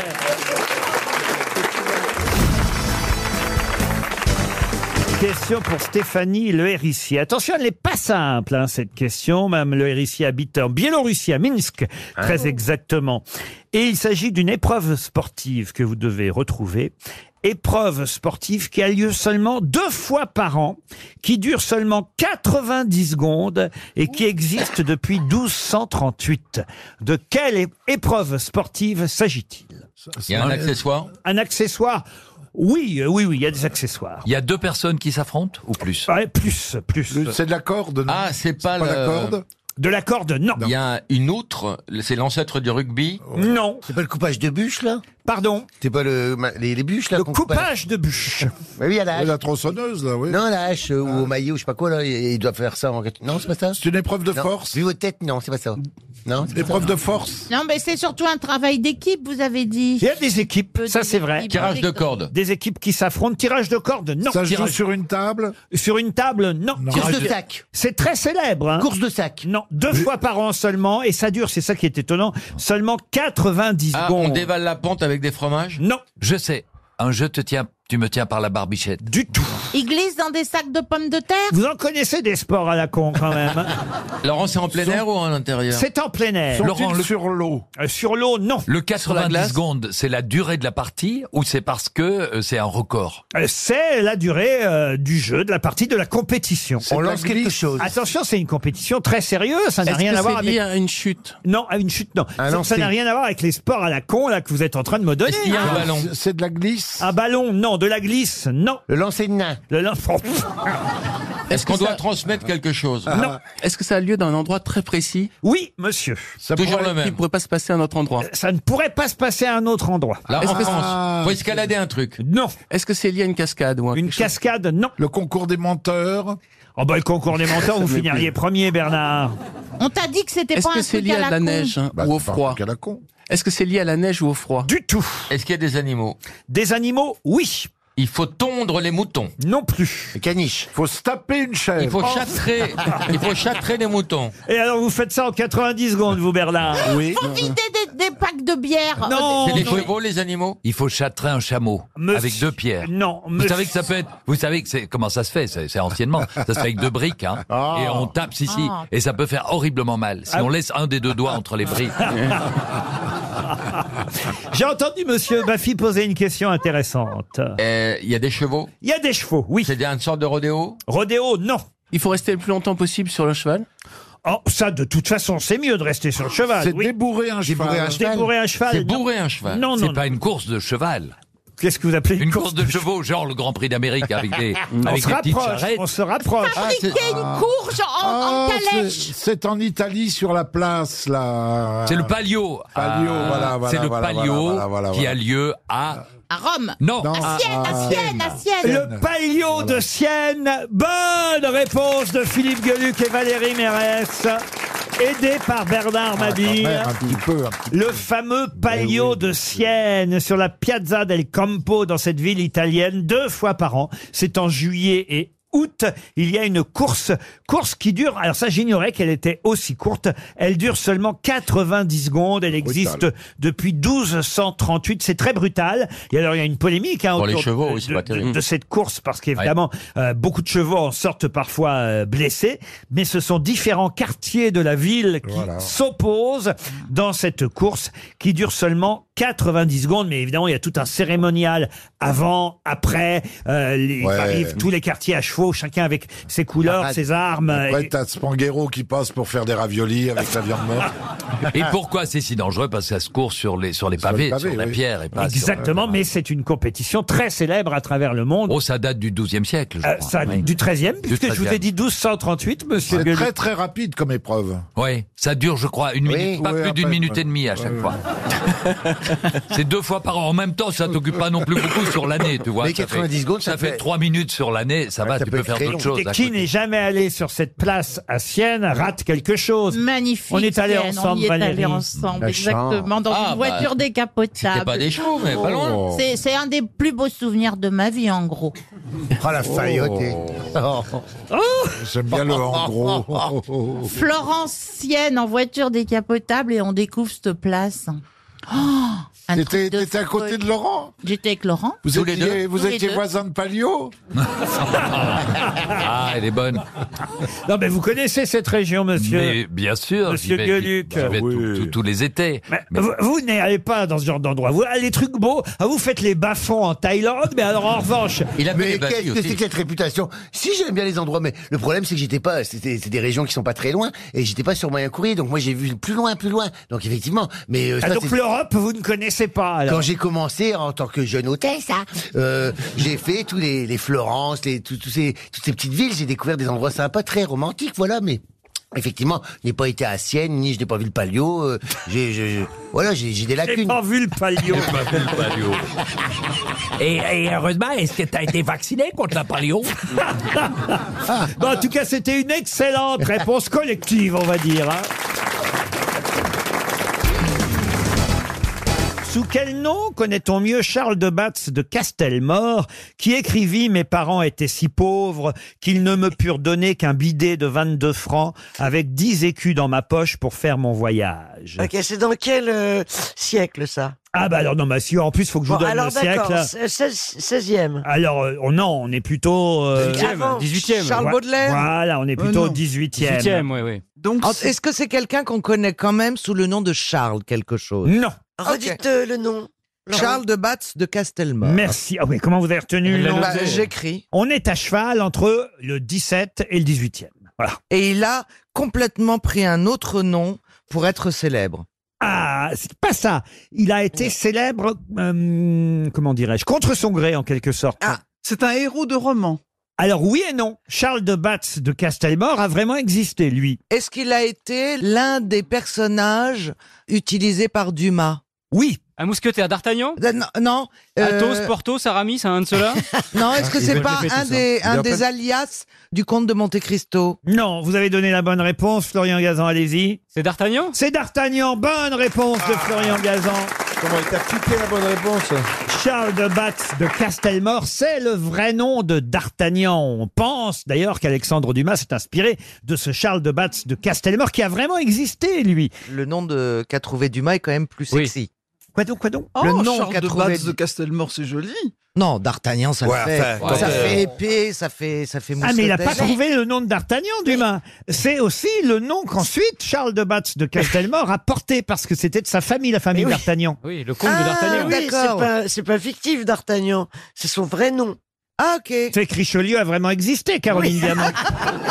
Speaker 1: Question pour Stéphanie Le Hérissier. Attention, elle n'est pas simple, hein, cette question. Même Le Hérissier habite en Biélorussie, à Minsk, très exactement. Et il s'agit d'une épreuve sportive que vous devez retrouver. Épreuve sportive qui a lieu seulement deux fois par an, qui dure seulement 90 secondes et qui existe depuis 1238. De quelle é- épreuve sportive s'agit-il Il y a un accessoire Un accessoire Oui, euh, oui, oui, il y a des accessoires.
Speaker 17: Il y a deux personnes qui s'affrontent ou plus
Speaker 1: Plus, plus.
Speaker 17: C'est de la corde, non Ah, c'est pas,
Speaker 1: pas la corde De la corde, non.
Speaker 6: Il y a une autre, c'est l'ancêtre du rugby.
Speaker 1: Non.
Speaker 6: C'est pas le coupage de bûche, là
Speaker 1: Pardon
Speaker 6: C'est pas le, ma- les, les bûches, là Le
Speaker 1: coupage de bûche
Speaker 6: Oui, oui, à la hache.
Speaker 16: La tronçonneuse, là, oui. Ah.
Speaker 6: Non, la hache euh, ou au maillot, je sais pas quoi, là, il il doit faire ça en... Non, c'est pas ça C'est
Speaker 16: une épreuve de
Speaker 6: force Vu aux têtes, non, c'est pas ça. Non, c'est pas
Speaker 16: Épreuve
Speaker 6: ça.
Speaker 16: de force.
Speaker 11: Non, mais c'est surtout un travail d'équipe, vous avez dit.
Speaker 1: Il y a des équipes, ça c'est vrai.
Speaker 11: Tirage de
Speaker 1: corde. Des équipes qui s'affrontent. Tirage de corde, non.
Speaker 16: Ça se joue
Speaker 1: Tirage-
Speaker 16: sur une table
Speaker 1: Sur une table, non.
Speaker 16: Course
Speaker 1: Tirage
Speaker 16: de sac.
Speaker 1: C'est très célèbre. Course de sac. Non, deux fois par an seulement, et ça dure, c'est ça qui est étonnant, seulement 90
Speaker 6: Ah,
Speaker 1: secondes.
Speaker 6: on
Speaker 17: dévale la pente avec des fromages
Speaker 1: Non.
Speaker 17: Je sais. Un je te tiens, tu me tiens par la barbichette.
Speaker 1: Du tout.
Speaker 11: Ils glissent dans des sacs de pommes de terre
Speaker 1: Vous en connaissez des sports à la con quand même. hein.
Speaker 6: Laurent, c'est en plein air ou en intérieur
Speaker 1: c'est en plein air.
Speaker 17: Sont-ils Laurent, le-
Speaker 1: sur l'eau Sur l'eau, non.
Speaker 17: Le
Speaker 1: Sur la
Speaker 17: 90
Speaker 1: glace
Speaker 17: secondes, c'est la durée de la partie ou c'est parce que euh, c'est un record
Speaker 1: Euh, C'est la durée euh, du jeu, de la partie, de la compétition.
Speaker 17: On de la lance glisse. quelque chose.
Speaker 1: Attention, c'est une compétition très sérieuse. Ça n'a
Speaker 17: Est-ce
Speaker 1: rien
Speaker 17: que
Speaker 1: à voir
Speaker 17: c'est
Speaker 1: avec
Speaker 17: lié
Speaker 1: une chute. Non, à une chute, non.
Speaker 5: Ah
Speaker 1: Ça- ça
Speaker 17: lancer.
Speaker 1: n'a rien à voir avec les sports à la con là que vous êtes en train de me donner.
Speaker 17: Est-ce qu'il y a un
Speaker 1: Ah,
Speaker 17: ballon
Speaker 1: c'est- C'est de la glisse. Un ballon, non. De la glisse, non. Le lancer de nain. Le lancer.
Speaker 6: Est-ce qu'on doit transmettre quelque chose
Speaker 1: Non.
Speaker 15: Est-ce que ça a lieu dans un endroit très précis
Speaker 1: Oui, monsieur. Euh,
Speaker 15: Ça
Speaker 6: Toujours
Speaker 15: pourrait,
Speaker 6: le même.
Speaker 15: Il pourrait pas se passer à un autre endroit.
Speaker 1: Ça ne pourrait pas se passer à un autre endroit.
Speaker 15: Là, en France,
Speaker 6: faut escalader un truc.
Speaker 1: Non.
Speaker 15: Est-ce que c'est lié à une cascade ou à
Speaker 1: Une cascade, non.
Speaker 16: Le concours des menteurs
Speaker 1: Oh bah le concours des menteurs, vous finiriez premier, Bernard.
Speaker 11: On t'a dit que c'était
Speaker 15: Est-ce
Speaker 11: pas
Speaker 15: que
Speaker 11: un
Speaker 15: c'est
Speaker 11: truc
Speaker 15: lié
Speaker 11: à la,
Speaker 15: à la
Speaker 11: con.
Speaker 15: neige hein,
Speaker 5: Bah,
Speaker 1: Bah,
Speaker 15: ou au froid Est-ce que c'est lié à la neige ou au froid
Speaker 1: Du tout.
Speaker 6: Est-ce qu'il y a des animaux
Speaker 1: Des animaux, oui.
Speaker 6: Il faut tondre les moutons.
Speaker 1: Non plus.
Speaker 6: Caniche.
Speaker 16: Faut se taper une chèvre.
Speaker 6: Il
Speaker 1: Oh.
Speaker 6: faut châtrer. Il faut châtrer les moutons.
Speaker 1: Et alors vous faites ça en 90 secondes, vous, Bernard
Speaker 11: Il faut vider des, des packs de bière.
Speaker 1: Ah, Non.
Speaker 11: Euh, des-
Speaker 17: chevaux, les animaux Il faut châtrer un chameau
Speaker 1: Monsieur-
Speaker 17: avec deux pierres.
Speaker 1: Non,
Speaker 17: Vous
Speaker 1: monsieur-
Speaker 17: savez que ça peut être. Vous savez que c'est comment ça se fait C'est c'est anciennement. Ça se fait avec deux briques, hein.
Speaker 16: Ah.
Speaker 17: Et on tape si si.
Speaker 1: Ah.
Speaker 17: Et ça peut faire horriblement mal si
Speaker 1: Ah.
Speaker 17: on laisse un des deux doigts entre les briques.
Speaker 1: J'ai entendu Monsieur Baffy poser une question intéressante.
Speaker 6: Euh, Il y a des chevaux
Speaker 1: Il y a des chevaux, oui.
Speaker 6: C'est une sorte de rodéo
Speaker 1: Rodéo, non.
Speaker 15: Il faut rester le plus longtemps possible sur le cheval
Speaker 1: Oh, ça, de toute façon, c'est mieux de rester sur le cheval.
Speaker 16: C'est
Speaker 1: oui.
Speaker 16: débourrer un cheval.
Speaker 1: Débourrer un cheval. Débourrer un cheval,
Speaker 17: C'est
Speaker 1: non.
Speaker 17: bourrer un cheval.
Speaker 1: Non, non,
Speaker 17: C'est pas une course de cheval.
Speaker 1: Qu'est-ce que vous appelez
Speaker 17: une course de chevaux, genre le Grand Prix d'Amérique avec des,
Speaker 1: On
Speaker 17: avec
Speaker 1: se
Speaker 17: des petites
Speaker 1: rapproche,
Speaker 17: charrettes
Speaker 1: on se rapproche.
Speaker 11: Fabriquer une courge en, en
Speaker 16: Ah,
Speaker 11: calèche.
Speaker 16: c'est- C'est en Italie sur la place là.
Speaker 17: C'est le palio.
Speaker 16: Palio,
Speaker 17: Ah,
Speaker 16: voilà, voilà,
Speaker 17: C'est le
Speaker 16: voilà,
Speaker 17: palio
Speaker 16: voilà, voilà, voilà,
Speaker 17: qui
Speaker 16: voilà.
Speaker 17: a lieu à.
Speaker 11: À Rome.
Speaker 17: Non,
Speaker 11: À Sienne, à Sienne, à Sienne.
Speaker 1: Ah, Le palio de Sienne. Bonne réponse de Philippe Gueluc et Valérie Mérès. Aidé par Bernard Mabille.
Speaker 16: Ah, même, un petit peu, Eh un petit
Speaker 1: Le fameux palio de Sienne sur la Piazza del Campo dans cette ville italienne deux fois par an. C'est en juillet et août. Il y a une course, course qui dure. Alors ça, j'ignorais qu'elle était aussi courte. Elle dure seulement 90 secondes. Elle existe depuis 1238. C'est très brutal. Et alors il y a une polémique hein,
Speaker 6: Pour les
Speaker 1: autour
Speaker 6: chevaux,
Speaker 1: de,
Speaker 6: oui, c'est
Speaker 1: de-
Speaker 6: pas
Speaker 1: de-
Speaker 6: terrible.
Speaker 1: de cette course parce qu'évidemment euh, beaucoup de chevaux en sortent parfois euh, blessés, mais ce sont différents quartiers de la ville qui s'opposent dans cette course qui dure seulement 90 secondes, mais évidemment il y a tout un cérémonial avant, après, euh, les,
Speaker 16: Ouais.
Speaker 1: arrivent tous les quartiers à chevaux, chacun avec ses couleurs, ses armes.
Speaker 16: Après,
Speaker 1: et-
Speaker 16: t'as Spanghero qui passe pour faire des raviolis avec la viande morte.
Speaker 17: Et pourquoi c'est si dangereux Parce que ça se court sur les, sur les pavés, sur,
Speaker 16: pavé,
Speaker 17: la
Speaker 16: oui.
Speaker 17: pierre et pas sur-
Speaker 1: Exactement, mais c'est une compétition très célèbre à travers le monde.
Speaker 17: Oh, ça date du XIIe siècle, je
Speaker 1: Euh,
Speaker 17: crois.
Speaker 1: ça,
Speaker 17: Oui.
Speaker 1: Du 13e,
Speaker 17: Du
Speaker 1: puisque je vous ai
Speaker 17: 13e.
Speaker 1: dit 1238, monsieur
Speaker 16: C'est
Speaker 1: Gueluc.
Speaker 16: très très rapide comme épreuve.
Speaker 17: Oui, euh, ça dure, je crois, une
Speaker 16: Oui.
Speaker 17: minute, pas
Speaker 16: Oui,
Speaker 17: plus d'une
Speaker 16: après,
Speaker 17: minute
Speaker 16: ouais.
Speaker 17: et demie à chaque
Speaker 16: Ouais,
Speaker 17: fois. c'est deux fois par an. En même temps, ça t'occupe pas non plus beaucoup sur l'année, tu vois.
Speaker 6: Mais
Speaker 17: ça
Speaker 6: 90
Speaker 17: fait,
Speaker 6: secondes, ça
Speaker 17: ça fait
Speaker 6: fait-
Speaker 17: trois minutes sur l'année, ça va, tu peux faire d'autres choses.
Speaker 1: Et
Speaker 17: à
Speaker 1: qui
Speaker 17: côté.
Speaker 1: n'est jamais allé sur cette place à Sienne rate quelque chose.
Speaker 11: Magnifique.
Speaker 1: On est allés
Speaker 11: Sienne,
Speaker 1: ensemble,
Speaker 11: On y est
Speaker 1: Valérie.
Speaker 11: allés ensemble,
Speaker 1: La
Speaker 11: exactement, dans
Speaker 6: Ah,
Speaker 11: une
Speaker 6: bah,
Speaker 11: voiture
Speaker 6: c'était
Speaker 11: décapotable.
Speaker 6: pas des chevaux, mais pas loin.
Speaker 11: C'est- C'est un des plus beaux souvenirs de ma vie, en gros.
Speaker 6: Ah la Oh.
Speaker 16: failloté. Oh. J'aime bien le en gros.
Speaker 11: Florence Sienne en voiture décapotable et on découvre cette place. Oh, un truc
Speaker 16: T'étais
Speaker 11: de
Speaker 16: t'étais à côté
Speaker 11: folie.
Speaker 16: de Laurent
Speaker 11: J'étais avec Laurent.
Speaker 16: Vous
Speaker 11: Tous les
Speaker 16: étiez,
Speaker 11: deux.
Speaker 16: vous
Speaker 11: Tous les
Speaker 16: étiez
Speaker 11: deux.
Speaker 16: voisin de Palio
Speaker 17: Ah, elle est bonne.
Speaker 1: Non, mais vous connaissez cette région, monsieur.
Speaker 17: Mais bien sûr,
Speaker 1: Monsieur
Speaker 17: j'y vais, j'y-
Speaker 1: Gueluc.
Speaker 17: j'y vais tout- tout- tous les étés. Mais-
Speaker 1: Vous, vous n'allez pas dans ce genre d'endroit. Vous allez les trucs beaux. Ah, vous faites les bas-fonds en Thaïlande, mais alors en revanche.
Speaker 6: Il a
Speaker 9: Mais
Speaker 6: fait des
Speaker 9: qu'est-ce
Speaker 6: bâtis
Speaker 9: que c'est
Speaker 6: aussi.
Speaker 9: que cette réputation Si j'aime bien les endroits, mais le problème c'est que j'étais pas, c'était c'est des régions qui sont pas très loin et j'étais pas sur moyen courrier, donc moi j'ai vu plus loin, plus loin. Donc effectivement, mais euh,
Speaker 1: Ah,
Speaker 9: ça,
Speaker 1: donc
Speaker 9: c'est-
Speaker 1: Laurent l'Europe, vous ne connaissez pas. alors.
Speaker 8: Quand j'ai commencé en tant que jeune hôtesse, hein, euh, j'ai fait tous les, les Florence, les, tout- tous ces, toutes ces petites villes. J'ai découvert des endroits sympas, très romantiques, voilà. Mais effectivement, je n'ai pas été à Sienne, ni je n'ai pas vu le Palio. euh, j'ai, je- je- voilà, j'ai, j'ai des lacunes. J'ai pas
Speaker 1: vu le Palio.
Speaker 6: Et, et heureusement, est-ce que tu as été vacciné contre la polio
Speaker 1: Bon, en tout cas, c'était une excellente réponse collective, on va dire. hein. Sous quel nom connaît-on mieux Charles de Batz de Castelmore, qui écrivit Mes parents étaient si pauvres qu'ils ne me purent donner qu'un bidet de 22 francs avec 10 écus dans ma poche pour faire mon voyage
Speaker 17: Ok, c'est dans quel euh, siècle ça
Speaker 1: Ah, bah alors, non, bah si, en plus, faut que je vous
Speaker 17: Bon,
Speaker 1: donne
Speaker 17: alors
Speaker 1: le siècle. hein.
Speaker 17: d'accord, c'est- seize- 16e.
Speaker 1: Alors, euh, oh non, on est plutôt. euh,
Speaker 17: 18e, Avant, 18e. Charles
Speaker 1: Voi-
Speaker 17: Baudelaire
Speaker 1: Voilà, on est
Speaker 5: Euh,
Speaker 1: plutôt
Speaker 5: non.
Speaker 1: 18e.
Speaker 5: 18e, oui, oui.
Speaker 17: Donc,
Speaker 5: En-
Speaker 17: c'est-
Speaker 5: est-ce que c'est quelqu'un qu'on connaît quand même sous le nom de Charles quelque chose
Speaker 1: Non.
Speaker 17: Redites euh, le nom.
Speaker 5: Charles de Batz de Castelmore.
Speaker 1: Merci. Ah oui, comment vous avez retenu le nom
Speaker 5: Bah, J'écris.
Speaker 1: On est à cheval entre le 17 et le 18e. Voilà.
Speaker 5: Et il a complètement pris un autre nom pour être célèbre.
Speaker 1: Ah, c'est pas ça. Il a été célèbre, euh, comment dirais-je, contre son gré en quelque sorte.
Speaker 5: Ah, c'est un héros de roman.
Speaker 1: Alors oui et non. Charles de Batz de Castelmore a vraiment existé, lui.
Speaker 5: Est-ce qu'il a été l'un des personnages utilisés par Dumas
Speaker 1: Oui.
Speaker 5: Un mousquetaire d'Artagnan Non. non euh,
Speaker 7: Athos, Porthos, Aramis, un de ceux-là
Speaker 5: non,
Speaker 3: Ah,
Speaker 5: est-ce que
Speaker 7: Ah, Il
Speaker 5: c'est
Speaker 7: veut
Speaker 5: pas
Speaker 7: le fait,
Speaker 5: un
Speaker 7: tout
Speaker 5: des,
Speaker 7: ça.
Speaker 5: un
Speaker 7: Il
Speaker 5: des
Speaker 7: appelle-
Speaker 5: alias du comte de Monte Cristo
Speaker 1: Non, vous avez donné la bonne réponse, Florian Gazan, allez-y.
Speaker 7: C'est D'Artagnan
Speaker 1: C'est D'Artagnan, bonne réponse de Florian Gazan.
Speaker 7: Ah. Comment il t'a piqué la bonne réponse
Speaker 1: Charles de Batz de Castelmore, c'est le vrai nom de D'Artagnan. On pense d'ailleurs qu'Alexandre Dumas s'est inspiré de ce Charles de Batz de Castelmore qui a vraiment existé, lui.
Speaker 5: Le nom de qu'a trouvé Dumas est quand même plus sexy.
Speaker 1: Quoi donc, Oh, quoi donc
Speaker 5: Le nom qu'a trouvé
Speaker 3: de Castelmore, c'est joli.
Speaker 5: Non, D'Artagnan, ça le
Speaker 7: Ouais,
Speaker 5: fait.
Speaker 7: enfin,
Speaker 5: ça
Speaker 7: quand, euh,
Speaker 5: fait épée, ça fait, ça fait
Speaker 1: Ah, mais il n'a pas
Speaker 5: mousquetaire.
Speaker 1: trouvé le nom de D'Artagnan, Dumas. C'est aussi le nom qu'ensuite Charles de Batz de Castelmore a porté, parce que c'était de sa famille, la famille
Speaker 17: Eh oui.
Speaker 1: d'Artagnan.
Speaker 7: Oui, le
Speaker 17: ah, oui, c'est pas, c'est pas fictif d'Artagnan, c'est son vrai nom.
Speaker 5: Ah, ok.
Speaker 1: C'est que Richelieu a vraiment existé, Caroline Diamant.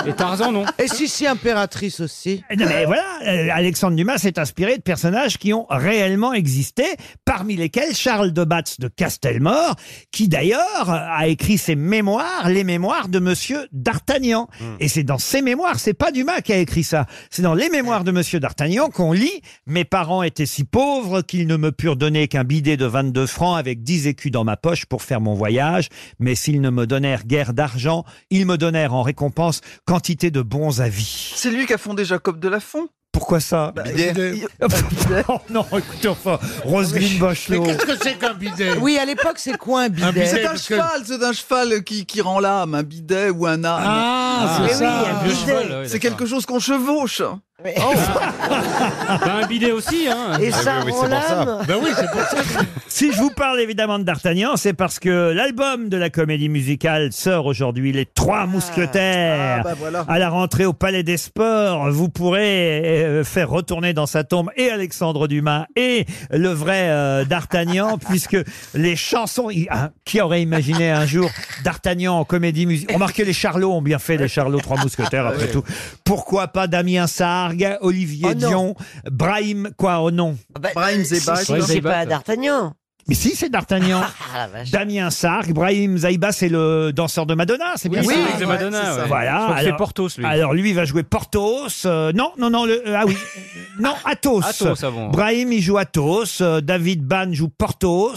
Speaker 5: Et Tarzan, non Et si, si, impératrice aussi.
Speaker 1: Non, mais voilà, euh, Alexandre Dumas s'est inspiré de personnages qui ont réellement existé, parmi lesquels Charles de Batz de Castelmore, qui d'ailleurs euh, a écrit ses mémoires, les mémoires de Monsieur d'Artagnan.
Speaker 5: Hmm.
Speaker 1: Et c'est dans ses mémoires, c'est pas Dumas qui a écrit ça, c'est dans les mémoires de Monsieur d'Artagnan qu'on lit « Mes parents étaient si pauvres qu'ils ne me purent donner qu'un bidet de 22 francs avec 10 écus dans ma poche pour faire mon voyage, mais s'ils ne me donnèrent guère d'argent, ils me donnèrent en récompense quantité de bons avis. »
Speaker 3: C'est lui qui a fondé Jacob Delafont.
Speaker 1: Pourquoi ça Oh non, écoutez, enfin, Roselyne Bachelot.
Speaker 3: c'est qu'un bidet
Speaker 5: Oui, à l'époque, c'est quoi un bidet
Speaker 3: C'est un cheval, c'est un cheval qui, qui rend l'âme, un bidet ou un âne.
Speaker 5: Ah,
Speaker 3: Mais
Speaker 5: c'est ça,
Speaker 3: oui, un
Speaker 5: un vieux
Speaker 3: bidet.
Speaker 5: cheval, Oh. oui,
Speaker 3: c'est quelque chose qu'on chevauche.
Speaker 1: Bah,
Speaker 7: Un bidet aussi, hein
Speaker 3: Et ça Ah oui, oui, rend c'est pour ça.
Speaker 5: Bah
Speaker 3: l'âme. Ben oui, c'est
Speaker 7: pour ça.
Speaker 1: Si je vous parle évidemment de D'Artagnan, c'est parce que l'album de la comédie musicale sort aujourd'hui, Les Trois Mousquetaires.
Speaker 3: Ah, bah voilà.
Speaker 1: À la rentrée au Palais des Sports, vous pourrez euh, faire retourner dans sa tombe et Alexandre Dumas et le vrai euh, D'Artagnan, puisque les chansons... il- ah, qui aurait imaginé un jour D'Artagnan en comédie musicale Remarquez, les Charlots ont bien fait, les Charlots Trois Mousquetaires, après tout. Pourquoi pas Damien Sargue, Olivier Dion, Brahim... Quoi, oh non
Speaker 3: Brahim Zeba,
Speaker 17: Si, si, c'est pas d'Artagnan.
Speaker 1: mais si, c'est D'Artagnan. Damien Sark, Brahim Zaïba, c'est le danseur de Madonna, c'est
Speaker 7: Oui,
Speaker 1: bien
Speaker 7: c'est
Speaker 1: ça
Speaker 7: lui de Madonna, Ouais, c'est ça. ouais.
Speaker 1: Voilà.
Speaker 7: Je crois que c'est
Speaker 1: alors-
Speaker 7: Porthos, lui.
Speaker 1: Alors lui, il va jouer Portos. euh, non, non, non. le- euh, ah oui. non, Athos.
Speaker 7: Athos, ah avant.
Speaker 1: Brahim, il joue Athos. euh, David Ban joue Portos.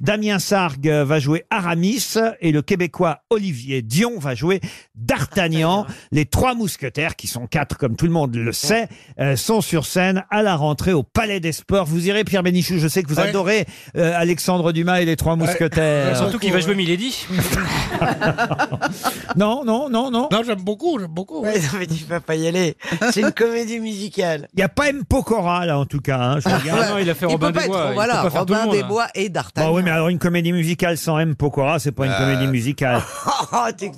Speaker 1: Damien Sarg euh, va jouer Aramis. Et le Québécois Olivier Dion va jouer D'Artagnan. Les trois mousquetaires, qui sont quatre, comme tout le monde le sait, euh, sont sur scène à la rentrée au Palais des Sports. Vous irez, Pierre Bénichou, je sais que vous
Speaker 7: Ouais.
Speaker 1: adorez euh, Alexandre Dumas et les trois mousquetaires.
Speaker 5: Bah,
Speaker 7: Surtout qu'il va jouer Milady.
Speaker 1: Non, non, non, non.
Speaker 7: Non, j'aime beaucoup, j'aime beaucoup.
Speaker 17: Ouais, non, mais tu vas pas y aller. C'est une comédie musicale.
Speaker 1: Il n'y a pas M. Pokora, là, en tout cas. hein, je regarde.
Speaker 7: Ah non, il a fait Il Robin peut pas des être- Bois, il voilà, peut pas faire Robin tout le monde, des hein. Bois
Speaker 5: et
Speaker 1: D'Artagnan. Bon, oui, mais alors une comédie musicale sans M. Pokora, c'est pas une
Speaker 7: Euh.
Speaker 1: comédie musicale.
Speaker 5: Oh,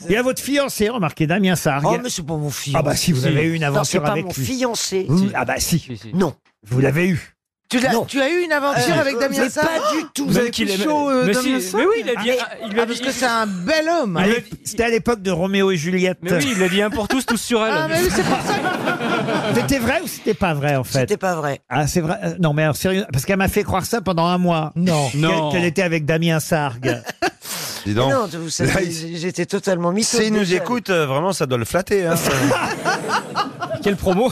Speaker 1: Il y a votre fiancé, remarquez, Damien Sargue.
Speaker 17: Oh, mais c'est pas mon fiancé.
Speaker 1: Ah bah si, vous avez eu une
Speaker 17: Non,
Speaker 1: aventure
Speaker 17: c'est pas
Speaker 1: avec
Speaker 17: mon
Speaker 1: lui.
Speaker 17: fiancé.
Speaker 1: Vous- Ah bah si.
Speaker 17: Non.
Speaker 1: Vous l'avez eu.
Speaker 26: Tu, l'as- tu as eu une aventure
Speaker 5: Ah,
Speaker 27: Euh,
Speaker 26: avec Damien
Speaker 27: mais
Speaker 26: Sarr
Speaker 27: pas du tout. Vous avez
Speaker 1: qu'il
Speaker 27: plus
Speaker 1: aimait-
Speaker 27: chaud, euh,
Speaker 1: Mais
Speaker 27: Damien
Speaker 1: si,
Speaker 27: Sarr
Speaker 1: mais oui, il a
Speaker 27: Ah,
Speaker 1: dit-
Speaker 27: mais-
Speaker 1: il lui a
Speaker 27: ah, parce
Speaker 1: dit-
Speaker 27: que c'est un bel homme. Ah,
Speaker 1: À l'ép- C'était à l'époque de Roméo et Juliette.
Speaker 27: Mais oui, il a dit un
Speaker 1: pour tous, tous sur
Speaker 27: Ah, mais oui, c'est pour ça
Speaker 1: C'était vrai ou c'était pas vrai en fait C'était
Speaker 26: pas vrai.
Speaker 1: Ah, c'est vrai. Euh, Non, mais alors sérieux, parce qu'elle m'a fait croire ça pendant un mois. Non.
Speaker 26: Non.
Speaker 1: Qu'elle était avec Damien Sargue.
Speaker 21: Dis
Speaker 26: Mais
Speaker 21: donc.
Speaker 26: Non, vous savez,
Speaker 21: Là, il-
Speaker 26: j'ai- j'étais totalement mis.
Speaker 21: S'il nous écoute, euh, vraiment, ça doit le flatter. Hein. Quelle promo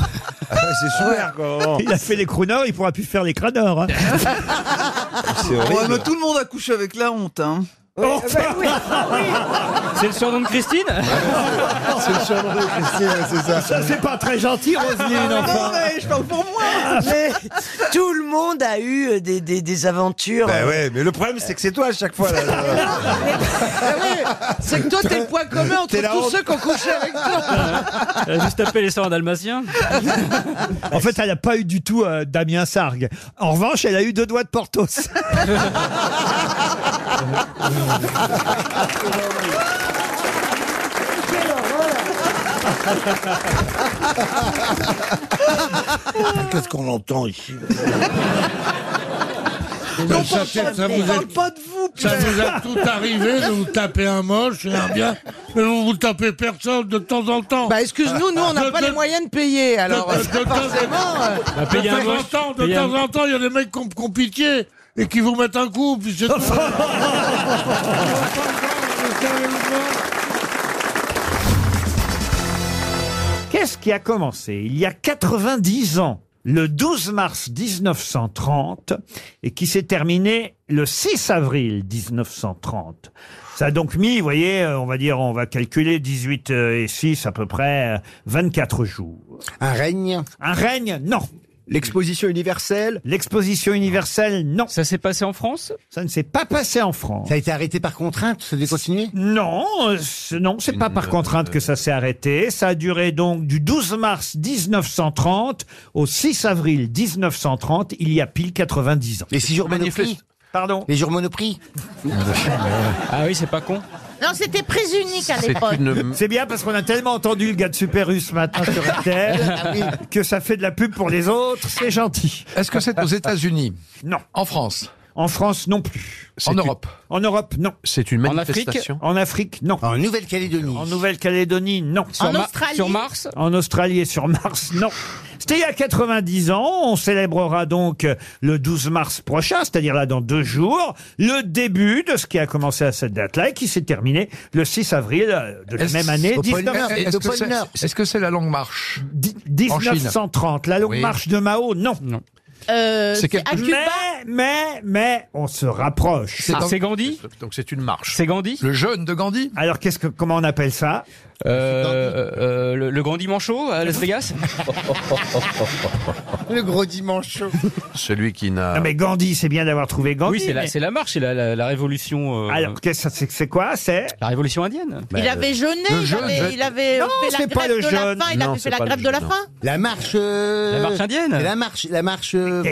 Speaker 27: Ah,
Speaker 21: C'est super, quoi.
Speaker 1: Il a fait les crooners, il pourra plus faire les crâneurs. hein.
Speaker 21: C'est horrible.
Speaker 7: Ouais, mais tout le monde a couché avec la honte. Hein.
Speaker 26: euh, bah Ah,
Speaker 5: C'est le surnom de Christine
Speaker 3: C'est le surnom de Christine, ouais, c'est ça.
Speaker 1: Ça, c'est pas très gentil, Roselyne.
Speaker 3: enfin.
Speaker 26: Ah, mais je parle pour moi. tout le monde a eu euh, des, des, des aventures.
Speaker 21: Ben ouais, mais le problème, c'est que c'est toi à chaque fois. là.
Speaker 5: C'est que toi, t'es le point commun entre
Speaker 21: T'es la
Speaker 5: tous
Speaker 21: honte.
Speaker 5: ceux qui ont couché avec toi. Elle a juste appelé les soeurs dalmatiens.
Speaker 1: En fait, elle n'a pas eu du tout euh, Damien Sargue. En revanche, elle a eu deux doigts de Portos.
Speaker 3: Ah, Qu'est-ce qu'on entend ici
Speaker 7: Mais on
Speaker 3: ça,
Speaker 7: parle
Speaker 3: c'est-
Speaker 7: pas de-
Speaker 3: ça
Speaker 7: on
Speaker 3: vous
Speaker 7: parle
Speaker 3: est-
Speaker 7: pas de vous,
Speaker 3: Ça
Speaker 7: Pierre.
Speaker 3: vous a tout arrivé de vous taper un moche et un bien, mais vous vous tapez personne de temps en temps.
Speaker 27: Bah, excuse-nous, nous, on n'a
Speaker 3: De-
Speaker 27: pas
Speaker 3: de-
Speaker 27: les moyens de payer, alors
Speaker 3: de- de- de-
Speaker 27: forcément. euh,
Speaker 5: Bah,
Speaker 3: de- de temps en temps, de temps en temps, il y a des mecs qui ont qui ont pitié et qui vous mettent un coup, puis c'est tout.
Speaker 1: Qu'est-ce qui a commencé il y a 90 ans, le 12 mars 1930, et qui s'est terminé le 6 avril 1930 Ça a donc mis, vous voyez, euh, on va dire, on va calculer 18 euh, et 6 à peu près euh, 24 jours.
Speaker 8: Un règne
Speaker 1: Un règne, non.
Speaker 8: L'exposition universelle
Speaker 1: L'exposition universelle, non.
Speaker 5: Ça s'est passé en France
Speaker 1: Ça ne s'est pas passé en France.
Speaker 8: Ça a été arrêté par contrainte Ça devait continuer
Speaker 1: Non, euh, ce- non, c'est pas par contrainte que ça s'est arrêté. Ça a duré donc du 12 mars 1930 au 6 avril 1930, il y a pile 90 ans. Les six jours
Speaker 8: Monoprix
Speaker 1: Pardon
Speaker 8: Les jours Monoprix
Speaker 5: Ah oui, c'est pas con.
Speaker 11: Non, c'était très unique à l'époque.
Speaker 1: C'est bien parce qu'on a tellement entendu le gars de Super U ce matin sur
Speaker 27: Ah
Speaker 1: RTL que ça fait de la pub pour les autres, c'est gentil.
Speaker 6: Est-ce que c'est aux États-Unis
Speaker 1: Non.
Speaker 6: En France
Speaker 1: En France non plus.
Speaker 6: En Europe
Speaker 1: En Europe, non.
Speaker 6: C'est une manifestation
Speaker 1: En Afrique, non. En Nouvelle-Calédonie. En Nouvelle-Calédonie, non.
Speaker 5: Sur En Ma- Australie sur Mars
Speaker 1: En Australie et sur Mars, non. C'était il y a 90 ans. On célébrera donc le 12 mars prochain, c'est-à-dire là dans deux jours, le début de ce qui a commencé à cette date-là et qui s'est terminé le 6 avril euh, de la
Speaker 6: Est-ce-
Speaker 1: même année,
Speaker 6: au pôle
Speaker 1: 19...
Speaker 6: Nord, Est-ce que c'est est-ce que c'est la longue marche en Chine
Speaker 1: 1930. La longue
Speaker 6: Oui.
Speaker 1: marche de Mao, non.
Speaker 5: Euh,
Speaker 6: C'est c'est quelque à chose- Cuba
Speaker 1: Mais, mais, mais, on se rapproche.
Speaker 6: Ah, C'est en- Donc c'est une marche.
Speaker 5: C'est Gandhi
Speaker 6: Le jeûne de Gandhi
Speaker 1: Alors qu'est-ce que comment on appelle ça
Speaker 5: le, le grand dimanchot à Las Vegas
Speaker 3: Le gros dimanche chaud.
Speaker 6: Celui qui n'a.
Speaker 1: Non mais Gandhi, c'est bien d'avoir trouvé Gandhi.
Speaker 5: Ah. Oui, c'est la,
Speaker 1: mais-
Speaker 5: c'est la marche, c'est la, la- la révolution. euh,
Speaker 1: Alors qu'est-ce que c'est- c'est quoi C'est
Speaker 5: La révolution indienne. Bah,
Speaker 11: Il avait jeûné, il
Speaker 5: Ah,
Speaker 11: avait- il avait
Speaker 8: Non,
Speaker 11: fait la
Speaker 8: c'est pas
Speaker 11: grève
Speaker 8: le
Speaker 11: de la
Speaker 8: jeûne.
Speaker 11: faim, il avait fait la grève de la faim.
Speaker 8: La marche. euh,
Speaker 5: La marche indienne
Speaker 8: La marche. La marche. euh,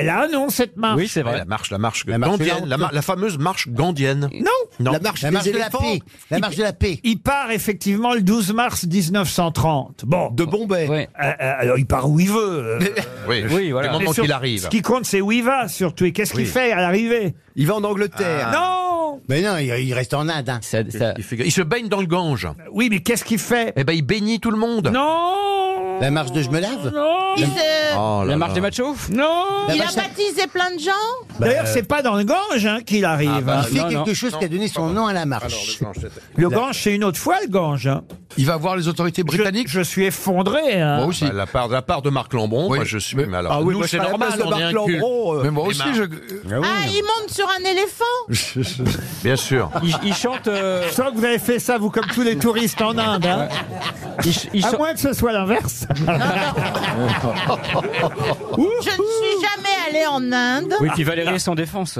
Speaker 1: Elle a un nom cette marche.
Speaker 5: Oui, c'est vrai.
Speaker 21: La marche, la marche
Speaker 8: marche
Speaker 21: gandienne,
Speaker 8: lente.
Speaker 21: la, mar- la fameuse marche gandienne.
Speaker 1: Non,
Speaker 21: Non.
Speaker 8: La marche, des
Speaker 21: de la
Speaker 8: éléphants.
Speaker 21: paix.
Speaker 8: La marche de la paix.
Speaker 1: Il part effectivement le 12 mars 1930. Bon. De
Speaker 21: Bombay.
Speaker 1: alors il part où il veut. euh,
Speaker 21: Oui,
Speaker 5: Oui,
Speaker 21: du
Speaker 5: voilà.
Speaker 21: moment
Speaker 1: mais sur-
Speaker 21: qu'il arrive.
Speaker 1: Ce qui compte, c'est où il va surtout et qu'est-ce
Speaker 21: Oui.
Speaker 1: qu'il fait à l'arrivée. Ah.
Speaker 21: Il va en Angleterre.
Speaker 1: Non.
Speaker 8: Mais non, il, il reste en Inde. hein.
Speaker 5: Ça- ça-
Speaker 21: Il, fait- il se baigne dans le Gange.
Speaker 1: Oui, mais qu'est-ce qu'il fait
Speaker 21: Eh ben, il bénit tout le monde.
Speaker 1: Non.
Speaker 8: La marche de je me lave
Speaker 1: Non.
Speaker 11: Il, s'est-
Speaker 21: Oh là
Speaker 5: la marche
Speaker 21: là.
Speaker 5: des machos
Speaker 1: Non.
Speaker 11: il a
Speaker 8: vache-
Speaker 11: baptisé plein de gens.
Speaker 1: Bah,
Speaker 5: Bah,
Speaker 1: D'ailleurs,
Speaker 5: euh,
Speaker 1: c'est pas dans le Gange hein, qu'il arrive. hein.
Speaker 8: Ah, Il fait
Speaker 5: Ah, non,
Speaker 8: quelque
Speaker 5: non.
Speaker 8: chose qui a donné son nom à la marche.
Speaker 1: Le Gange, c'est une autre fois le Gange. hein.
Speaker 6: Il va voir les autorités
Speaker 1: Je,
Speaker 6: britanniques
Speaker 1: je suis effondré. hein.
Speaker 6: Moi aussi.
Speaker 21: Bah, la, part, la part de Marc Lambron,
Speaker 6: Oui.
Speaker 21: moi je suis.
Speaker 6: Mais-
Speaker 21: Mais alors,
Speaker 6: Ah oui,
Speaker 21: nous,
Speaker 6: moi, je suis
Speaker 21: c'est
Speaker 6: à la
Speaker 21: normal,
Speaker 6: place de
Speaker 21: on est
Speaker 6: Marc
Speaker 21: un cul.
Speaker 6: Lambron, euh, Mais moi
Speaker 5: Eh
Speaker 21: Et
Speaker 6: aussi,
Speaker 5: ben.
Speaker 21: Marc-
Speaker 6: je.
Speaker 11: Ah, il monte sur un éléphant.
Speaker 21: Bien sûr.
Speaker 5: Il, il chante. euh,
Speaker 1: Je sens que vous avez fait ça, vous, comme tous les touristes en Inde. hein.
Speaker 5: il ch- il
Speaker 1: À
Speaker 5: chan-
Speaker 1: moins que ce soit l'inverse.
Speaker 11: Je ne suis jamais allé en Inde.
Speaker 5: Oui, puis Valérie est sans défense.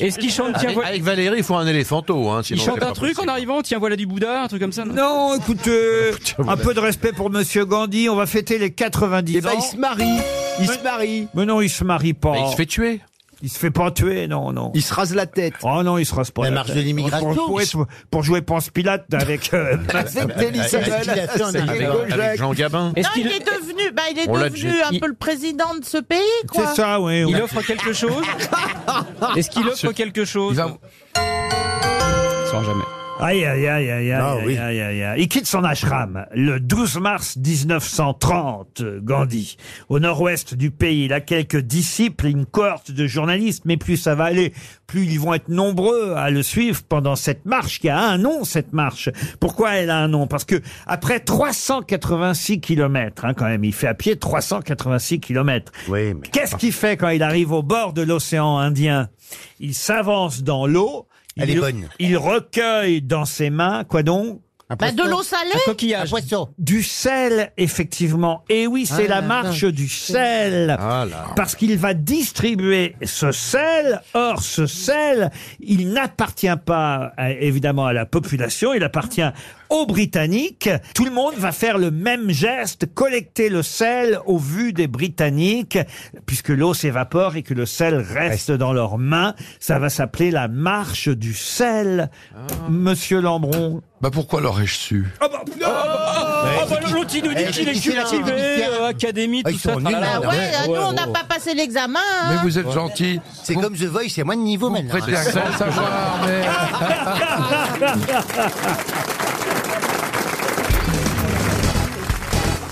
Speaker 5: Est-ce qu'il chante Tiens,
Speaker 21: Avec,
Speaker 5: voilà-
Speaker 21: avec Valérie, il faut un éléphanto. Hein,
Speaker 5: Il
Speaker 21: sinon,
Speaker 5: chante
Speaker 21: c'est
Speaker 5: un
Speaker 21: pas
Speaker 5: truc en arrivant Tiens, voilà du Bouddha, un truc comme ça non
Speaker 1: Non, écoutez, un peu de respect pour Monsieur Gandhi. On va fêter les 90 ans.
Speaker 8: marie. Il se marie.
Speaker 1: Mais non, il se marie pas.
Speaker 21: possible. Mais il se fait tuer.
Speaker 1: Il se fait pas tuer, non, non. Il se rase la tête. Oh non, il se rase pas
Speaker 8: La
Speaker 1: la,
Speaker 8: marche
Speaker 1: tête.
Speaker 8: de l'immigration.
Speaker 1: Pour, pour être- pour jouer Ponce Pilate avec... euh,
Speaker 8: Avec Denis Avec- Sagal. avec- avec-
Speaker 1: Hugo Jacques.
Speaker 28: Jean Gabin.
Speaker 11: Non, il est devenu, bah, il est
Speaker 1: On l'a
Speaker 11: devenu
Speaker 1: déjà-
Speaker 11: un
Speaker 1: il-
Speaker 11: peu le président de ce pays, quoi.
Speaker 1: C'est ça, oui.
Speaker 18: Il offre quelque chose Est-ce qu'il offre quelque chose
Speaker 1: Sans jamais. Aïe, aïe, aïe, aïe, aïe,
Speaker 18: Ah,
Speaker 1: aïe,
Speaker 18: oui.
Speaker 1: aïe, aïe, aïe. Il quitte son ashram le 12 mars 1930, Gandhi. Au nord-ouest du pays, il a quelques disciples, une cohorte de journalistes, mais plus ça va aller, plus ils vont être nombreux à le suivre pendant cette marche, qui a un nom, cette marche. Pourquoi elle a un nom Parce que après 386 kilomètres, hein, quand même, il fait à pied 386 kilomètres. Qu'est-ce qu'il fait quand il arrive au bord de l'océan Indien Il s'avance dans l'eau.
Speaker 8: Elle
Speaker 1: il,
Speaker 8: est bonne.
Speaker 1: Il recueille dans ses mains, quoi donc
Speaker 11: Bah, de l'eau salée
Speaker 1: Du sel, effectivement. Et oui, c'est
Speaker 8: Ah là
Speaker 1: la
Speaker 8: Ah
Speaker 1: marche
Speaker 8: là.
Speaker 1: du sel. Parce qu'il va distribuer ce sel. Or, ce sel, il n'appartient pas euh, évidemment à la population, il appartient aux Britanniques. Tout le monde va faire le même geste, collecter le sel au vu des Britanniques, puisque l'eau s'évapore et que le sel reste dans leurs mains. Ça va s'appeler la marche du sel,
Speaker 8: Ah.
Speaker 1: monsieur Lambron. Bah pourquoi l'aurais-je su
Speaker 5: Eh,
Speaker 18: Ah, bah, L'autre, il nous dit qu'il est cultivé, euh,
Speaker 8: Ah,
Speaker 18: académie, tout ça.
Speaker 8: hein.
Speaker 11: Bah ouais, euh, nous, on n'a
Speaker 18: ouais.
Speaker 11: pas passé l'examen. hein.
Speaker 8: gentil. C'est comme The Voice, c'est moins de niveau maintenant.
Speaker 11: prêtez un grand
Speaker 8: savoir, mais...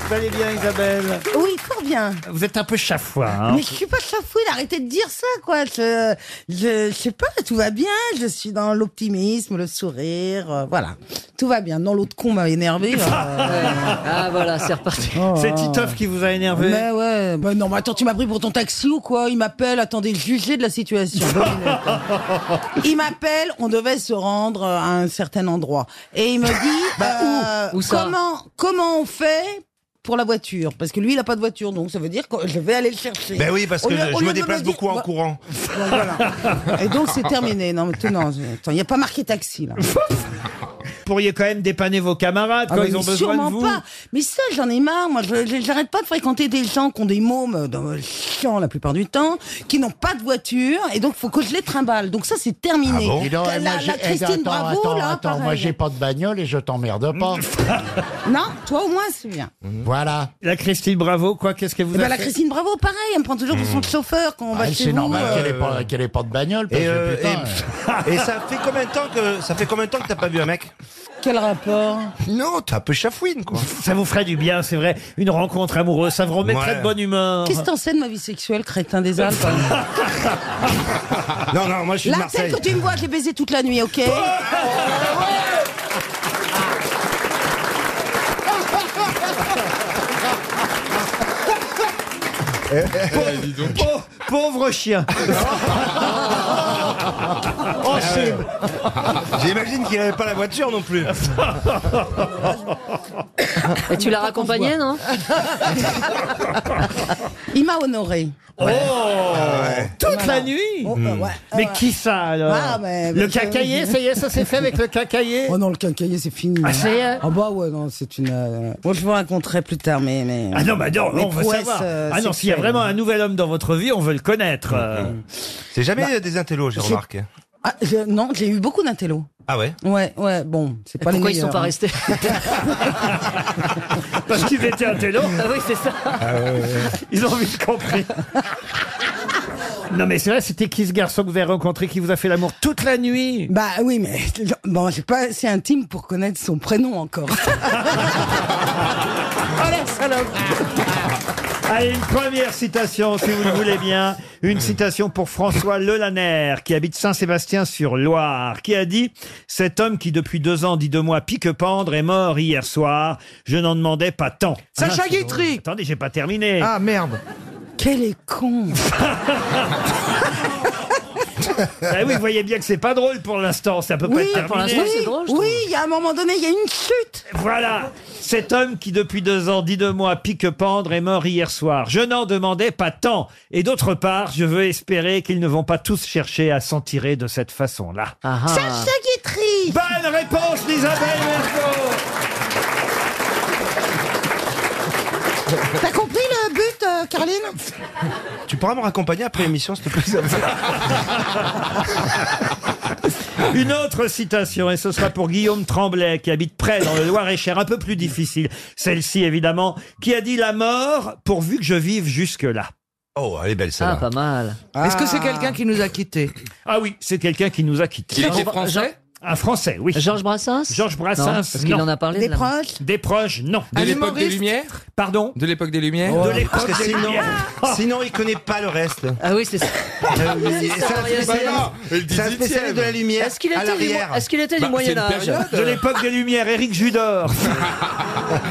Speaker 1: Vous allez bien, Isabelle
Speaker 7: Oui, fort bien.
Speaker 1: Vous êtes un peu chafouin. hein.
Speaker 7: Mais je suis pas chafouine, arrêtez de dire ça, quoi. Je, je, je sais pas, tout va bien. Je suis dans l'optimisme, le sourire, euh, voilà. Tout va bien. Non, l'autre con m'a euh. énervé.
Speaker 1: Ah, voilà, c'est reparti.
Speaker 5: Oh.
Speaker 1: C'est Titoff qui vous a énervé
Speaker 7: Mais ouais. Bah non, mais attends, tu m'as pris pour ton taxi ou quoi Il m'appelle, attendez, jugez de la situation. il m'appelle, on devait se rendre à un certain endroit. Et il me dit,
Speaker 5: Bah,
Speaker 7: euh,
Speaker 11: Où ça
Speaker 7: comment, comment on fait pour la voiture Parce que lui, il n'a pas de voiture, donc ça veut dire que je vais aller le chercher.
Speaker 5: Ben oui, parce
Speaker 7: Au
Speaker 5: que
Speaker 7: lieu-
Speaker 5: je-
Speaker 7: au
Speaker 5: je
Speaker 7: lieu
Speaker 5: me
Speaker 7: de
Speaker 5: déplace
Speaker 7: le dire-
Speaker 5: beaucoup en
Speaker 7: Bah-
Speaker 5: courant.
Speaker 7: Et donc c'est terminé. Non, mais tout, non, attends, il n'y a pas marqué taxi là.
Speaker 1: pourriez quand même dépanner vos camarades
Speaker 7: Ah,
Speaker 1: quand
Speaker 7: mais
Speaker 1: ils ont besoin
Speaker 7: sûrement
Speaker 1: de vous.
Speaker 7: pas. Mais ça, j'en ai marre. Moi, je- je- j'arrête pas de fréquenter des gens qui ont des mômes euh, dans chiants la plupart du temps, qui n'ont pas de voiture, et donc faut que je les trimballe. Donc ça, c'est
Speaker 5: Ah
Speaker 7: terminé.
Speaker 29: Dis donc,
Speaker 7: la,
Speaker 29: eh, moi,
Speaker 7: la
Speaker 29: j'ai- eh,
Speaker 7: Christine
Speaker 29: attends,
Speaker 7: Bravo,
Speaker 29: attends,
Speaker 7: là,
Speaker 29: attends, moi
Speaker 7: pareil.
Speaker 29: j'ai pas de bagnole et je t'emmerde pas.
Speaker 7: Non, toi au moins, c'est bien.
Speaker 29: voilà.
Speaker 1: Mhm. La Christine Bravo, quoi, qu'est-ce qu'elle vous
Speaker 7: Eh ben, la Christine Bravo, pareil, elle me prend toujours pour son chauffeur quand on va
Speaker 29: Ah,
Speaker 7: chez
Speaker 29: c'est
Speaker 7: vous,
Speaker 29: normal
Speaker 7: euh,
Speaker 29: qu'elle ait pas, qu'elle ait pas de bagnole. parce
Speaker 5: Et,
Speaker 29: que,
Speaker 5: euh,
Speaker 29: putain,
Speaker 1: hein.
Speaker 5: et, et ça fait combien de temps que ça fait combien de temps que t'as pas vu un mec
Speaker 7: euh. Quel rapport
Speaker 5: Non, t'es un peu chafouine quoi.
Speaker 1: Ça vous ferait du bien, c'est vrai. Une rencontre amoureuse, ça vous remettrait
Speaker 5: Ouais.
Speaker 1: de bonne humeur.
Speaker 7: Qu'est-ce que t'en sais de ma vie sexuelle, crétin des Alpes
Speaker 5: Ah, non, non, moi je suis de
Speaker 7: La
Speaker 5: Marseille.
Speaker 7: tête que tu me vois, je l'ai baisé toute la nuit, ok
Speaker 5: Eh,
Speaker 1: Pau- pauvre chien.
Speaker 5: Oh, c'est- J'imagine qu'il avait pas la voiture non plus.
Speaker 4: Et tu l'as raccompagné, non
Speaker 7: Il m'a honoré.
Speaker 1: Oh. Toute la nuit Mais qui ça alors
Speaker 7: Ah, mais-
Speaker 1: Le
Speaker 7: mais-
Speaker 1: cacaillé, ça y est, ça s'est fait avec le cacaillé
Speaker 7: Oh non, le quincaillier, c'est fini.
Speaker 1: Ah, c'est-
Speaker 7: Ah bah ouais, non, c'est une. euh, Bon, je vous raconterai plus tard, mais. mais
Speaker 1: Ah non, bah non,
Speaker 7: mes
Speaker 1: on veut
Speaker 7: prouesses,
Speaker 1: savoir.
Speaker 7: euh,
Speaker 1: ah non, s'il y a
Speaker 7: sexuelles.
Speaker 1: vraiment un nouvel homme dans votre vie, on veut le connaître. euh.
Speaker 5: Mm, C'est jamais des intellos, j'ai
Speaker 7: j'ai-
Speaker 5: remarqué.
Speaker 7: Ah, je- non, j'ai eu beaucoup d'intello.
Speaker 5: Ah ouais.
Speaker 7: Ouais, ouais, bon, c'est pas les
Speaker 4: Pourquoi ils
Speaker 7: meilleurs,
Speaker 4: sont pas
Speaker 7: hein.
Speaker 4: restés
Speaker 1: Parce qu'ils étaient un télo.
Speaker 4: Ah oui, c'est ça.
Speaker 1: Ils ont vite compris. non mais c'est vrai, c'était qui ce garçon que vous avez rencontré qui vous a fait l'amour toute la nuit
Speaker 7: Bah oui, mais bon, j'ai pas assez intime pour connaître son prénom encore.
Speaker 1: Allez, Ah, une première citation, si vous le voulez bien. Une citation pour François Lelaner, qui habite Saint-Sébastien-sur-Loire, qui a dit « Cet homme qui, depuis deux ans, dit de moi pique-pendre, est mort hier soir. Je n'en demandais pas tant. »
Speaker 30: Sacha
Speaker 1: c'est
Speaker 30: Guitry.
Speaker 1: drôle. Attendez, j'ai pas terminé.
Speaker 30: Ah,
Speaker 1: merde
Speaker 7: Quel est con
Speaker 1: Ah oui, vous voyez bien que c'est pas drôle pour l'instant, ça peut
Speaker 7: Oui,
Speaker 1: pas être terminé.
Speaker 7: oui, oui, il y a un moment donné, il y a une chute.
Speaker 1: Voilà, cet homme qui depuis deux ans dit de moi pique-pendre est mort hier soir. Je n'en demandais pas tant. Et d'autre part, je veux espérer qu'ils ne vont pas tous chercher à s'en tirer de cette façon-là.
Speaker 31: Sacha
Speaker 7: Guitry
Speaker 1: Bonne réponse d'Isabelle Mergo
Speaker 7: T'as compris le but euh,
Speaker 4: Caroline
Speaker 7: Tu pourras me raccompagner après l'émission, s'il te plaît
Speaker 1: Une autre citation, et ce sera pour Guillaume Tremblay, qui habite près dans le Loir-et-Cher, un peu plus difficile. Celle-ci, évidemment, qui a dit la mort pourvu que je vive jusque-là.
Speaker 3: Oh, elle est belle
Speaker 1: celle-là. Ah, pas mal.
Speaker 18: Est-ce que c'est quelqu'un qui nous a quittés
Speaker 1: Ah oui, c'est quelqu'un qui nous a quittés.
Speaker 18: Il était français
Speaker 1: un français, oui. Georges Brassens Georges Brassens.
Speaker 10: Non, parce qu'il
Speaker 1: non.
Speaker 10: en a parlé, Des là. proches
Speaker 1: Des proches, non.
Speaker 10: De Un l'époque
Speaker 7: des humoriste
Speaker 1: Lumières Pardon
Speaker 20: De l'époque des Lumières
Speaker 1: De l'époque
Speaker 7: Oh. Parce que
Speaker 1: des
Speaker 7: sinon, oh.
Speaker 1: Lumières.
Speaker 7: sinon, il connaît pas le reste.
Speaker 10: Ah oui, c'est ça.
Speaker 7: Ah oui,
Speaker 10: C'est
Speaker 7: c'est
Speaker 10: ça,
Speaker 7: un
Speaker 10: il y a
Speaker 7: spécialiste.
Speaker 10: ça.
Speaker 7: C'est un spécialiste de la lumière.
Speaker 10: Est-ce qu'il
Speaker 7: à
Speaker 10: était du
Speaker 7: l'arrière.
Speaker 10: mo- est-ce qu'il était du Bah, c'est une Moyen-Âge période.
Speaker 1: De l'époque des Lumières, Éric Judor.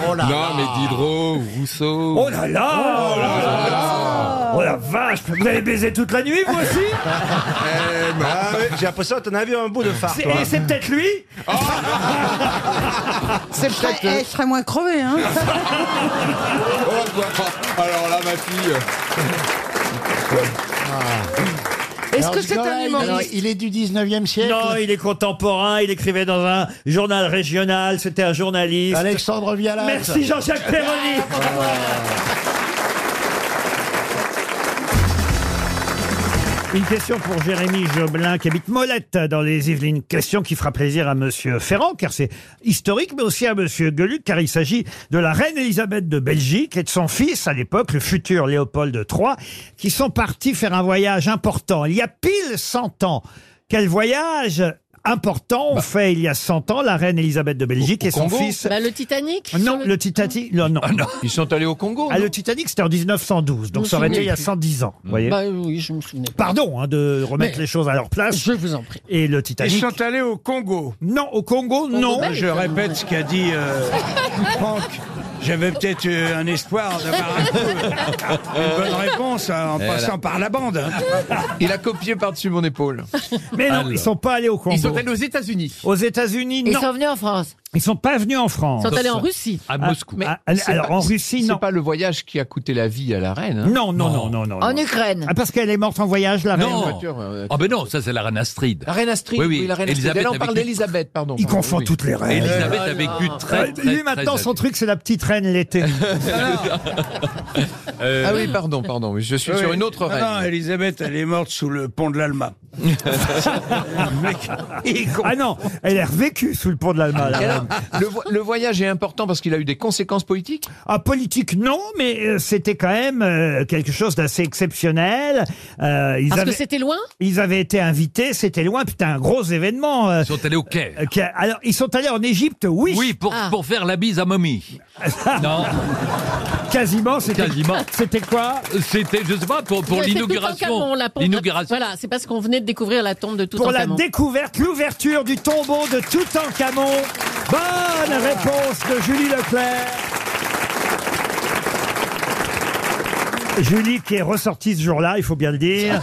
Speaker 20: non, mais Diderot, Rousseau.
Speaker 1: Oh là là
Speaker 20: Oh là là
Speaker 10: Ah.
Speaker 1: Oh la vache, vous avez baisé toute la nuit, vous aussi
Speaker 7: Ah ouais, J'ai l'impression que t'en as vu un bout de phare.
Speaker 1: C'est-
Speaker 7: toi.
Speaker 1: Et c'est peut-être lui
Speaker 8: C'est peut-être.
Speaker 7: eh,
Speaker 8: Je serais moins crevé, hein.
Speaker 20: Oh, bah, alors là, ma fille.
Speaker 1: Est-ce que c'est un humoriste
Speaker 23: il, il est du 19e siècle
Speaker 1: Non, il est contemporain, il écrivait dans un journal régional, c'était un journaliste.
Speaker 23: Alexandre Vialat.
Speaker 1: Merci Jean-Jacques Perroni Une question pour Jérémy Joblin qui habite Molette dans les Yvelines. Question qui fera plaisir à Monsieur Ferrand car c'est historique, mais aussi à Monsieur Geluc car il s'agit de la reine Elisabeth de Belgique et de son fils à l'époque, le futur Léopold III, qui sont partis faire un voyage important. Il y a pile 100 ans. Quel voyage important
Speaker 17: Bah.
Speaker 1: on fait il y a 100 ans la reine Elisabeth de Belgique et son fils
Speaker 10: Bah, le Titanic
Speaker 1: non, le, Titanic, non, non.
Speaker 17: Ah Ils sont allés au Congo.
Speaker 1: Ah, le Titanic, c'était en 1912, donc
Speaker 10: Je me
Speaker 1: ça aurait été
Speaker 10: souvenais
Speaker 1: il y a
Speaker 10: plus.
Speaker 1: 110 ans. vous voyez.
Speaker 10: Bah oui, je me souvenais.
Speaker 1: Pardon hein, de remettre
Speaker 10: Mais-
Speaker 1: les choses à leur place. Je vous en prie. Et le Titanic.
Speaker 12: Ils sont allés au Congo.
Speaker 1: Non, au Congo,
Speaker 12: non.
Speaker 1: belge,
Speaker 12: Je répète ce qu'a dit euh, Franck. J'avais peut-être euh, un espoir d'avoir un peu- une bonne réponse hein, en
Speaker 17: Et
Speaker 12: passant
Speaker 17: voilà.
Speaker 12: par la bande. hein.
Speaker 17: Il a copié par-dessus mon épaule.
Speaker 1: Mais non,
Speaker 17: Alors.
Speaker 1: ils sont pas allés au Congo.
Speaker 17: Ils sont allés aux États-Unis.
Speaker 1: Aux États-Unis, non.
Speaker 10: Ils sont venus en France.
Speaker 1: Ils sont pas venus en France.
Speaker 10: Ils sont allés en Russie.
Speaker 17: À Moscou.
Speaker 1: Ah, ah, alors, en Russie, non.
Speaker 17: C'est pas le voyage qui a coûté la vie à la reine. hein.
Speaker 1: Non, non, non, non, non.
Speaker 10: En Ukraine.
Speaker 1: Ah, parce qu'elle est morte en voyage, la
Speaker 17: Non.
Speaker 1: reine.
Speaker 17: Ah ben non, ça c'est la reine Astrid.
Speaker 1: La reine Astrid, oui, la reine Astrid. Elle, on
Speaker 17: avec
Speaker 1: parle
Speaker 17: les-
Speaker 1: d'Élisabeth, pardon. Il confond toutes les reines.
Speaker 17: Élisabeth
Speaker 1: Oh
Speaker 17: a
Speaker 1: là
Speaker 17: vécu
Speaker 1: là.
Speaker 17: très, très,
Speaker 1: Lui, maintenant,
Speaker 17: très
Speaker 1: son truc, c'est la petite reine l'été.
Speaker 17: Euh, Ah oui, pardon, pardon. oui, Je suis sur
Speaker 12: Oui.
Speaker 17: une autre
Speaker 12: Non, Non,
Speaker 17: reine.
Speaker 12: Elisabeth, elle est morte sous le pont de l'Alma.
Speaker 1: ah non, elle est revécue sous le pont de l'Allemagne.
Speaker 17: Et alors, le, vo- le voyage est important parce qu'il a eu des conséquences politiques
Speaker 1: Ah, politique, non, mais euh, c'était quand même euh, quelque chose d'assez exceptionnel. Euh, ils
Speaker 10: Parce
Speaker 1: avaient-
Speaker 10: que c'était loin
Speaker 1: Ils avaient été invités, c'était loin, puis c'était un gros événement. euh,
Speaker 17: Ils sont allés au Caire.
Speaker 1: euh, qui a- alors, ils sont allés en Égypte, oui.
Speaker 17: Oui, pour, pour faire la bise à Mommy. non,
Speaker 1: Quasiment, c'était
Speaker 17: Quasiment.
Speaker 1: C'était quoi
Speaker 17: c'était, je sais pas, pour, pour
Speaker 10: C'est tout
Speaker 17: l'inauguration.
Speaker 10: Toutankhamon, la pompe-
Speaker 17: L'inauguration.
Speaker 10: Voilà, c'est parce qu'on venait de découvrir la tombe de tout
Speaker 1: Pour la découverte, l'ouverture du tombeau de Toutankhamon. Bonne réponse de Julie Leclerc. Julie qui est ressortie ce jour-là, il faut bien le dire.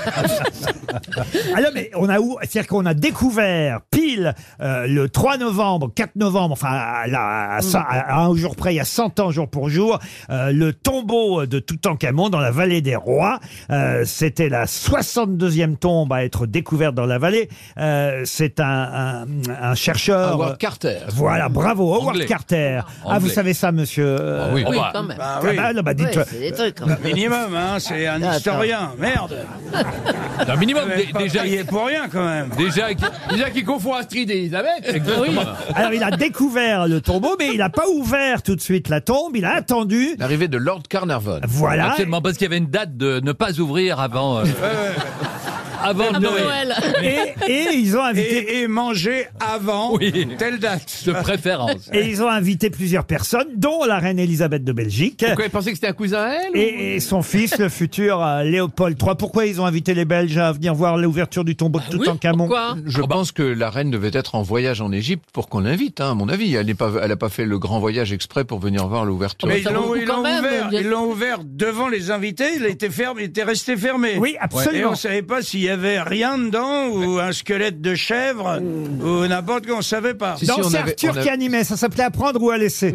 Speaker 1: Alors mais on a où C'est-à-dire qu'on a découvert pile euh, le 3 novembre, 4 novembre, enfin à, la- à ça- à un jour près, il y a 100 ans jour pour jour, euh, le tombeau de Toutankhamon dans la vallée des rois. Euh, C'était la 62e tombe à être découverte dans la vallée. Euh, C'est un, un- un chercheur.
Speaker 17: Howard Carter.
Speaker 1: Voilà, bravo, Howard
Speaker 17: Anglais.
Speaker 1: Carter. Ah, vous
Speaker 17: Anglais.
Speaker 1: savez ça, monsieur euh,
Speaker 17: oui. Oui,
Speaker 1: bah,
Speaker 17: quand même.
Speaker 1: ah
Speaker 12: oui.
Speaker 1: bah, non, bah, dites- bah,
Speaker 12: Minimum,
Speaker 17: Ah
Speaker 12: hein, c'est un
Speaker 1: Attends.
Speaker 12: historien, merde.
Speaker 17: Un minimum.
Speaker 12: Vous
Speaker 17: dé-
Speaker 12: avez pas
Speaker 17: déjà,
Speaker 12: payé pour rien quand même.
Speaker 17: déjà, qui- déjà qui confond Astrid et Elisabeth. Exactement.
Speaker 12: Ah,
Speaker 1: Alors, il a découvert le tombeau, mais il n'a pas ouvert tout de suite la tombe. Il a attendu.
Speaker 17: L'arrivée de Lord Carnarvon.
Speaker 1: Voilà.
Speaker 17: Absolument, parce qu'il y avait une date de ne pas ouvrir avant. euh, avant
Speaker 10: Avant
Speaker 17: Noël.
Speaker 10: Noël.
Speaker 1: Et, et ils ont invité.
Speaker 12: Et, et manger avant
Speaker 17: Oui.
Speaker 12: telle date.
Speaker 17: De préférence.
Speaker 1: Et ils ont invité plusieurs personnes, dont la reine Elisabeth de Belgique.
Speaker 17: Pourquoi il pensait que c'était un cousin à elle ou-
Speaker 1: Et, et son fils, le futur euh, Léopold III. Pourquoi ils ont invité les Belges à venir voir l'ouverture du tombeau de
Speaker 12: Ah
Speaker 1: Toutankhamon
Speaker 17: Je
Speaker 12: Oh, bah.
Speaker 17: pense que la reine devait être en voyage en Égypte pour qu'on l'invite, hein, à mon avis. Elle n'a pas, elle a pas fait le grand voyage exprès pour venir voir l'ouverture.
Speaker 12: Ah, Mais ils
Speaker 10: Ça vaut
Speaker 12: l'ont
Speaker 10: le coup
Speaker 12: ils
Speaker 10: quand
Speaker 12: l'ont
Speaker 10: même,
Speaker 12: ouvert,
Speaker 10: bien
Speaker 12: ils l'ont ouvert devant les invités, il était fermé, il était resté fermé.
Speaker 1: Oui, absolument.
Speaker 12: Et on savait pas s'il y avait rien dedans ou un squelette de chèvre ou n'importe quoi, on savait pas.
Speaker 17: Si,
Speaker 1: Non,
Speaker 17: si, on
Speaker 1: c'est
Speaker 17: avait- on
Speaker 1: Arthur
Speaker 17: avait-
Speaker 12: Ah.
Speaker 1: qui animait. Ça s'appelait Apprendre ou à laisser.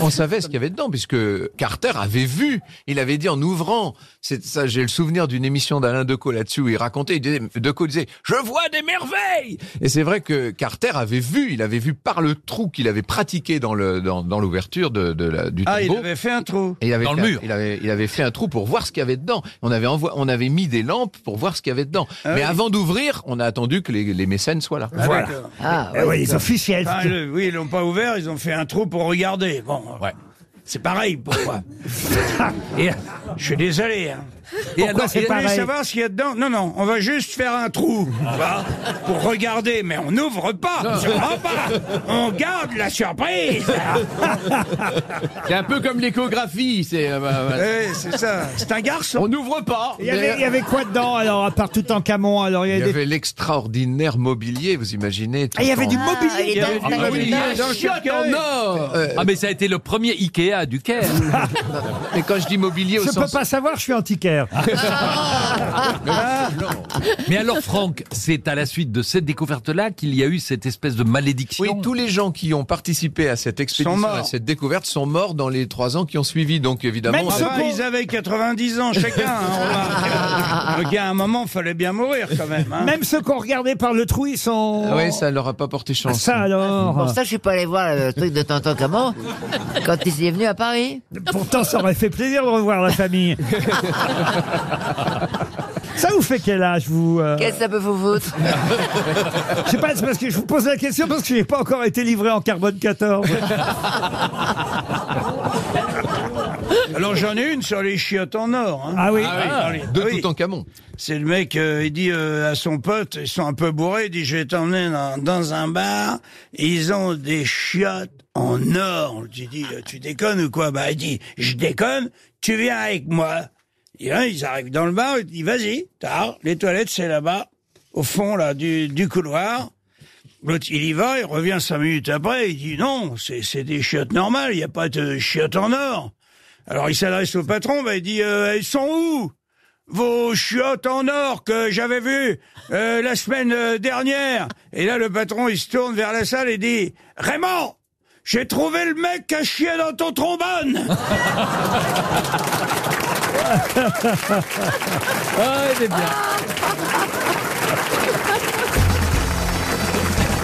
Speaker 22: On savait ce qu'il y avait dedans, puisque Carter avait vu. Il avait dit en ouvrant. C'est ça, j'ai le souvenir d'une émission d'Alain Decaux là-dessus où il racontait. Il disait, Decaux disait, je vois des merveilles. Et c'est vrai que Carter avait vu. Il avait vu par le trou qu'il avait pratiqué dans le dans, dans l'ouverture de, de la, du
Speaker 12: Ah, il
Speaker 22: tombeau.
Speaker 12: avait fait un trou.
Speaker 22: Et il avait
Speaker 12: Dans
Speaker 22: fait
Speaker 12: le
Speaker 22: un-
Speaker 12: mur.
Speaker 22: Il avait, il avait fait un trou pour voir ce qu'il y avait dedans. On avait, envoi- on avait mis des lampes pour voir ce qu'il y avait dedans.
Speaker 5: Ah
Speaker 22: Mais avant d'ouvrir, on a attendu que les, les mécènes soient là.
Speaker 12: Voilà.
Speaker 10: Ah,
Speaker 5: Eh oui, les officiels.
Speaker 12: Enfin, Ah, le- oui, ils l'ont pas ouvert, ils ont fait un trou pour regarder. Bon. C'est pareil pour moi. Et, je suis désolé. hein.
Speaker 5: Pourquoi
Speaker 12: alors,
Speaker 5: c'est
Speaker 12: vous voulez
Speaker 5: pareil
Speaker 12: savoir ce qu'il y a dedans Non, non, on va juste faire un trou tu vois, pour regarder, mais on n'ouvre pas,
Speaker 32: Non.
Speaker 12: sûrement pas. On garde la surprise.
Speaker 4: C'est un peu comme l'échographie, c'est. euh, bah, voilà.
Speaker 12: Eh, c'est ça. C'est un garçon.
Speaker 4: On n'ouvre pas.
Speaker 5: Il y, avait, il y avait quoi dedans alors à part tout en camon alors il y,
Speaker 22: Il y
Speaker 5: avait des-
Speaker 22: avait l'extraordinaire mobilier, vous imaginez. tout
Speaker 5: Ah, il y avait
Speaker 22: en-
Speaker 5: du mobilier Ah,
Speaker 4: Il y avait
Speaker 5: dans-
Speaker 17: bah
Speaker 4: du
Speaker 5: dans-
Speaker 4: mobilier
Speaker 5: dans-
Speaker 4: dans le chiotte en or.
Speaker 22: Euh,
Speaker 17: Ah, mais ça a été le premier Ikea du Caire.
Speaker 22: Mais quand je dis mobilier au
Speaker 5: Je peux
Speaker 22: sens. Ah.
Speaker 5: pas savoir, je suis antiquaire. Ah.
Speaker 17: Mais alors, Franck, c'est à la suite de cette découverte-là qu'il y a eu cette espèce de malédiction.
Speaker 22: Oui, tous les gens qui ont participé à cette expédition,
Speaker 12: morts.
Speaker 22: à cette découverte, sont morts dans les trois ans qui ont suivi. Donc évidemment,
Speaker 12: Même
Speaker 22: on-
Speaker 12: ceux qui- Ah, ils avaient 90 ans chacun. hein, remarque. Donc, à un moment, il fallait bien mourir quand même. hein.
Speaker 5: Même ceux qu'on regardait par le trou, ils sont.
Speaker 22: Ah ouais, ça leur a pas porté chance.
Speaker 5: Ça alors.
Speaker 33: Pour ça, je suis pas allé voir le truc de Tonton Camon quand il est venu à Paris.
Speaker 5: Pourtant, ça aurait fait plaisir de revoir la famille. ça vous fait quel âge, vous euh
Speaker 33: Qu'est-ce que ça peut vous foutre
Speaker 5: Je sais pas, c'est parce que je vous pose la question parce que je n'ai pas encore été livré en carbone 14.
Speaker 12: Alors j'en ai une sur les chiottes en or. hein.
Speaker 5: Ah oui.
Speaker 22: Ah oui. De Toutankhamon.
Speaker 12: C'est le mec, euh, il dit euh, à son pote, ils sont un peu bourrés, il dit je vais t'emmener dans, dans un bar, ils ont des chiottes en or. Tu dis euh, tu déconnes ou quoi Bah il dit je déconne, tu viens avec moi. Et là, ils arrivent dans le bar, il dit vas-y, tard, les toilettes c'est là-bas, au fond là du, du couloir. L'autre, il y va, il revient cinq minutes après, il dit non, c'est c'est des chiottes normales, il n'y a pas de chiottes en or. Alors il s'adresse au patron, bah, il dit euh, elles sont où vos chiottes en or que j'avais vues euh, la semaine euh, dernière Et là le patron il se tourne vers la salle et dit Raymond, j'ai trouvé le mec qui a chié dans ton trombone.
Speaker 18: Ah,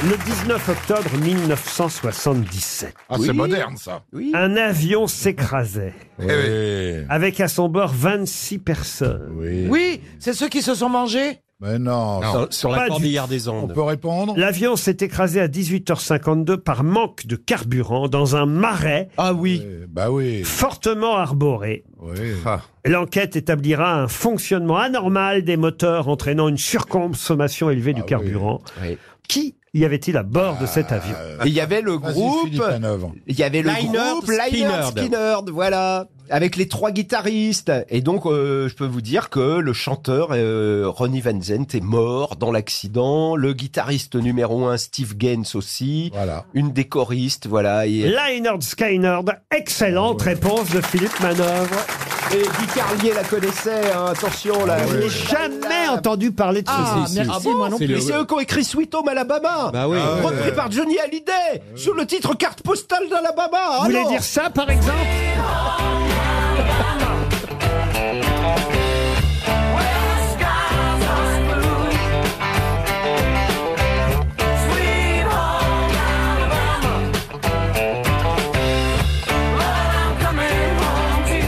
Speaker 1: Le 19 octobre 1977.
Speaker 16: Ah, c'est moderne, ça. Eh
Speaker 1: Un avion s'écrasait. Avec à son bord 26 personnes.
Speaker 34: Oui, c'est ceux qui se sont mangés.
Speaker 16: Mais non,
Speaker 1: Sur- sur la Pas du- cordillère des Andes.
Speaker 16: On peut répondre
Speaker 1: L'avion s'est écrasé à 18h52 par manque de carburant dans un marais. Ah oui.
Speaker 16: Bah oui.
Speaker 1: Fortement arboré.
Speaker 16: Oui.
Speaker 21: Ah.
Speaker 1: L'enquête établira un fonctionnement anormal des moteurs entraînant une surconsommation élevée
Speaker 16: Ah
Speaker 1: du carburant. Qui y avait-il à bord de cet avion
Speaker 21: Et il y avait le
Speaker 1: Vas-y,
Speaker 21: groupe.
Speaker 1: Philippe Hanovre.
Speaker 21: Il y avait le
Speaker 1: Leinert,
Speaker 21: groupe Liner
Speaker 1: Skinnerd.
Speaker 21: Skinner, voilà. Avec les trois guitaristes. Et donc, euh, je peux vous dire que le chanteur euh, Ronnie Van Zent est mort dans l'accident. Le guitariste numéro un, Steve Gaines aussi. Une des choristes, voilà. Et... euh,
Speaker 1: Leinard Skynard, excellente réponse de Philippe Manœuvre.
Speaker 21: Et Guy Carlier la connaissait, hein, attention là.
Speaker 1: Je n'ai jamais entendu parler de
Speaker 21: Ah,
Speaker 1: ceci.
Speaker 21: merci, moi non plus. C'est eux qui ont écrit Sweet Home Alabama.
Speaker 1: Bah oui. Ah ouais.
Speaker 21: Repris par Johnny Hallyday, sous le titre Carte postale d'Alabama.
Speaker 1: Vous voulez dire ça, par exemple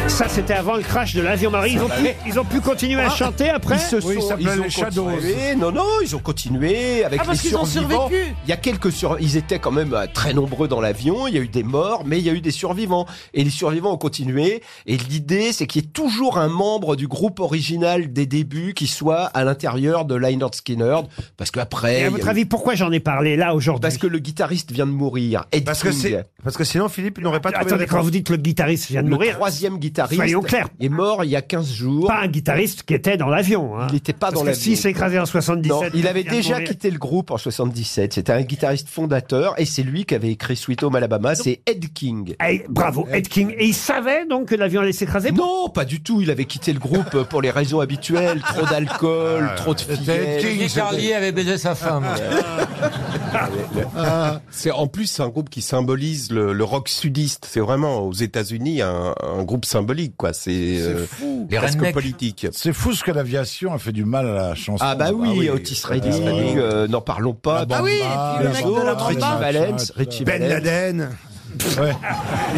Speaker 1: Ça, c'était avant le crash de l'avion Marie. Ils ont, pu, ils ont pu continuer à chanter après
Speaker 21: Ah, Ils se sont, ils ont continué. Non, non, ils ont continué avec
Speaker 1: Ah, parce
Speaker 21: les
Speaker 1: qu'ils ont
Speaker 21: survivants.
Speaker 1: survécu.
Speaker 21: Il y a quelques sur... Ils étaient quand même euh, très nombreux dans l'avion. Il y a eu des morts, mais il y a eu des survivants. Et les survivants ont continué. Et l'idée, c'est qu'il y ait toujours un membre du groupe original des débuts qui soit à l'intérieur de Lynyrd Skinner. Parce qu'après.
Speaker 1: Et à votre avis, pourquoi j'en ai parlé là aujourd'hui
Speaker 21: Parce que le guitariste vient de mourir. Ed
Speaker 35: Parce que,
Speaker 21: King.
Speaker 35: c'est- parce que sinon, Philippe, il n'aurait pas trouvé de
Speaker 1: Attendez, quand
Speaker 35: réponse.
Speaker 1: vous dites le guitariste vient de
Speaker 21: Le
Speaker 1: mourir.
Speaker 21: troisième guitariste
Speaker 36: Soyons clairs.
Speaker 21: est mort il y a 15 jours.
Speaker 36: Pas un guitariste qui était dans l'avion. hein.
Speaker 21: Il n'était pas
Speaker 36: Parce
Speaker 21: dans
Speaker 36: que
Speaker 21: l'avion.
Speaker 36: s'il s'est écrasé en 77,
Speaker 21: Non,
Speaker 36: il
Speaker 21: il avait
Speaker 36: vient de
Speaker 21: déjà
Speaker 36: mourir.
Speaker 21: quitté le groupe en 77. C'était un guitariste fondateur et c'est lui qui avait écrit Sweet Home Alabama. C'est Ed King.
Speaker 36: Eh, bravo, Ed King. Et il savait donc que l'avion allait s'écraser
Speaker 21: Non, pas du tout. Il avait quitté le groupe euh, pour les raisons habituelles. Trop d'alcool,
Speaker 16: Ah,
Speaker 21: trop de
Speaker 3: Ted
Speaker 21: filles.
Speaker 3: King, Carlier avait baisé sa femme.
Speaker 16: Ah.
Speaker 17: C'est en plus c'est un groupe qui symbolise le, le rock sudiste. C'est vraiment aux États-Unis un, un groupe symbolique quoi. C'est euh,
Speaker 16: fou. Les
Speaker 17: presque
Speaker 16: rednecks.
Speaker 17: politique.
Speaker 16: C'est fou ce que l'aviation a fait du mal à la chanson. Ah
Speaker 17: Ah bah oui,
Speaker 21: Otis Redding, euh, n'en parlons pas.
Speaker 16: La
Speaker 21: Ah oui,
Speaker 16: Bamba,
Speaker 21: et puis le mec de la
Speaker 16: autres,
Speaker 21: Bamba.
Speaker 16: Richie Valens,
Speaker 21: Ah, tout ça.
Speaker 16: Richie
Speaker 21: Ben
Speaker 16: Valens.
Speaker 21: Laden.
Speaker 16: Ouais.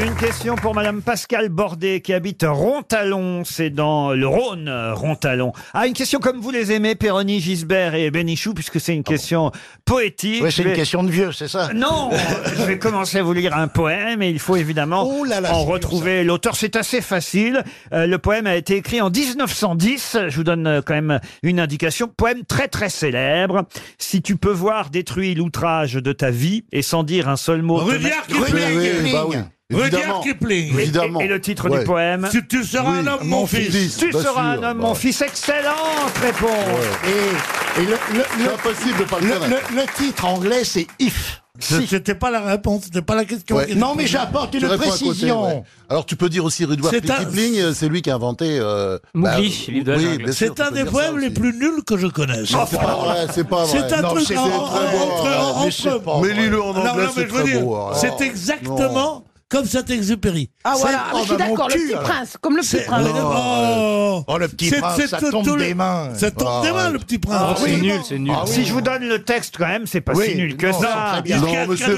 Speaker 1: Une question pour Madame Pascale Bordet qui habite Rontalon, c'est dans le Rhône, euh, Rontalon. Ah, une question comme vous les aimez, Péroni, Gisbert et Bénichou, puisque c'est une question poétique.
Speaker 16: Ah Ouais, c'est
Speaker 1: Je
Speaker 16: une
Speaker 1: vais-
Speaker 16: question de vieux, c'est ça
Speaker 1: Non, je vais commencer à vous lire un poème et il faut évidemment
Speaker 16: Oh
Speaker 1: en retrouver l'auteur. C'est assez facile. Euh, le poème a été écrit en 1910. Je vous donne euh, quand même une indication. Poème très très célèbre. Si tu peux voir détruit l'outrage de ta vie et sans dire un seul mot.
Speaker 3: Rudyard
Speaker 1: te ma-
Speaker 3: Kipling. Oui, oui, bah oui. Rudyard Évidemment. Kipling.
Speaker 1: Et- et-
Speaker 3: Évidemment.
Speaker 1: Et, le titre
Speaker 3: Ouais.
Speaker 1: du poème.
Speaker 3: Si tu seras un Oui, homme, mon mon fils. fils,
Speaker 1: Tu
Speaker 3: bien
Speaker 1: seras
Speaker 3: sûr.
Speaker 1: un homme, mon
Speaker 3: Ouais.
Speaker 1: fils. Excellente réponse.
Speaker 16: Et, et le, le- le- le- le- le titre anglais, c'est if.
Speaker 3: C'était pas la réponse, c'était pas la question.
Speaker 16: Ouais. Non, mais j'apporte une
Speaker 3: Tu réponds à côté,
Speaker 16: précision.
Speaker 3: ouais.
Speaker 37: Alors tu peux dire aussi Rudyard
Speaker 3: C'est un-
Speaker 37: Kipling, euh, c'est lui qui a inventé euh,
Speaker 3: Mowgli,
Speaker 37: bah,
Speaker 3: l'île de la
Speaker 37: oui,
Speaker 3: jungle.
Speaker 37: bien sûr,
Speaker 3: C'est
Speaker 37: tu
Speaker 3: un
Speaker 37: peux
Speaker 3: des
Speaker 37: dire
Speaker 3: poèmes
Speaker 37: ça
Speaker 3: les
Speaker 37: aussi.
Speaker 3: plus nuls que je connaisse.
Speaker 37: Non, c'est pas vrai, c'est pas vrai.
Speaker 3: C'est un
Speaker 37: Non,
Speaker 3: truc
Speaker 37: c'est
Speaker 3: en-
Speaker 37: très
Speaker 3: en-
Speaker 37: beau,
Speaker 3: entre-
Speaker 37: hein,
Speaker 3: en-
Speaker 37: mais c'est
Speaker 3: entre-
Speaker 37: pas vrai. Mais lis-le en
Speaker 3: Non, non,
Speaker 37: anglais,
Speaker 3: mais
Speaker 37: c'est
Speaker 3: je veux
Speaker 37: très
Speaker 3: dire,
Speaker 37: beau, alors.
Speaker 3: hein. C'est exactement comme Saint-Exupéry.
Speaker 37: Ah,
Speaker 3: C'est-
Speaker 37: voilà, je suis
Speaker 3: Oh, bah, mon
Speaker 37: d'accord, le
Speaker 3: cul,
Speaker 37: petit
Speaker 3: alors.
Speaker 37: prince, comme le petit
Speaker 3: C'est-
Speaker 37: prince.
Speaker 3: mais le- Oh,
Speaker 16: Oh, le petit
Speaker 3: c'est-
Speaker 16: prince,
Speaker 3: c'est
Speaker 16: ça
Speaker 3: tout-
Speaker 16: tombe
Speaker 3: tout le-
Speaker 16: des mains.
Speaker 3: Ça tombe
Speaker 16: Ah,
Speaker 3: des mains,
Speaker 16: ouais.
Speaker 3: le petit
Speaker 16: Ah,
Speaker 3: prince.
Speaker 16: c'est nul, c'est nul. Ah,
Speaker 1: Si je vous donne le texte quand même, c'est pas si nul que ça.
Speaker 3: Il y a- il y a le pire, C'est si tu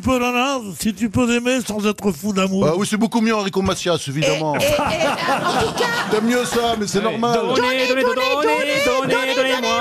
Speaker 3: peux non, non, si tu peux aimer sans être fou d'amour.
Speaker 37: Bah oui, c'est beaucoup mieux Enrico Macias, évidemment.
Speaker 3: Et- et- et,
Speaker 37: en tout cas... T'aimes mieux ça, mais c'est normal.
Speaker 38: donnez, donnez, donnez, donnez-moi.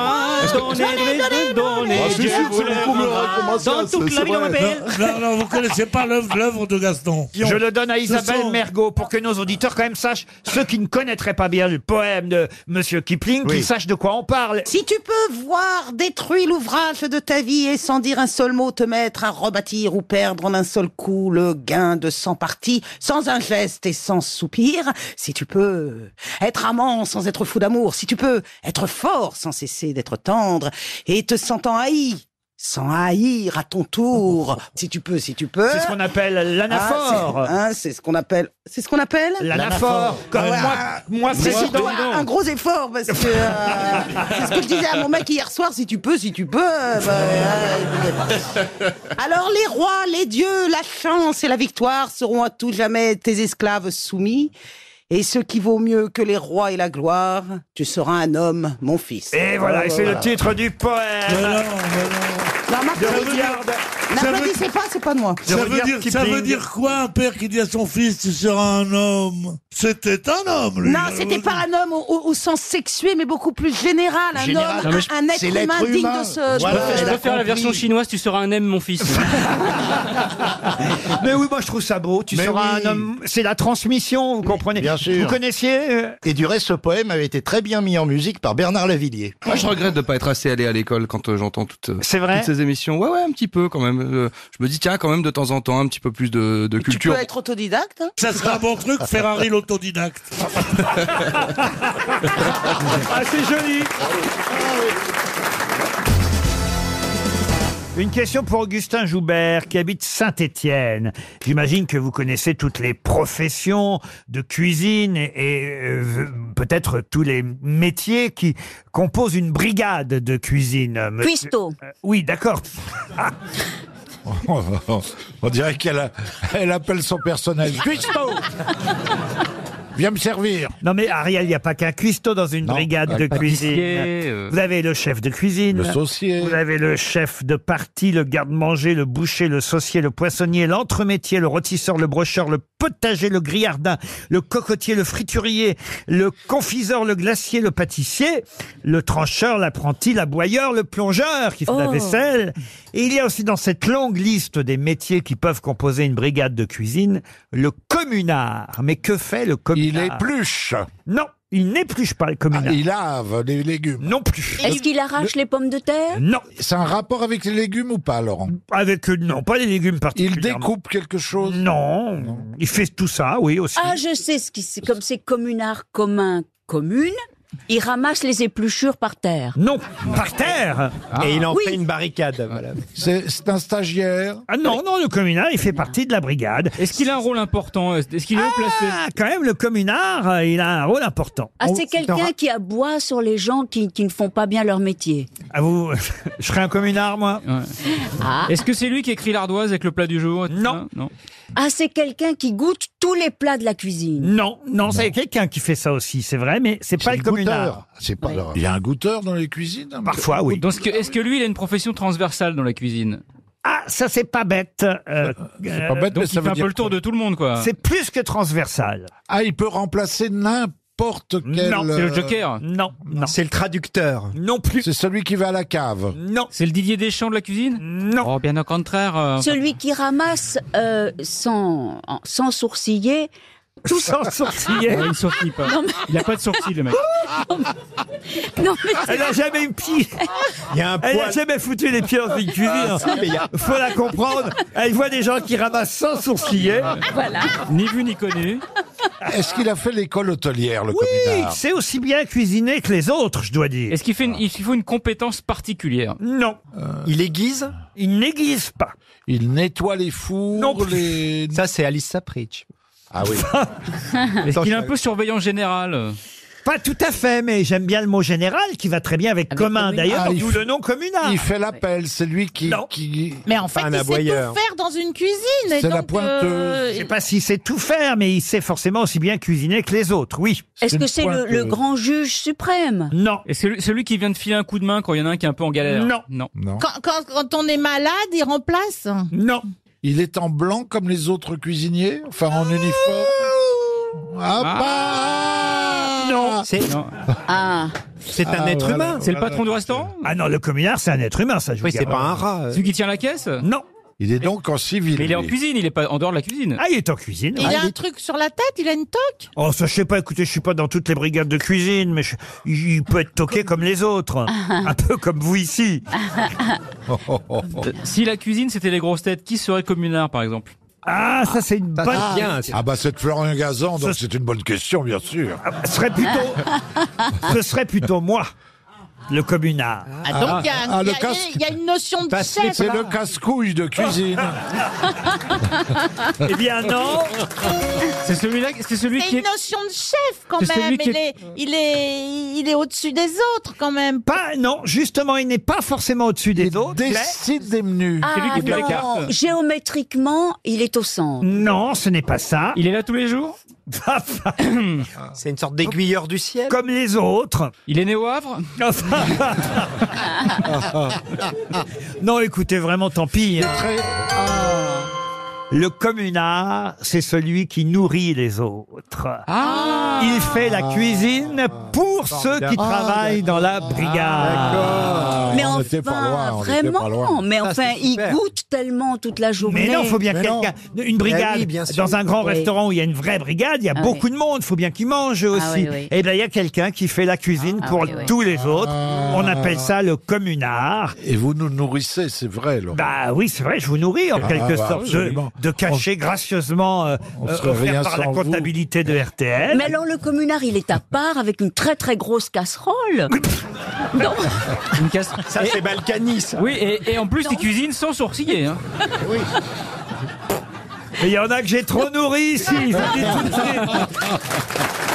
Speaker 38: Donnez, donnez, donnez.
Speaker 37: Ah, si,
Speaker 38: Je
Speaker 37: si, c'est
Speaker 38: voulais
Speaker 37: beaucoup mieux
Speaker 38: voir
Speaker 37: Enrico Macias,
Speaker 38: dans toute
Speaker 37: c'est
Speaker 38: la ville,
Speaker 37: vrai.
Speaker 38: on m'appelle.
Speaker 3: Non, non, vous connaissez pas l'œuvre l'œuvre de Gaston.
Speaker 1: Je le donne à
Speaker 3: Ce
Speaker 1: Isabelle
Speaker 3: sont-
Speaker 1: Mergot pour que nos auditeurs quand même sachent, ceux qui ne connaîtraient pas bien le poème de Monsieur Kipling, qu'ils sachent de quoi on parle.
Speaker 7: Si tu peux voir détruire l'ouvrage de ta vie et sans dire un seul mot te mettre à rebâtir ou perdre en un seul coup le gain de cent parties, sans un geste et sans soupir, si tu peux être amant sans être fou d'amour, si tu peux être fort sans cesser d'être tendre et te sentant haï sans haïr à ton tour, si tu peux, si tu peux.
Speaker 1: C'est ce qu'on appelle l'anaphore.
Speaker 7: Ah, c'est- hein, c'est ce qu'on appelle. C'est ce qu'on appelle
Speaker 1: L'anaphore. Comme
Speaker 7: Ah ouais,
Speaker 1: moi-
Speaker 7: ah,
Speaker 1: moi,
Speaker 7: c'est
Speaker 1: président.
Speaker 7: surtout un, un gros effort parce que euh, c'est ce que je disais à mon mec hier soir. Si tu peux, si tu peux. euh, bah, euh, alors les rois, les dieux, la chance et la victoire seront à tout jamais tes esclaves soumis. Et ce qui vaut mieux que les rois et la gloire, tu seras un homme, mon fils.
Speaker 1: Et voilà, et c'est le titre du poème.
Speaker 7: Non,
Speaker 1: De
Speaker 7: m'applaudissez-
Speaker 1: Rudyard.
Speaker 7: N'applaudissez pas, c'est pas de moi.
Speaker 1: De
Speaker 3: Ça veut,
Speaker 1: Rudyard
Speaker 3: dire, ça
Speaker 1: Kipling.
Speaker 3: veut dire quoi un père qui dit à son fils tu seras un homme C'était un homme lui. euh,
Speaker 7: Non, c'était pas un homme au, au- au sens sexué, mais beaucoup plus général. Un
Speaker 3: Général.
Speaker 7: homme,
Speaker 3: Non, mais je-
Speaker 7: un, un être
Speaker 3: c'est
Speaker 7: humain,
Speaker 3: l'être
Speaker 7: digne
Speaker 3: humain.
Speaker 7: de ce.
Speaker 3: Voilà,
Speaker 7: de-
Speaker 3: elle
Speaker 5: Je
Speaker 3: a
Speaker 5: préfère la
Speaker 3: compris.
Speaker 5: version chinoise, tu seras un M, mon fils.
Speaker 1: Mais oui, moi je trouve ça beau. Tu
Speaker 16: Mais
Speaker 1: seras
Speaker 16: oui.
Speaker 1: un homme. C'est la transmission, vous comprenez
Speaker 16: Bien sûr.
Speaker 1: Vous connaissiez euh,
Speaker 16: Et du reste, ce poème avait été très bien mis en musique par Bernard Lavillier.
Speaker 5: Moi, je regrette de pas être assez allé à l'école quand euh, j'entends toutes, euh,
Speaker 1: C'est vrai
Speaker 5: toutes ces émissions. Ouais, ouais, un petit peu quand même. Euh, je me dis, tiens, quand même, de temps en temps, un petit peu plus de, de
Speaker 7: Tu
Speaker 5: culture.
Speaker 7: peux être autodidacte. hein
Speaker 3: Ça serait un bon truc, Ferrari l'autodidacte.
Speaker 1: Ah, c'est joli. Une question pour Augustin Joubert qui habite Saint-Étienne. J'imagine que vous connaissez toutes les professions de cuisine et, et, euh, peut-être tous les métiers qui composent une brigade de cuisine. monsieur-
Speaker 18: Cuistot.
Speaker 1: Euh, oui, d'accord.
Speaker 16: On dirait qu'elle a- elle appelle son personnel. Cuistot Viens me servir.
Speaker 1: Non mais Ariel, il n'y a pas qu'un cuistot dans une
Speaker 16: Non,
Speaker 1: brigade
Speaker 16: un
Speaker 1: de
Speaker 16: pâtissier,
Speaker 1: cuisine.
Speaker 16: euh,
Speaker 1: Vous avez le chef de cuisine,
Speaker 16: le saucier.
Speaker 1: vous avez le chef de partie, le garde-manger, le boucher, le saucier, le poissonnier, l'entremétier, le rôtisseur, le brocheur, le potager, le grillardin, le cocotier, le friturier, le confiseur, le glacier, le pâtissier, le trancheur, l'apprenti, l'aboyeur, le plongeur qui fait la
Speaker 18: Oh.
Speaker 1: vaisselle. Et il y a aussi dans cette longue liste des métiers qui peuvent composer une brigade de cuisine, le communard. Mais que fait le communard
Speaker 16: Il épluche.
Speaker 1: Non. Il n'épluche pas le communard.
Speaker 16: Ah, il lave les légumes.
Speaker 1: Non plus.
Speaker 18: Est-ce qu'il arrache les pommes de terre
Speaker 1: Non.
Speaker 16: C'est un rapport avec les légumes ou pas, Laurent
Speaker 1: Avec, euh, non, pas les légumes particulièrement.
Speaker 16: découpe quelque chose
Speaker 1: Non. Il fait tout ça, oui, aussi.
Speaker 18: Ah, je sais ce qui c'est. Comme c'est communard commun commune, il ramasse les épluchures par terre.
Speaker 1: Non, par terre
Speaker 18: Et il en Ah. Oui. fait
Speaker 1: une barricade, voilà. C'est un stagiaire Ah non, non, le communard, il fait partie de la brigade. Est-ce qu'il a un rôle important Est-ce qu'il est ah, quand même, le communard, euh, il a un rôle important.
Speaker 18: Ah, c'est quelqu'un qui aboie sur les gens qui, qui ne font pas bien leur métier.
Speaker 1: Ah, vous, je serais un communard, moi
Speaker 18: Ah,
Speaker 5: Est-ce que c'est lui qui écrit l'ardoise avec le plat du jour Non. non.
Speaker 18: Ah, c'est quelqu'un qui goûte tous les plats de la cuisine.
Speaker 1: Non, non, c'est quelqu'un qui fait ça aussi, c'est vrai, mais c'est pas le communard.
Speaker 16: Ah, C'est pas Il y a un goûteur dans les cuisines hein,
Speaker 1: Parfois, oui.
Speaker 5: Donc, est-ce que, est-ce que lui, il a une profession transversale dans la cuisine
Speaker 1: Ah, ça, c'est pas bête. euh,
Speaker 16: pas bête,
Speaker 5: Donc,
Speaker 16: mais
Speaker 5: il
Speaker 16: ça
Speaker 5: fait
Speaker 16: veut
Speaker 5: un
Speaker 16: dire
Speaker 5: peu le tour de tout le monde, quoi.
Speaker 1: C'est plus que transversal.
Speaker 16: Ah, il peut remplacer n'importe quel.
Speaker 5: Non, c'est le Joker.
Speaker 1: Non, non.
Speaker 16: C'est le traducteur.
Speaker 1: Non plus.
Speaker 16: C'est celui qui va à la cave.
Speaker 1: Non.
Speaker 5: C'est le Didier Deschamps de la cuisine
Speaker 1: Non.
Speaker 5: Oh, bien au contraire. euh,
Speaker 18: Celui qui ramasse euh, sans, en- sans sourciller. Tout
Speaker 1: sans sourciller.
Speaker 5: Ouais, il sourcille pas.
Speaker 18: Non, mais-
Speaker 5: Il n'a pas de sourcil, le mec.
Speaker 18: Ah. Non, Oh, mais c'est-
Speaker 1: Elle a jamais eu pied.
Speaker 16: Il y a un
Speaker 1: Elle a
Speaker 16: poil.
Speaker 1: jamais foutu les pieds dans une cuisine.
Speaker 16: Ah, si, mais il y a-
Speaker 1: Faut la comprendre. Elle Eh, voit des gens qui ramassent sans sourciller.
Speaker 18: Ah,
Speaker 5: Ah,
Speaker 18: Voilà.
Speaker 5: Ni vu ni connu.
Speaker 16: Est-ce qu'il a fait l'école hôtelière, le
Speaker 1: Oui,
Speaker 16: communard
Speaker 1: c'est aussi bien cuisiner que les autres, je dois dire.
Speaker 5: Est-ce qu'il fait une, il faut une compétence particulière
Speaker 1: Non.
Speaker 21: Il aiguise
Speaker 1: Il n'aiguise pas.
Speaker 16: Euh, Il nettoie les fours,
Speaker 1: Non plus.
Speaker 16: les.
Speaker 21: Ça, c'est Alice Sapritch.
Speaker 16: Ah oui.
Speaker 5: Est-ce qu'il est un peu surveillant général
Speaker 1: Pas tout à fait, mais j'aime bien le mot général qui va très bien avec, commun
Speaker 16: communard.
Speaker 1: d'ailleurs,
Speaker 16: Ah, il
Speaker 1: d'où
Speaker 16: fait-
Speaker 1: le nom communard.
Speaker 16: Il fait l'appel, c'est lui qui. qui...
Speaker 11: Mais en fait, il sait tout faire dans une cuisine. et
Speaker 16: C'est la
Speaker 11: donc, euh,
Speaker 1: Je sais pas s'il sait tout faire, mais il sait forcément aussi bien cuisiner que les autres, oui.
Speaker 18: Est-ce que c'est le, le grand juge suprême
Speaker 1: Non.
Speaker 5: Et celui, celui qui vient de filer un coup de main quand il y en a un qui est un peu en galère
Speaker 1: Non.
Speaker 5: Non.
Speaker 11: Quand, quand- quand on est malade, il remplace.
Speaker 1: Non.
Speaker 16: Il est en blanc comme les autres cuisiniers, enfin en uniforme. Ah, bah
Speaker 1: Non.
Speaker 21: C'est
Speaker 5: Non.
Speaker 18: Ah,
Speaker 21: c'est un
Speaker 16: Ah,
Speaker 21: être
Speaker 16: voilà.
Speaker 21: humain.
Speaker 5: C'est le patron du restaurant
Speaker 1: Ah non, le communard, c'est un être humain, ça, je vous
Speaker 21: Oui, c'est
Speaker 1: garantis.
Speaker 21: pas un rat. euh.
Speaker 5: Celui qui tient la caisse
Speaker 1: Non.
Speaker 16: Il est donc en civil.
Speaker 5: hein. Mais il est en
Speaker 16: lui.
Speaker 5: cuisine, il est pas en dehors de la cuisine.
Speaker 1: Ah, il est en cuisine.
Speaker 11: Il a un truc sur la tête, il a une toque.
Speaker 1: Oh, ça, je sais pas, écoutez, je suis pas dans toutes les brigades de cuisine, mais je- il peut être toqué comme les autres. Un peu comme vous ici.
Speaker 5: Si la cuisine c'était les grosses têtes, qui serait communard par exemple
Speaker 1: Ah, ça, c'est une bonne...
Speaker 16: Ah bah c'est de Florian Gazan, donc c'est une bonne question, bien sûr.
Speaker 1: Ah, Ce serait plutôt...
Speaker 16: Ah.
Speaker 1: Ce serait plutôt moi, le communard.
Speaker 11: Ah, donc, il y a un-
Speaker 16: ah,
Speaker 11: il y,
Speaker 16: le
Speaker 11: a-
Speaker 16: casque.
Speaker 11: il y a une notion de chef.
Speaker 16: C'est
Speaker 11: là.
Speaker 16: le casse-couille de cuisine.
Speaker 1: Eh bien, non
Speaker 5: C'est celui-là, c'est celui
Speaker 11: C'est
Speaker 5: qui
Speaker 11: une
Speaker 5: est.
Speaker 11: notion de chef quand
Speaker 5: C'est
Speaker 11: même.
Speaker 5: celui qui
Speaker 11: Il est,
Speaker 5: est-
Speaker 11: il est, il est au-dessus des autres quand même.
Speaker 1: Pas... Non, justement, il n'est pas forcément au-dessus des autres. mais-
Speaker 16: Décide des menus.
Speaker 5: C'est lui
Speaker 18: ah
Speaker 5: qui fait les
Speaker 18: non,
Speaker 5: cartes.
Speaker 18: géométriquement, il est au centre.
Speaker 1: Non, ce n'est pas ça.
Speaker 5: Il est là tous les jours
Speaker 21: C'est une sorte d'aiguilleur du ciel.
Speaker 1: comme les autres.
Speaker 5: Il est né au Havre
Speaker 1: Enfin, non, écoutez, vraiment, tant pis. hein.
Speaker 16: Très-
Speaker 1: Le communard, c'est celui qui nourrit les autres.
Speaker 5: Ah
Speaker 1: Il fait la cuisine pour ceux qui travaillent dans la brigade.
Speaker 16: Ah,
Speaker 18: mais
Speaker 16: on
Speaker 18: enfin,
Speaker 16: était pas loin, on était pas
Speaker 18: vraiment,
Speaker 16: loin.
Speaker 18: mais enfin,
Speaker 21: c'est
Speaker 18: il
Speaker 21: super.
Speaker 18: goûte tellement toute la journée.
Speaker 1: Mais non, faut bien
Speaker 16: Mais
Speaker 1: quelqu'un. Une brigade,
Speaker 21: Eh oui, bien sûr.
Speaker 1: dans un grand
Speaker 18: Oui.
Speaker 1: restaurant où il y a une vraie brigade, il y a
Speaker 18: Ah
Speaker 1: beaucoup de monde, faut bien qu'ils mangent aussi.
Speaker 18: oui, oui.
Speaker 1: Et bien, il y a quelqu'un qui fait la cuisine
Speaker 18: Ah,
Speaker 1: pour
Speaker 18: oui, oui.
Speaker 1: tous les autres.
Speaker 16: Ah.
Speaker 1: On appelle ça le communard.
Speaker 16: Et vous nous nourrissez, c'est vrai, Laurent.
Speaker 1: Bah oui, c'est vrai, je vous nourris en
Speaker 16: Ah,
Speaker 1: quelque
Speaker 16: bah,
Speaker 1: sorte de,
Speaker 16: absolument.
Speaker 1: de cachet gracieusement euh,
Speaker 16: on
Speaker 1: euh,
Speaker 16: serait rien
Speaker 1: offert par la
Speaker 16: sans vous.
Speaker 1: comptabilité de RTL.
Speaker 18: Mais alors le communard, il est à part avec une très très grosse casserole. Eh non,
Speaker 5: Une casse-
Speaker 21: Ça, c'est Balkany, ça.
Speaker 5: Oui, et, et en plus, il cuisine sans sourciller. hein.
Speaker 1: Mais il y en a que j'ai trop nourri ici, je vous le dis tout de suite.